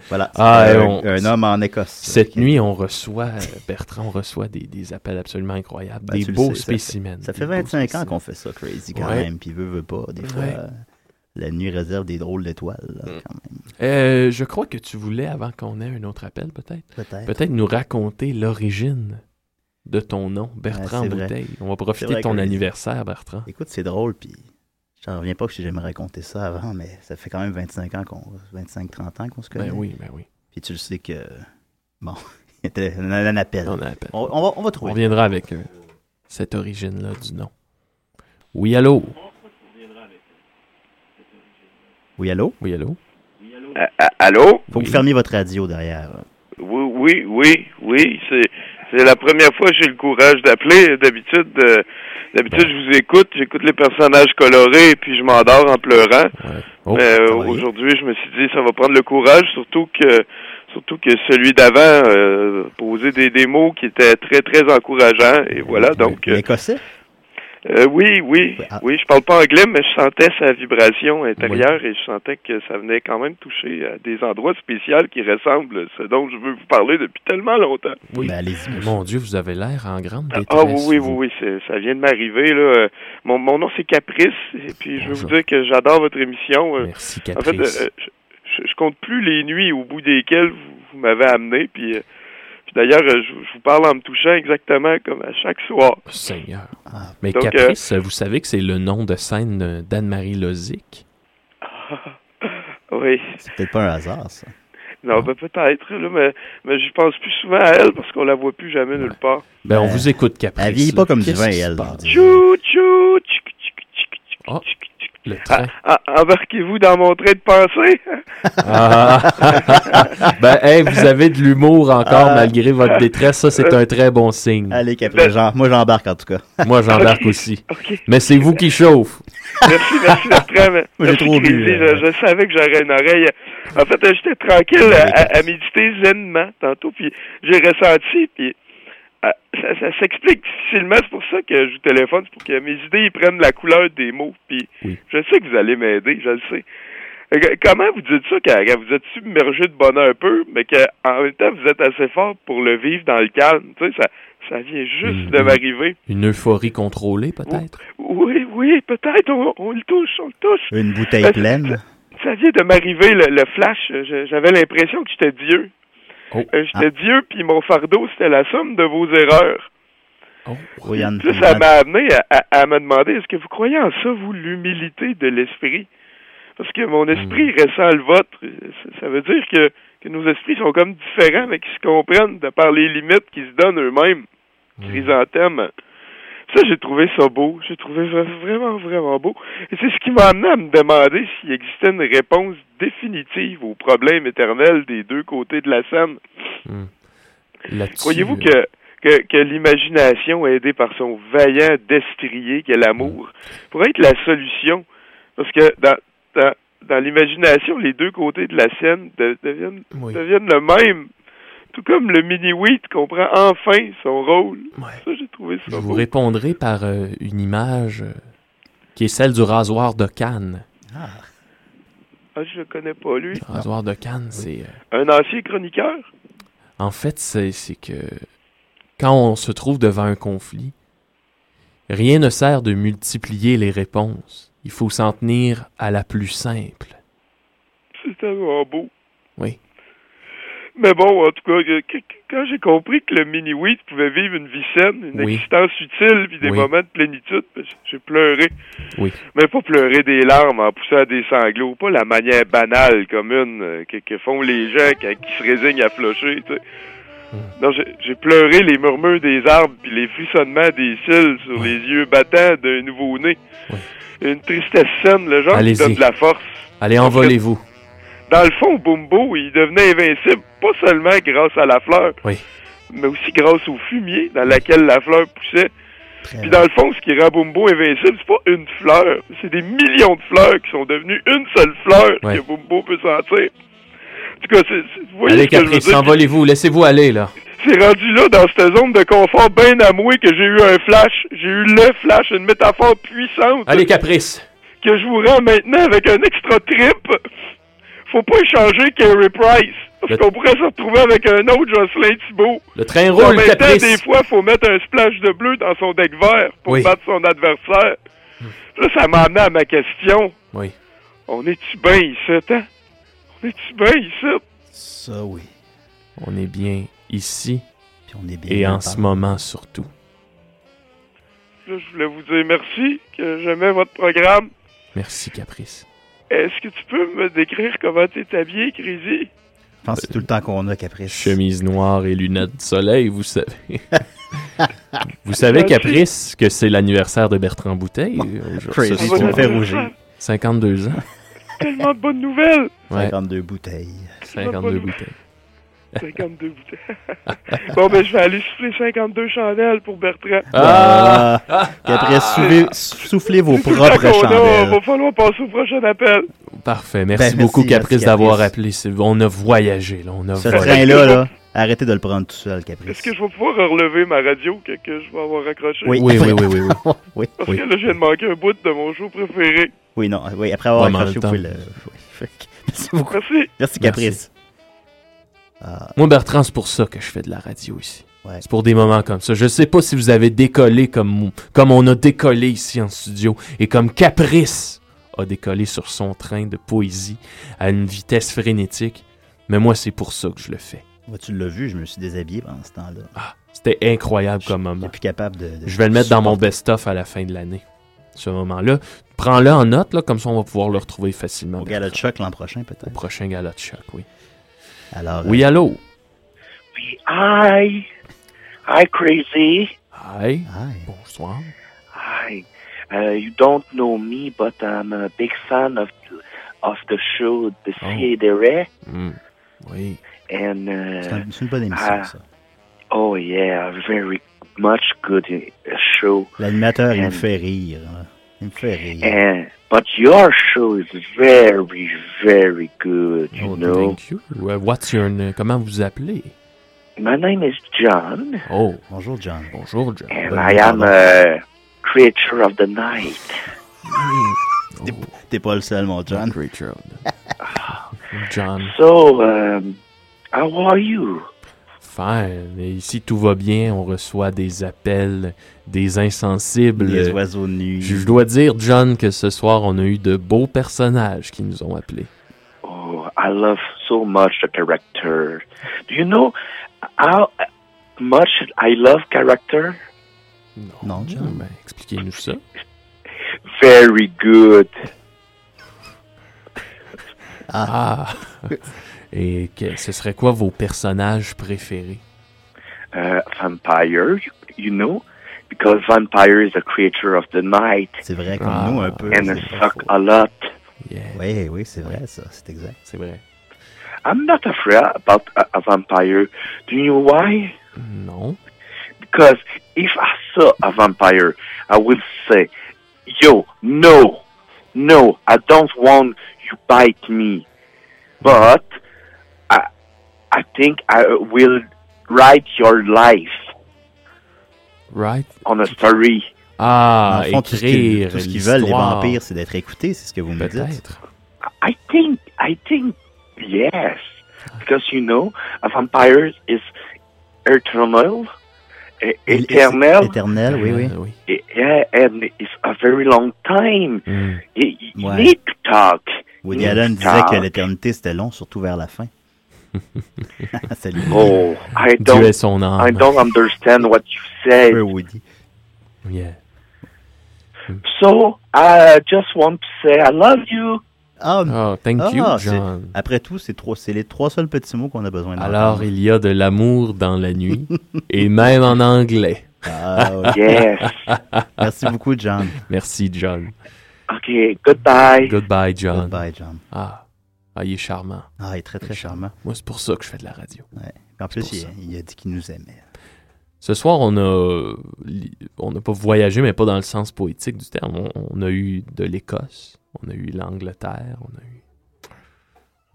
Speaker 8: Voilà,
Speaker 7: Ah,
Speaker 8: c'était
Speaker 7: et
Speaker 8: un-
Speaker 7: on-
Speaker 8: un homme en Écosse.
Speaker 7: Cette nuit, on reçoit, euh, Bertrand, on reçoit des, des appels absolument incroyables,
Speaker 8: Ben,
Speaker 7: des
Speaker 8: tu le
Speaker 7: beaux
Speaker 8: sais, ça fait-
Speaker 7: spécimens.
Speaker 8: Ça fait,
Speaker 7: des beaux
Speaker 8: 25 ans
Speaker 7: spécimens.
Speaker 8: qu'on fait ça, Crazy, quand
Speaker 7: Ouais.
Speaker 8: même. Puis veut, veut pas. Des fois,
Speaker 7: Ouais. Mm.
Speaker 8: euh, la nuit réserve des drôles d'étoiles, là, quand même.
Speaker 7: Euh, je crois que tu voulais, avant qu'on ait un autre appel, peut-être,
Speaker 8: Peut-être.
Speaker 7: nous raconter l'origine de ton nom, Bertrand
Speaker 8: Ouais, c'est vrai.
Speaker 7: Bouteille. On va
Speaker 8: C'est
Speaker 7: profiter
Speaker 8: vrai,
Speaker 7: de ton
Speaker 8: Crazy.
Speaker 7: anniversaire, Bertrand.
Speaker 8: Écoute, c'est drôle, puis j'en reviens pas que j'ai jamais raconté ça avant, mais ça fait quand même 25 ans qu'on... 25-30 ans qu'on se connaît.
Speaker 7: Ben oui, ben oui.
Speaker 8: Puis tu le sais que. Bon, il était- on a un appel.
Speaker 7: On a un appel.
Speaker 8: On, on va, on va
Speaker 7: On
Speaker 8: trouver.
Speaker 7: reviendra avec euh, cette origine-là du nom. Oui, allô?
Speaker 8: Oui, allô?
Speaker 7: Oui, allô?
Speaker 13: Ah, ah, allô?
Speaker 8: Faut que vous fermiez votre radio derrière.
Speaker 13: Oui, oui, oui, oui. C'est, c'est la première fois que j'ai le courage d'appeler. D'habitude, euh, d'habitude, je vous écoute, j'écoute les personnages colorés, puis je m'endors en pleurant.
Speaker 7: Oh,
Speaker 13: Mais euh, aujourd'hui, je me suis dit, ça va prendre le courage, surtout que, surtout que celui d'avant euh, posait des, des mots qui étaient très, très encourageants. Et voilà, donc. euh,
Speaker 8: Écossais?
Speaker 13: euh, oui, oui,
Speaker 7: ah.
Speaker 13: oui. Je parle pas anglais, mais je sentais sa vibration intérieure et je sentais que ça venait quand même toucher à des endroits spéciaux qui ressemblent à ce dont je veux vous parler depuis tellement longtemps.
Speaker 7: Oui.
Speaker 8: Ben,
Speaker 7: Mon Dieu, vous avez l'air en grande détresse.
Speaker 13: Ah oui, oui, oui,
Speaker 7: vous.
Speaker 13: oui, c'est- ça vient de m'arriver. là. Euh, Mon, mon nom, c'est Caprice, et puis je veux vous dire que j'adore votre émission. Euh,
Speaker 7: Merci,
Speaker 13: En fait,
Speaker 7: Caprice.
Speaker 13: euh, je, je- je compte plus les nuits au bout desquelles vous, vous m'avez amené, puis, euh, puis d'ailleurs, euh, je, je vous parle en me touchant exactement comme à chaque soir. Ah.
Speaker 7: Seigneur. Mais
Speaker 13: Donc, euh,
Speaker 7: Caprice, vous savez que c'est le nom de scène euh, d'Anne-Marie Lozic.
Speaker 13: Oui.
Speaker 8: C'est peut-être pas un hasard, ça.
Speaker 13: Non, ben, peut-être, là, mais, mais je pense plus souvent à elle parce qu'on la voit plus jamais nulle part.
Speaker 7: Ben, on vous écoute, Caprice.
Speaker 8: Elle vieillit
Speaker 7: là.
Speaker 8: pas comme du
Speaker 7: Qu'est-ce
Speaker 8: vin,
Speaker 7: qui se
Speaker 8: elle.
Speaker 7: passe?
Speaker 13: Chou, chou, tchic,
Speaker 7: Oh, le train.
Speaker 13: Ah, Embarquez-vous dans mon train de pensée.
Speaker 7: Ah. ben, hey, vous avez de l'humour encore
Speaker 8: Ah.
Speaker 7: malgré votre détresse. Ça, c'est un très bon signe.
Speaker 8: Allez, Caprice,
Speaker 13: Ben-
Speaker 8: Jean- moi j'embarque en tout cas.
Speaker 7: Moi, j'embarque aussi. Mais c'est vous qui chauffe.
Speaker 13: Merci, merci, Bertrand. mais-
Speaker 7: Moi, j'ai
Speaker 13: merci,
Speaker 7: trop bu,
Speaker 13: Crazy,
Speaker 7: euh,
Speaker 13: Je, je savais que j'aurais une oreille. En fait, euh, j'étais tranquille à, à- à méditer zenement tantôt, puis j'ai ressenti, puis euh, ça, ça s'explique difficilement. C'est pour ça que je vous téléphone, c'est pour que mes idées ils prennent la couleur des mots, puis je sais que vous allez m'aider, je le sais. Euh, Comment vous dites ça quand quand vous êtes submergé de bonheur un peu, mais qu'en même temps vous êtes assez fort pour le vivre dans le calme? Tu sais, ça, ça vient juste de m'arriver.
Speaker 7: Une euphorie contrôlée, peut-être.
Speaker 13: Oui, oui, peut-être, on- on le touche, on le touche.
Speaker 8: Une bouteille
Speaker 13: Ben,
Speaker 8: pleine.
Speaker 13: Ça vient de m'arriver le, le flash. Je- J'avais l'impression que j'étais Dieu.
Speaker 7: Oh.
Speaker 13: Euh,
Speaker 8: Ah,
Speaker 13: j'étais Dieu, puis mon fardeau, c'était la somme de vos erreurs.
Speaker 8: Oui, Yann,
Speaker 13: Ça, ça m'a amené à, à- à me demander est-ce que vous croyez en ça, vous, l'humilité de l'esprit Parce que mon esprit ressent le vôtre. Ça, ça veut dire que, que nos esprits sont comme différents, mais qu'ils se comprennent de par les limites qu'ils se donnent eux-mêmes. Chrysanthème. Ça, j'ai trouvé ça beau. J'ai trouvé ça vraiment, vraiment beau. Et c'est ce qui m'a amené à me demander s'il existait une réponse définitive au problème éternel des deux côtés de la Seine.
Speaker 7: Là-dessus,
Speaker 13: Croyez-vous
Speaker 7: euh,
Speaker 13: que, que, que l'imagination, aidée par son vaillant destrier qu'est l'amour, pourrait être la solution? Parce que dans, dans, dans l'imagination, les deux côtés de la scène de- deviennent, deviennent le même. Tout comme le mini-wheat comprend enfin son rôle. Ça, j'ai trouvé ça
Speaker 7: Je
Speaker 13: beau.
Speaker 7: vous répondrai par euh, une image euh, qui est celle du rasoir de Cannes.
Speaker 13: Ah, je le connais pas, lui.
Speaker 7: Le rasoir de Cannes, c'est. euh,
Speaker 13: Un ancien chroniqueur?
Speaker 7: En fait, c'est c'est que quand on se trouve devant un conflit, rien ne sert de multiplier les réponses. Il faut s'en tenir à la plus simple.
Speaker 13: C'est tellement beau.
Speaker 7: Oui.
Speaker 13: Mais bon, en tout cas, que- que- quand j'ai compris que le mini-wheat pouvait vivre une vie saine, une
Speaker 7: Oui.
Speaker 13: existence utile, puis des
Speaker 7: Oui.
Speaker 13: moments de plénitude, ben, j- j'ai pleuré.
Speaker 7: Oui.
Speaker 13: Mais pas pleurer des larmes en poussant à des sanglots, pas la manière banale commune euh, que, que font les gens quand ils se résignent à flocher, tu sais.
Speaker 7: Hmm.
Speaker 13: Non, j'ai j'ai pleuré les murmures des arbres puis les frissonnements des cils sur les yeux battants d'un nouveau-né. Une tristesse saine, le genre qui
Speaker 7: Allez-y.
Speaker 13: donne de la force.
Speaker 7: Allez, envolez-vous.
Speaker 13: Dans le fond, Bumbo, il devenait invincible, pas seulement grâce à la fleur,
Speaker 7: Oui.
Speaker 13: mais aussi grâce au fumier dans laquelle la fleur poussait. Puis dans le fond, ce qui rend Bumbo invincible, c'est pas une fleur, c'est des millions de fleurs qui sont devenues une seule fleur
Speaker 7: Ouais.
Speaker 13: que Bumbo peut sentir. En tout cas, c'est- c'est- vous voyez
Speaker 7: Allez,
Speaker 13: ce que je veux
Speaker 7: Caprice,
Speaker 13: dire?
Speaker 7: envolez-vous. Laissez-vous aller, là.
Speaker 13: C'est rendu là, dans cette zone de confort bien amouée, que j'ai eu un flash. J'ai eu le flash, une métaphore puissante.
Speaker 7: Allez, Caprice.
Speaker 13: Que je vous rends maintenant avec un extra trip. Faut pas échanger Carey Price. Parce qu'on pourrait se retrouver avec un autre Jocelyn Thibault.
Speaker 7: Le train
Speaker 13: En
Speaker 7: roule,
Speaker 13: même temps,
Speaker 7: Caprice.
Speaker 13: des fois, faut mettre un splash de bleu dans son deck vert pour
Speaker 7: Oui. Hmm.
Speaker 13: battre son adversaire. Là, ça m'a amené à ma question.
Speaker 7: Oui.
Speaker 13: On est-tu bien ici, hein? On est-tu bien ici?
Speaker 8: Ça, Ah oui.
Speaker 7: On est bien ici.
Speaker 8: on est bien
Speaker 7: et en
Speaker 8: nulle part.
Speaker 7: ce moment surtout.
Speaker 13: Là, je voulais vous dire merci, que j'aimais votre programme.
Speaker 7: Merci, Caprice.
Speaker 13: Est-ce que tu peux me décrire comment t'es habillé, Crazy?
Speaker 8: Je pense que c'est tout le temps qu'on a, Caprice.
Speaker 7: Chemise noire et lunettes de soleil, vous savez. vous savez, Caprice, que c'est l'anniversaire de Bertrand Bouteille. euh, aujourd'hui,
Speaker 8: Crazy,
Speaker 7: ce
Speaker 8: tu me fais
Speaker 7: soir.
Speaker 8: rougir.
Speaker 7: 52 ans.
Speaker 13: Tellement de bonnes nouvelles.
Speaker 7: Ouais.
Speaker 8: 52 bouteilles.
Speaker 7: 52 bouteilles.
Speaker 13: 52 bouteilles. bon, ben, je vais aller souffler 52 chandelles pour Bertrand. Ah!
Speaker 8: Ah! Caprice, soulevez- soufflez vos
Speaker 13: C'est tout le
Speaker 8: propres
Speaker 13: temps qu'on a.
Speaker 8: chandelles.
Speaker 13: Va falloir passer au prochain appel.
Speaker 7: Parfait. Merci
Speaker 8: Ben, merci,
Speaker 7: beaucoup,
Speaker 8: merci,
Speaker 7: Caprice,
Speaker 8: Caprice.
Speaker 7: d'avoir appelé. C'est- On a voyagé, là. On a
Speaker 8: Ce
Speaker 7: voyagé.
Speaker 8: train-là, là, arrêtez de le prendre tout seul, Caprice.
Speaker 13: Est-ce que je vais pouvoir relever ma radio que, que je vais avoir accrochée?
Speaker 8: Oui.
Speaker 7: Oui, oui, oui, oui. oui.
Speaker 8: Oui.
Speaker 13: Parce
Speaker 8: Oui.
Speaker 13: que là, je viens de manquer un bout de mon show préféré.
Speaker 8: Oui, non. Oui, après avoir
Speaker 7: Ouais, mais en
Speaker 8: accroché,
Speaker 7: même
Speaker 8: vous pouvez
Speaker 7: temps.
Speaker 8: le. oui. Fait que- Merci beaucoup.
Speaker 13: Merci.
Speaker 8: Merci, Caprice.
Speaker 7: Ah. Moi, Bertrand, c'est pour ça que je fais de la radio ici.
Speaker 8: Ouais.
Speaker 7: C'est pour des moments comme ça. Je sais pas si vous avez décollé comme, comme on a décollé ici en studio et comme Caprice a décollé sur son train de poésie à une vitesse frénétique, mais moi, c'est pour ça que je le fais.
Speaker 8: Moi, tu l'as vu, je me suis déshabillé pendant ce temps-là.
Speaker 7: Ah. C'était incroyable comme
Speaker 8: Je
Speaker 7: moment.
Speaker 8: suis plus capable de. de-
Speaker 7: Je vais le mettre dans mon best-of à la fin de l'année, ce moment-là. Prends-le en note, là, comme ça on va pouvoir le retrouver facilement.
Speaker 8: Au gala de choc l'an prochain, peut-être.
Speaker 7: Au prochain gala de choc, oui.
Speaker 8: Alors, euh,
Speaker 7: Oui, allô?
Speaker 17: Hi. Hi, crazy.
Speaker 7: Hi. Bonsoir.
Speaker 17: Hi. Uh, you don't know me, but I'm a big fan of of the show The
Speaker 8: Oh.
Speaker 17: Sea de Ré.
Speaker 7: Hmm. Oui.
Speaker 17: And
Speaker 8: C'est
Speaker 17: uh,
Speaker 8: un- c'est une bonne émission,
Speaker 17: ah.
Speaker 8: ça.
Speaker 17: oh yeah, very much good uh, show.
Speaker 8: L'animateur, il me
Speaker 17: And-
Speaker 8: fait rire. hein. Il me fait rire.
Speaker 17: And but your show is very very good. You
Speaker 7: Oh,
Speaker 17: know.
Speaker 7: thank you. Uh, What's your name? Comment vous vous appelez?
Speaker 17: My name is John,
Speaker 7: Oh,
Speaker 8: Bonjour, John.
Speaker 7: bonjour, John.
Speaker 17: and
Speaker 7: Bonne
Speaker 17: I
Speaker 7: nuit,
Speaker 17: am
Speaker 7: pardon.
Speaker 17: a creature of the night.
Speaker 8: T'es- T'es pas le seul, mon John.
Speaker 7: Creature of the- John,
Speaker 17: So, um, how are you?
Speaker 7: fine. Et ici, tout va bien. On reçoit des appels, des insensibles.
Speaker 8: Les oiseaux de nuit.
Speaker 7: Je je dois dire, John, que ce soir, on a eu de beaux personnages qui nous ont appelés.
Speaker 17: Oh, I love so much the character. Do you know how much I love character?
Speaker 8: Non, John.
Speaker 7: Ben, expliquez-nous ça.
Speaker 17: Very good.
Speaker 7: Ah! Et que- ce serait quoi vos personnages préférés?
Speaker 17: Uh, vampire, you, you know, because vampire is a creature of the night
Speaker 8: C'est vrai, comme
Speaker 7: Ah.
Speaker 8: nous, un peu.
Speaker 17: and
Speaker 8: c'est
Speaker 17: I
Speaker 8: pas
Speaker 17: suck
Speaker 8: faux.
Speaker 17: a lot.
Speaker 7: Yeah,
Speaker 8: Oui, oui, c'est vrai, ça. C'est exact.
Speaker 7: c'est vrai.
Speaker 17: I'm not afraid about a, a vampire. Do you know why?
Speaker 7: Non.
Speaker 17: Because if I saw a vampire, I would say, "Yo, no, no, I don't want you bite me." But I, I think I will write your life
Speaker 7: Right?
Speaker 17: on a story.
Speaker 7: Ah,
Speaker 8: Dans le fond, tout ce qu'ils-
Speaker 7: écrire
Speaker 8: tout ce qu'ils veulent, les
Speaker 7: l'histoire.
Speaker 8: vampires, c'est d'être écoutés, c'est ce que vous me dites.
Speaker 7: Peut-être.
Speaker 17: I think, I think, yes, because you know, a vampire is eternal, e- eternal,
Speaker 8: Éternel, oui, oui.
Speaker 7: oui.
Speaker 17: e- yeah, and it's a very long time.
Speaker 7: Hmm.
Speaker 17: You- You
Speaker 8: Ouais.
Speaker 17: need to talk.
Speaker 8: Woody
Speaker 17: Need
Speaker 8: Allen
Speaker 17: to
Speaker 8: disait que
Speaker 17: talk.
Speaker 8: l'éternité, c'était long, surtout vers la fin. Salut.
Speaker 17: Oh, I
Speaker 7: Dieu est
Speaker 17: don't,
Speaker 7: son âme.
Speaker 17: I don't understand what you
Speaker 8: Un
Speaker 17: said.
Speaker 8: peu Woody.
Speaker 7: Yeah.
Speaker 17: So I just want to say I love you.
Speaker 8: Ah,
Speaker 7: Oh, thank
Speaker 8: ah,
Speaker 7: you,
Speaker 8: c'est-
Speaker 7: John.
Speaker 8: Après tout, c'est trois- c'est les trois seuls petits mots qu'on a besoin d'entendre.
Speaker 7: Alors, il y a de l'amour dans la nuit, et même en anglais.
Speaker 8: Ah, oui.
Speaker 17: Yes.
Speaker 8: Merci beaucoup, John.
Speaker 7: Merci, John.
Speaker 17: okay. Goodbye.
Speaker 7: Goodbye, John.
Speaker 8: Bye, John.
Speaker 7: Ah. ah, il est charmant.
Speaker 8: Ah, il est très, très charmant.
Speaker 7: Moi, c'est pour ça que je fais de la radio.
Speaker 8: En plus,
Speaker 7: pour
Speaker 8: il,
Speaker 7: ça.
Speaker 8: il a dit qu'il nous aimait.
Speaker 7: Ce soir, on a, on n'a pas voyagé, mais pas dans le sens poétique du terme. On, on a eu de l'Écosse, on a eu l'Angleterre, on a eu,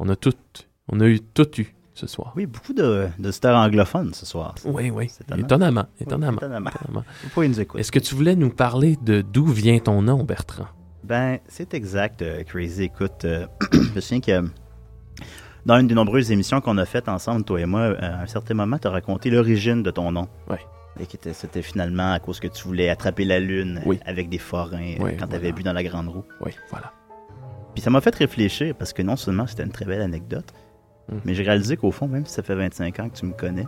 Speaker 7: on a tout, on a eu tout eu ce soir.
Speaker 8: Oui, beaucoup de, de stars anglophones ce soir.
Speaker 7: Oui, oui.
Speaker 8: C'est étonnant.
Speaker 7: Étonnamment,
Speaker 8: Oui,
Speaker 7: étonnamment,
Speaker 8: étonnamment.
Speaker 7: étonnamment.
Speaker 8: Pourquoi ils nous écoutent?
Speaker 7: Est-ce que tu voulais nous parler de d'où vient ton nom, Bertrand?
Speaker 8: Ben, c'est exact, euh, Crazy. Écoute, euh, je me souviens que dans une des nombreuses émissions qu'on a faites ensemble, toi et moi, euh, à un certain moment, tu as raconté l'origine de ton nom.
Speaker 7: Ouais.
Speaker 8: Et qui était- c'était finalement à cause que tu voulais attraper la lune euh,
Speaker 7: Oui.
Speaker 8: avec des forains euh,
Speaker 7: Oui,
Speaker 8: quand tu avais
Speaker 7: voilà.
Speaker 8: bu dans la grande roue.
Speaker 7: Oui, voilà.
Speaker 8: Puis ça m'a fait réfléchir parce que non seulement c'était une très belle anecdote,
Speaker 7: Mhm.
Speaker 8: mais j'ai réalisé qu'au fond, même si ça fait 25 ans que tu me connais,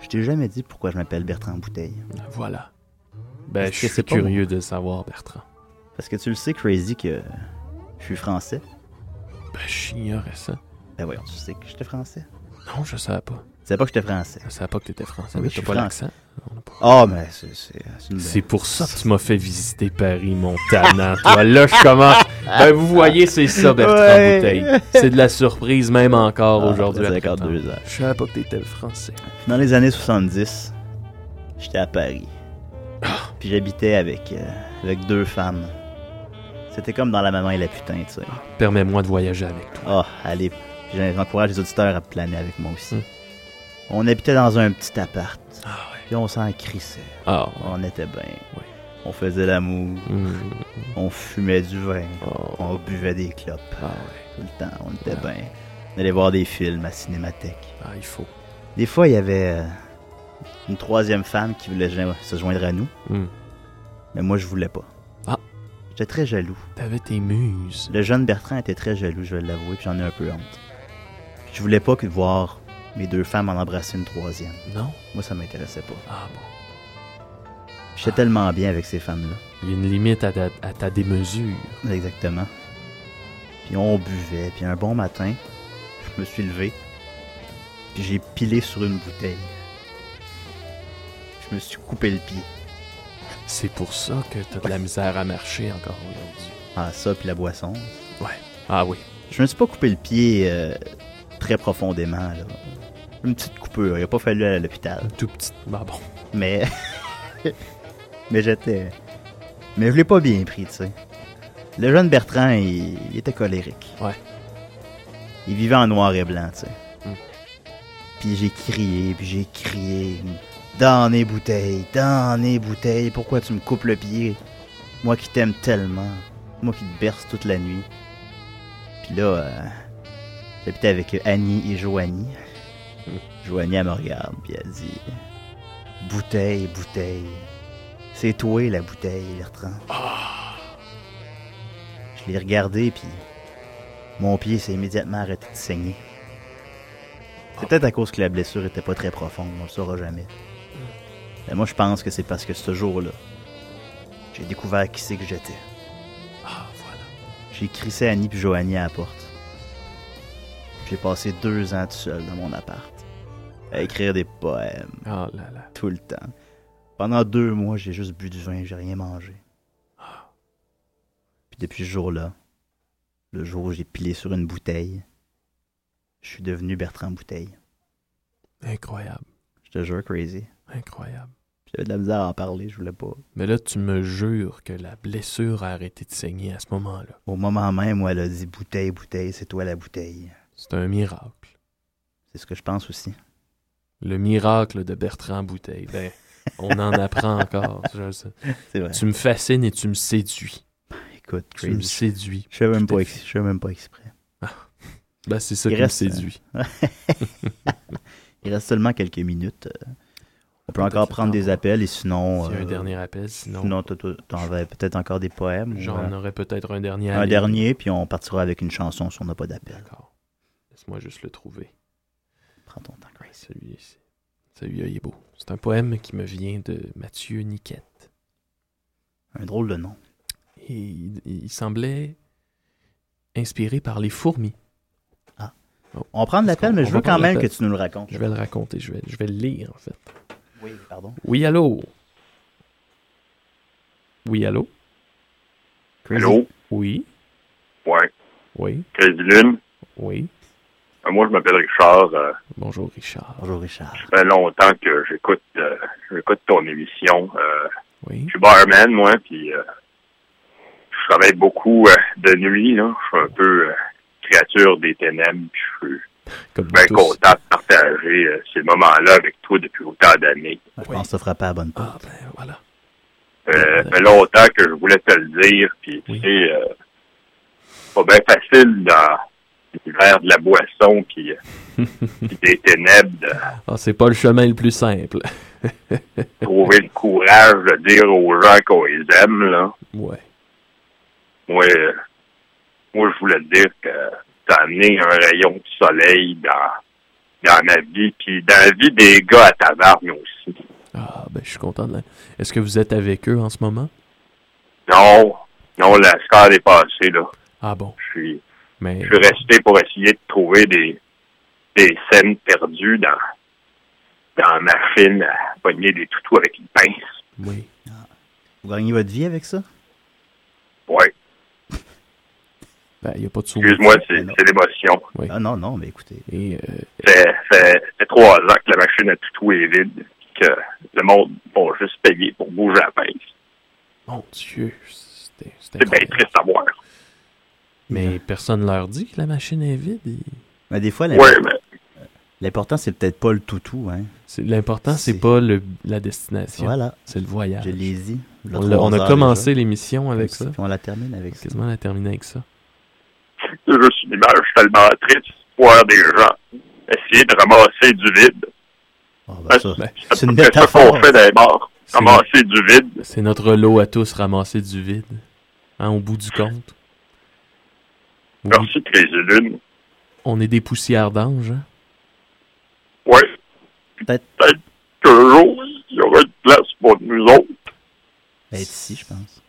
Speaker 8: je t'ai jamais dit pourquoi je m'appelle Bertrand Bouteille.
Speaker 7: Voilà. Ben,
Speaker 8: Est-ce
Speaker 7: je
Speaker 8: que
Speaker 7: suis
Speaker 8: c'est pas
Speaker 7: curieux de savoir, Bertrand.
Speaker 8: Parce que tu le sais, Crazy, que je suis français.
Speaker 7: Ben, j'ignorais ça.
Speaker 8: Ben voyons, tu sais que j'étais français.
Speaker 7: Non, je savais pas.
Speaker 8: Tu savais pas que j'étais français.
Speaker 7: Je savais pas que t'étais français.
Speaker 8: Oui,
Speaker 7: mais
Speaker 8: je suis
Speaker 7: t'as pas
Speaker 8: français.
Speaker 7: l'accent.
Speaker 8: Ah, mais c'est- c'est une-
Speaker 7: C'est pour ça que tu m'as fait visiter Paris, Montana. Toi, là, je commence. Ben, vous voyez, c'est ça, Bertrand
Speaker 8: Ouais.
Speaker 7: Bouteille. C'est de la surprise, même encore
Speaker 8: Ah,
Speaker 7: aujourd'hui.
Speaker 8: après
Speaker 7: après
Speaker 8: 52
Speaker 7: tant.
Speaker 8: ans.
Speaker 7: Je savais pas que t'étais français.
Speaker 8: Dans les années 70, j'étais à Paris.
Speaker 7: Ah!
Speaker 8: Puis j'habitais avec, euh, avec deux femmes. C'était comme dans La Maman et la Putain, tu sais.
Speaker 7: Ah, Permets-moi de voyager avec
Speaker 8: Ah, allez. Puis J'encourage les auditeurs à planer avec moi aussi.
Speaker 7: Hmm.
Speaker 8: On habitait dans un petit appart. ben, Puis on s'en crissait.
Speaker 7: Ah.
Speaker 8: On était bien. On faisait l'amour.
Speaker 7: Mm.
Speaker 8: On fumait du vin.
Speaker 7: Ah,
Speaker 8: On buvait des clopes. Tout le temps, on était bien. On allait voir des films à Cinémathèque.
Speaker 7: Ah, il faut.
Speaker 8: Des fois, il y avait euh, une troisième femme qui voulait jo- se joindre à nous.
Speaker 7: Mm.
Speaker 8: Mais moi, je voulais pas.
Speaker 7: Ah.
Speaker 8: J'étais très jaloux.
Speaker 7: T'avais tes muses.
Speaker 8: Le jeune Bertrand était très jaloux, je vais l'avouer, puis j'en ai un peu honte. Puis Je voulais pas que voir mes deux femmes en embrasser une troisième.
Speaker 7: Non?
Speaker 8: Moi, ça m'intéressait pas.
Speaker 7: Ah bon.
Speaker 8: J'étais tellement bien avec ces femmes-là.
Speaker 7: Il y a une limite à ta, à ta démesure.
Speaker 8: Exactement. Puis on buvait, puis un bon matin, je me suis levé, puis j'ai pilé sur une bouteille. Je me suis coupé le pied.
Speaker 7: C'est pour ça que t'as de la misère à marcher encore aujourd'hui.
Speaker 8: Ah, ça, puis la boisson.
Speaker 7: Ouais. Ah oui.
Speaker 8: Je me suis pas coupé le pied euh, très profondément, là. Une petite coupure, il a pas fallu aller à l'hôpital.
Speaker 7: Tout petit, bah bon.
Speaker 8: Mais. Mais j'étais. Mais je l'ai pas bien pris, tu sais. Le jeune Bertrand, il, il était colérique.
Speaker 7: Ouais.
Speaker 8: Il vivait en noir et blanc, tu sais.
Speaker 7: Mm.
Speaker 8: Puis j'ai crié, puis j'ai crié. Dans les bouteilles, dans les bouteilles, pourquoi tu me coupes le pied? Moi qui t'aime tellement, moi qui te berce toute la nuit. Puis là, euh, j'habitais avec Annie et Joanie. Joanie, elle me regarde, puis elle dit Bouteille, bouteille. C'est toi la bouteille, Bertrand. Je l'ai regardé, puis mon pied s'est immédiatement arrêté de saigner. C'est peut-être à cause que la blessure était pas très profonde, on le saura jamais. Mais moi, je pense que c'est parce que ce jour-là, j'ai découvert qui c'est que j'étais. J'ai crissé Annie puis Joanie à la porte. J'ai passé deux ans tout seul dans mon appart. À écrire des poèmes. Tout le temps. Pendant deux mois, j'ai juste bu du vin, j'ai rien mangé. Puis depuis ce jour-là, le jour où j'ai pilé sur une bouteille, je suis devenu Bertrand Bouteille.
Speaker 7: Incroyable.
Speaker 8: Je te jure, crazy.
Speaker 7: Incroyable.
Speaker 8: J'avais de la misère à en parler, je voulais pas.
Speaker 7: Mais là, tu me jures que la blessure a arrêté de saigner à ce moment-là.
Speaker 8: Au moment même où elle a dit bouteille, bouteille, c'est toi la bouteille.
Speaker 7: C'est un miracle.
Speaker 8: C'est ce que je pense aussi.
Speaker 7: Le miracle de Bertrand Bouteille. Ben, on en apprend encore. je sais.
Speaker 8: C'est vrai.
Speaker 7: Tu me fascines et tu me séduis.
Speaker 8: Écoute,
Speaker 7: Tu me
Speaker 8: crazy.
Speaker 7: séduis.
Speaker 8: Je fais même,
Speaker 7: Tout à
Speaker 8: pas ex- je fais même pas exprès.
Speaker 7: Ben, c'est ça
Speaker 8: Il
Speaker 7: qui me
Speaker 8: reste,
Speaker 7: séduit.
Speaker 8: euh, Il reste seulement quelques minutes. euh, On peut encore prendre des appels et sinon.
Speaker 7: S'il y a un
Speaker 8: euh,
Speaker 7: dernier appel, sinon-
Speaker 8: Sinon, t'as- t'as- t'en avais peut-être encore des poèmes. ou,
Speaker 7: J'en
Speaker 8: euh,
Speaker 7: aurais peut-être un dernier à
Speaker 8: Un
Speaker 7: lire.
Speaker 8: dernier, puis on partira avec une chanson si on n'a pas d'appel.
Speaker 7: Laisse-moi juste le trouver. Prends ton temps, Grace. Celui-ci. Celui-là, il est beau. C'est un poème qui me vient de Mathieu Niquette.
Speaker 8: Un drôle de nom.
Speaker 7: Et il, il semblait inspiré par les fourmis.
Speaker 8: Ah.
Speaker 7: On va
Speaker 8: prendre l'appel, mais je veux
Speaker 7: prendre
Speaker 8: quand même
Speaker 7: l'appel.
Speaker 8: que tu nous le racontes.
Speaker 7: Je vais le raconter, je vais, je vais le lire, en fait.
Speaker 8: Oui, pardon.
Speaker 7: Oui, allô? Oui, allô?
Speaker 18: Allô?
Speaker 7: Oui,
Speaker 18: Ouais.
Speaker 7: oui,
Speaker 18: Crazy Lune.
Speaker 7: oui.
Speaker 18: Euh, Moi, je m'appelle Richard. euh,
Speaker 7: Bonjour, Richard.
Speaker 8: Bonjour, Richard.
Speaker 18: ça fait longtemps que j'écoute euh, j'écoute ton émission. euh,
Speaker 7: Je
Speaker 18: suis barman, moi, puis euh, je travaille beaucoup euh, de nuit. Là. Je suis un peu euh, créature des ténèbres. puis Je suis bien content de partager euh, ces moments-là avec toi depuis autant d'années.
Speaker 8: Je pense que ça fera pas la bonne
Speaker 7: Ah,
Speaker 8: porte.
Speaker 18: Euh, ça fait longtemps que je voulais te le dire, puis tu sais, euh, c'est pas bien facile dans l'univers de la boisson puis, euh, puis des ténèbres de
Speaker 7: Ah, c'est pas le chemin le plus simple.
Speaker 18: trouver le courage de dire aux gens qu'on les aime, là.
Speaker 7: ouais.
Speaker 18: Moi, euh, moi je voulais te dire que t'as amené un rayon de soleil dans, dans ma vie, puis dans la vie des gars à taverne aussi.
Speaker 7: Ah, ben, je suis content de la... Est-ce que vous êtes avec eux en ce moment?
Speaker 18: Non, non, la star est passée, là.
Speaker 7: Ah bon.
Speaker 18: Je suis,
Speaker 7: Mais
Speaker 18: Je suis resté pour essayer de trouver des, des scènes perdues dans, dans ma fine à pogner des toutous avec une pince.
Speaker 7: Oui.
Speaker 8: Vous gagnez votre vie avec ça?
Speaker 18: Ouais.
Speaker 7: ben, il n'y a pas de souris.
Speaker 18: Excuse-moi, c'est c'est l'émotion.
Speaker 8: Ah non, non, mais écoutez.
Speaker 18: euh, C'est c'est- c'est trois ans que la machine à toutou est vide, que le monde va juste payer pour bouger la pince.
Speaker 7: Mon Dieu, c'était c'était
Speaker 18: C'est bien triste à voir.
Speaker 7: Mais personne leur dit que la machine est vide.
Speaker 8: Mais des fois,
Speaker 7: Ouais,
Speaker 8: l'important, l'important, c'est peut-être pas le toutou. Hein.
Speaker 7: L'important, c'est pas le- la destination.
Speaker 8: Voilà.
Speaker 7: C'est le voyage.
Speaker 8: Je l'ai dit. Le
Speaker 7: On, l'a-
Speaker 8: trois
Speaker 7: on
Speaker 8: heures
Speaker 7: a commencé
Speaker 8: déjà.
Speaker 7: l'émission avec
Speaker 8: Comme ça,
Speaker 7: ça.
Speaker 8: puis on la termine avec ça.
Speaker 7: Quasiment la terminer avec ça.
Speaker 18: C'est juste une image tellement triste, voir des gens essayer de ramasser du vide.
Speaker 8: Ah, ben
Speaker 18: Ben,
Speaker 8: c'est une
Speaker 18: C'est ça qu'on fait dans les bars,
Speaker 7: C'est-
Speaker 18: ramasser du vide.
Speaker 7: C'est notre lot à tous, ramasser du vide. Hein, au bout du compte.
Speaker 18: Merci, Crazy Lune.
Speaker 7: On est des poussières d'ange. hein.
Speaker 18: Ouais. Peut-être qu'un jour, il y aura une place pour nous autres.
Speaker 8: Être ici, je pense.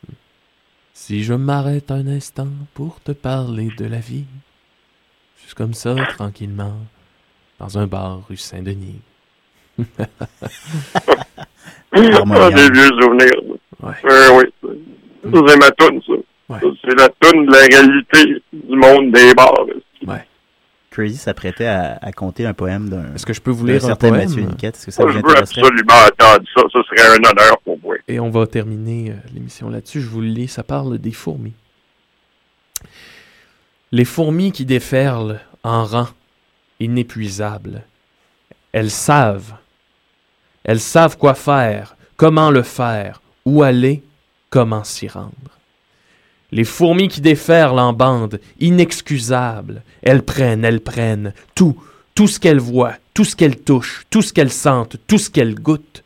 Speaker 7: Si je m'arrête un instant pour te parler de la vie, juste comme ça, tranquillement, dans un bar rue Saint-Denis.
Speaker 18: Ah, des vieux souvenirs. Ouais, oui.
Speaker 8: Hmm.
Speaker 18: Ça, c'est ma toune, ça. Ça, C'est la toune de la réalité du monde des bars.
Speaker 8: Crazy s'apprêtait à, à conter un poème d'un. Est-ce
Speaker 7: que je peux vous
Speaker 18: lire un
Speaker 8: certain
Speaker 7: poème?
Speaker 8: Mathieu Niquette. Est-ce que ça
Speaker 18: Moi,
Speaker 8: vous
Speaker 18: je veux
Speaker 8: intéresserait?
Speaker 18: absolument attendre ça. Ça serait un honneur pour moi.
Speaker 7: Et on va terminer euh, l'émission là-dessus. Je vous le lis, ça parle des fourmis. Les fourmis qui déferlent en rang, inépuisables, elles savent. Elles savent quoi faire, comment le faire, où aller, comment s'y rendre. Les fourmis qui déferlent en bande, inexcusables, elles prennent, elles prennent, tout, tout ce qu'elles voient, tout ce qu'elles touchent, tout ce qu'elles sentent, tout ce qu'elles goûtent.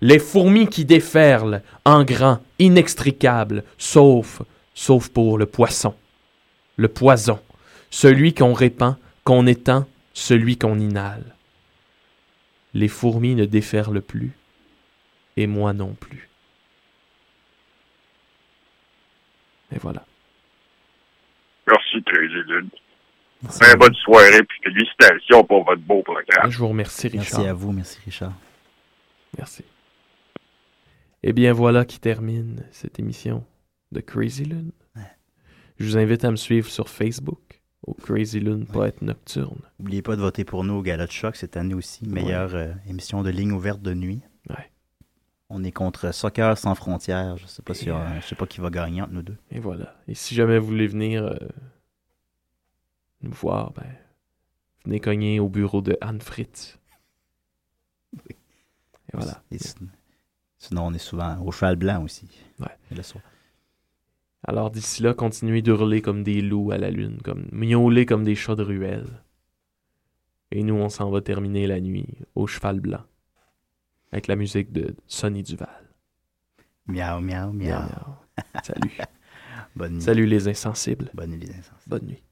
Speaker 7: Les fourmis qui déferlent, en grand, inextricables, sauf, sauf pour le poisson. Le poison, celui qu'on répand, qu'on étend, celui qu'on inhale. Les fourmis ne déferlent plus, et moi non plus. Et voilà.
Speaker 18: Merci, Crazy Lune. Très bonne soirée, puis félicitations pour votre beau programme.
Speaker 7: Je vous remercie, Richard.
Speaker 8: Merci à vous, merci Richard.
Speaker 7: Merci. Eh bien, voilà qui termine cette émission de Crazy Lune. Je vous invite à me suivre sur Facebook, au Crazy Lune Poète Nocturne.
Speaker 8: N'oubliez pas de voter pour nous au Gala de Choc cette année aussi. Meilleure euh, émission de ligne ouverte de nuit. On est contre Soccer sans frontières. Je sais pas si
Speaker 7: Et, euh,
Speaker 8: on- je sais pas qui va gagner entre nous deux.
Speaker 7: Et voilà. Et si jamais vous voulez venir euh, nous voir, ben, venez cogner au bureau de Anne Fritz. Et voilà.
Speaker 8: Et sin- sinon, on est souvent au cheval blanc aussi. Le soir.
Speaker 7: Alors d'ici là, continuez d'hurler comme des loups à la lune, comme miauler comme des chats de ruelle. Et nous, on s'en va terminer la nuit au cheval blanc avec la musique de Sonny Duval.
Speaker 8: Miaou, miaou, miaou.
Speaker 7: Salut.
Speaker 8: Bonne nuit.
Speaker 7: Salut les insensibles.
Speaker 8: Bonne nuit les insensibles.
Speaker 7: Bonne nuit.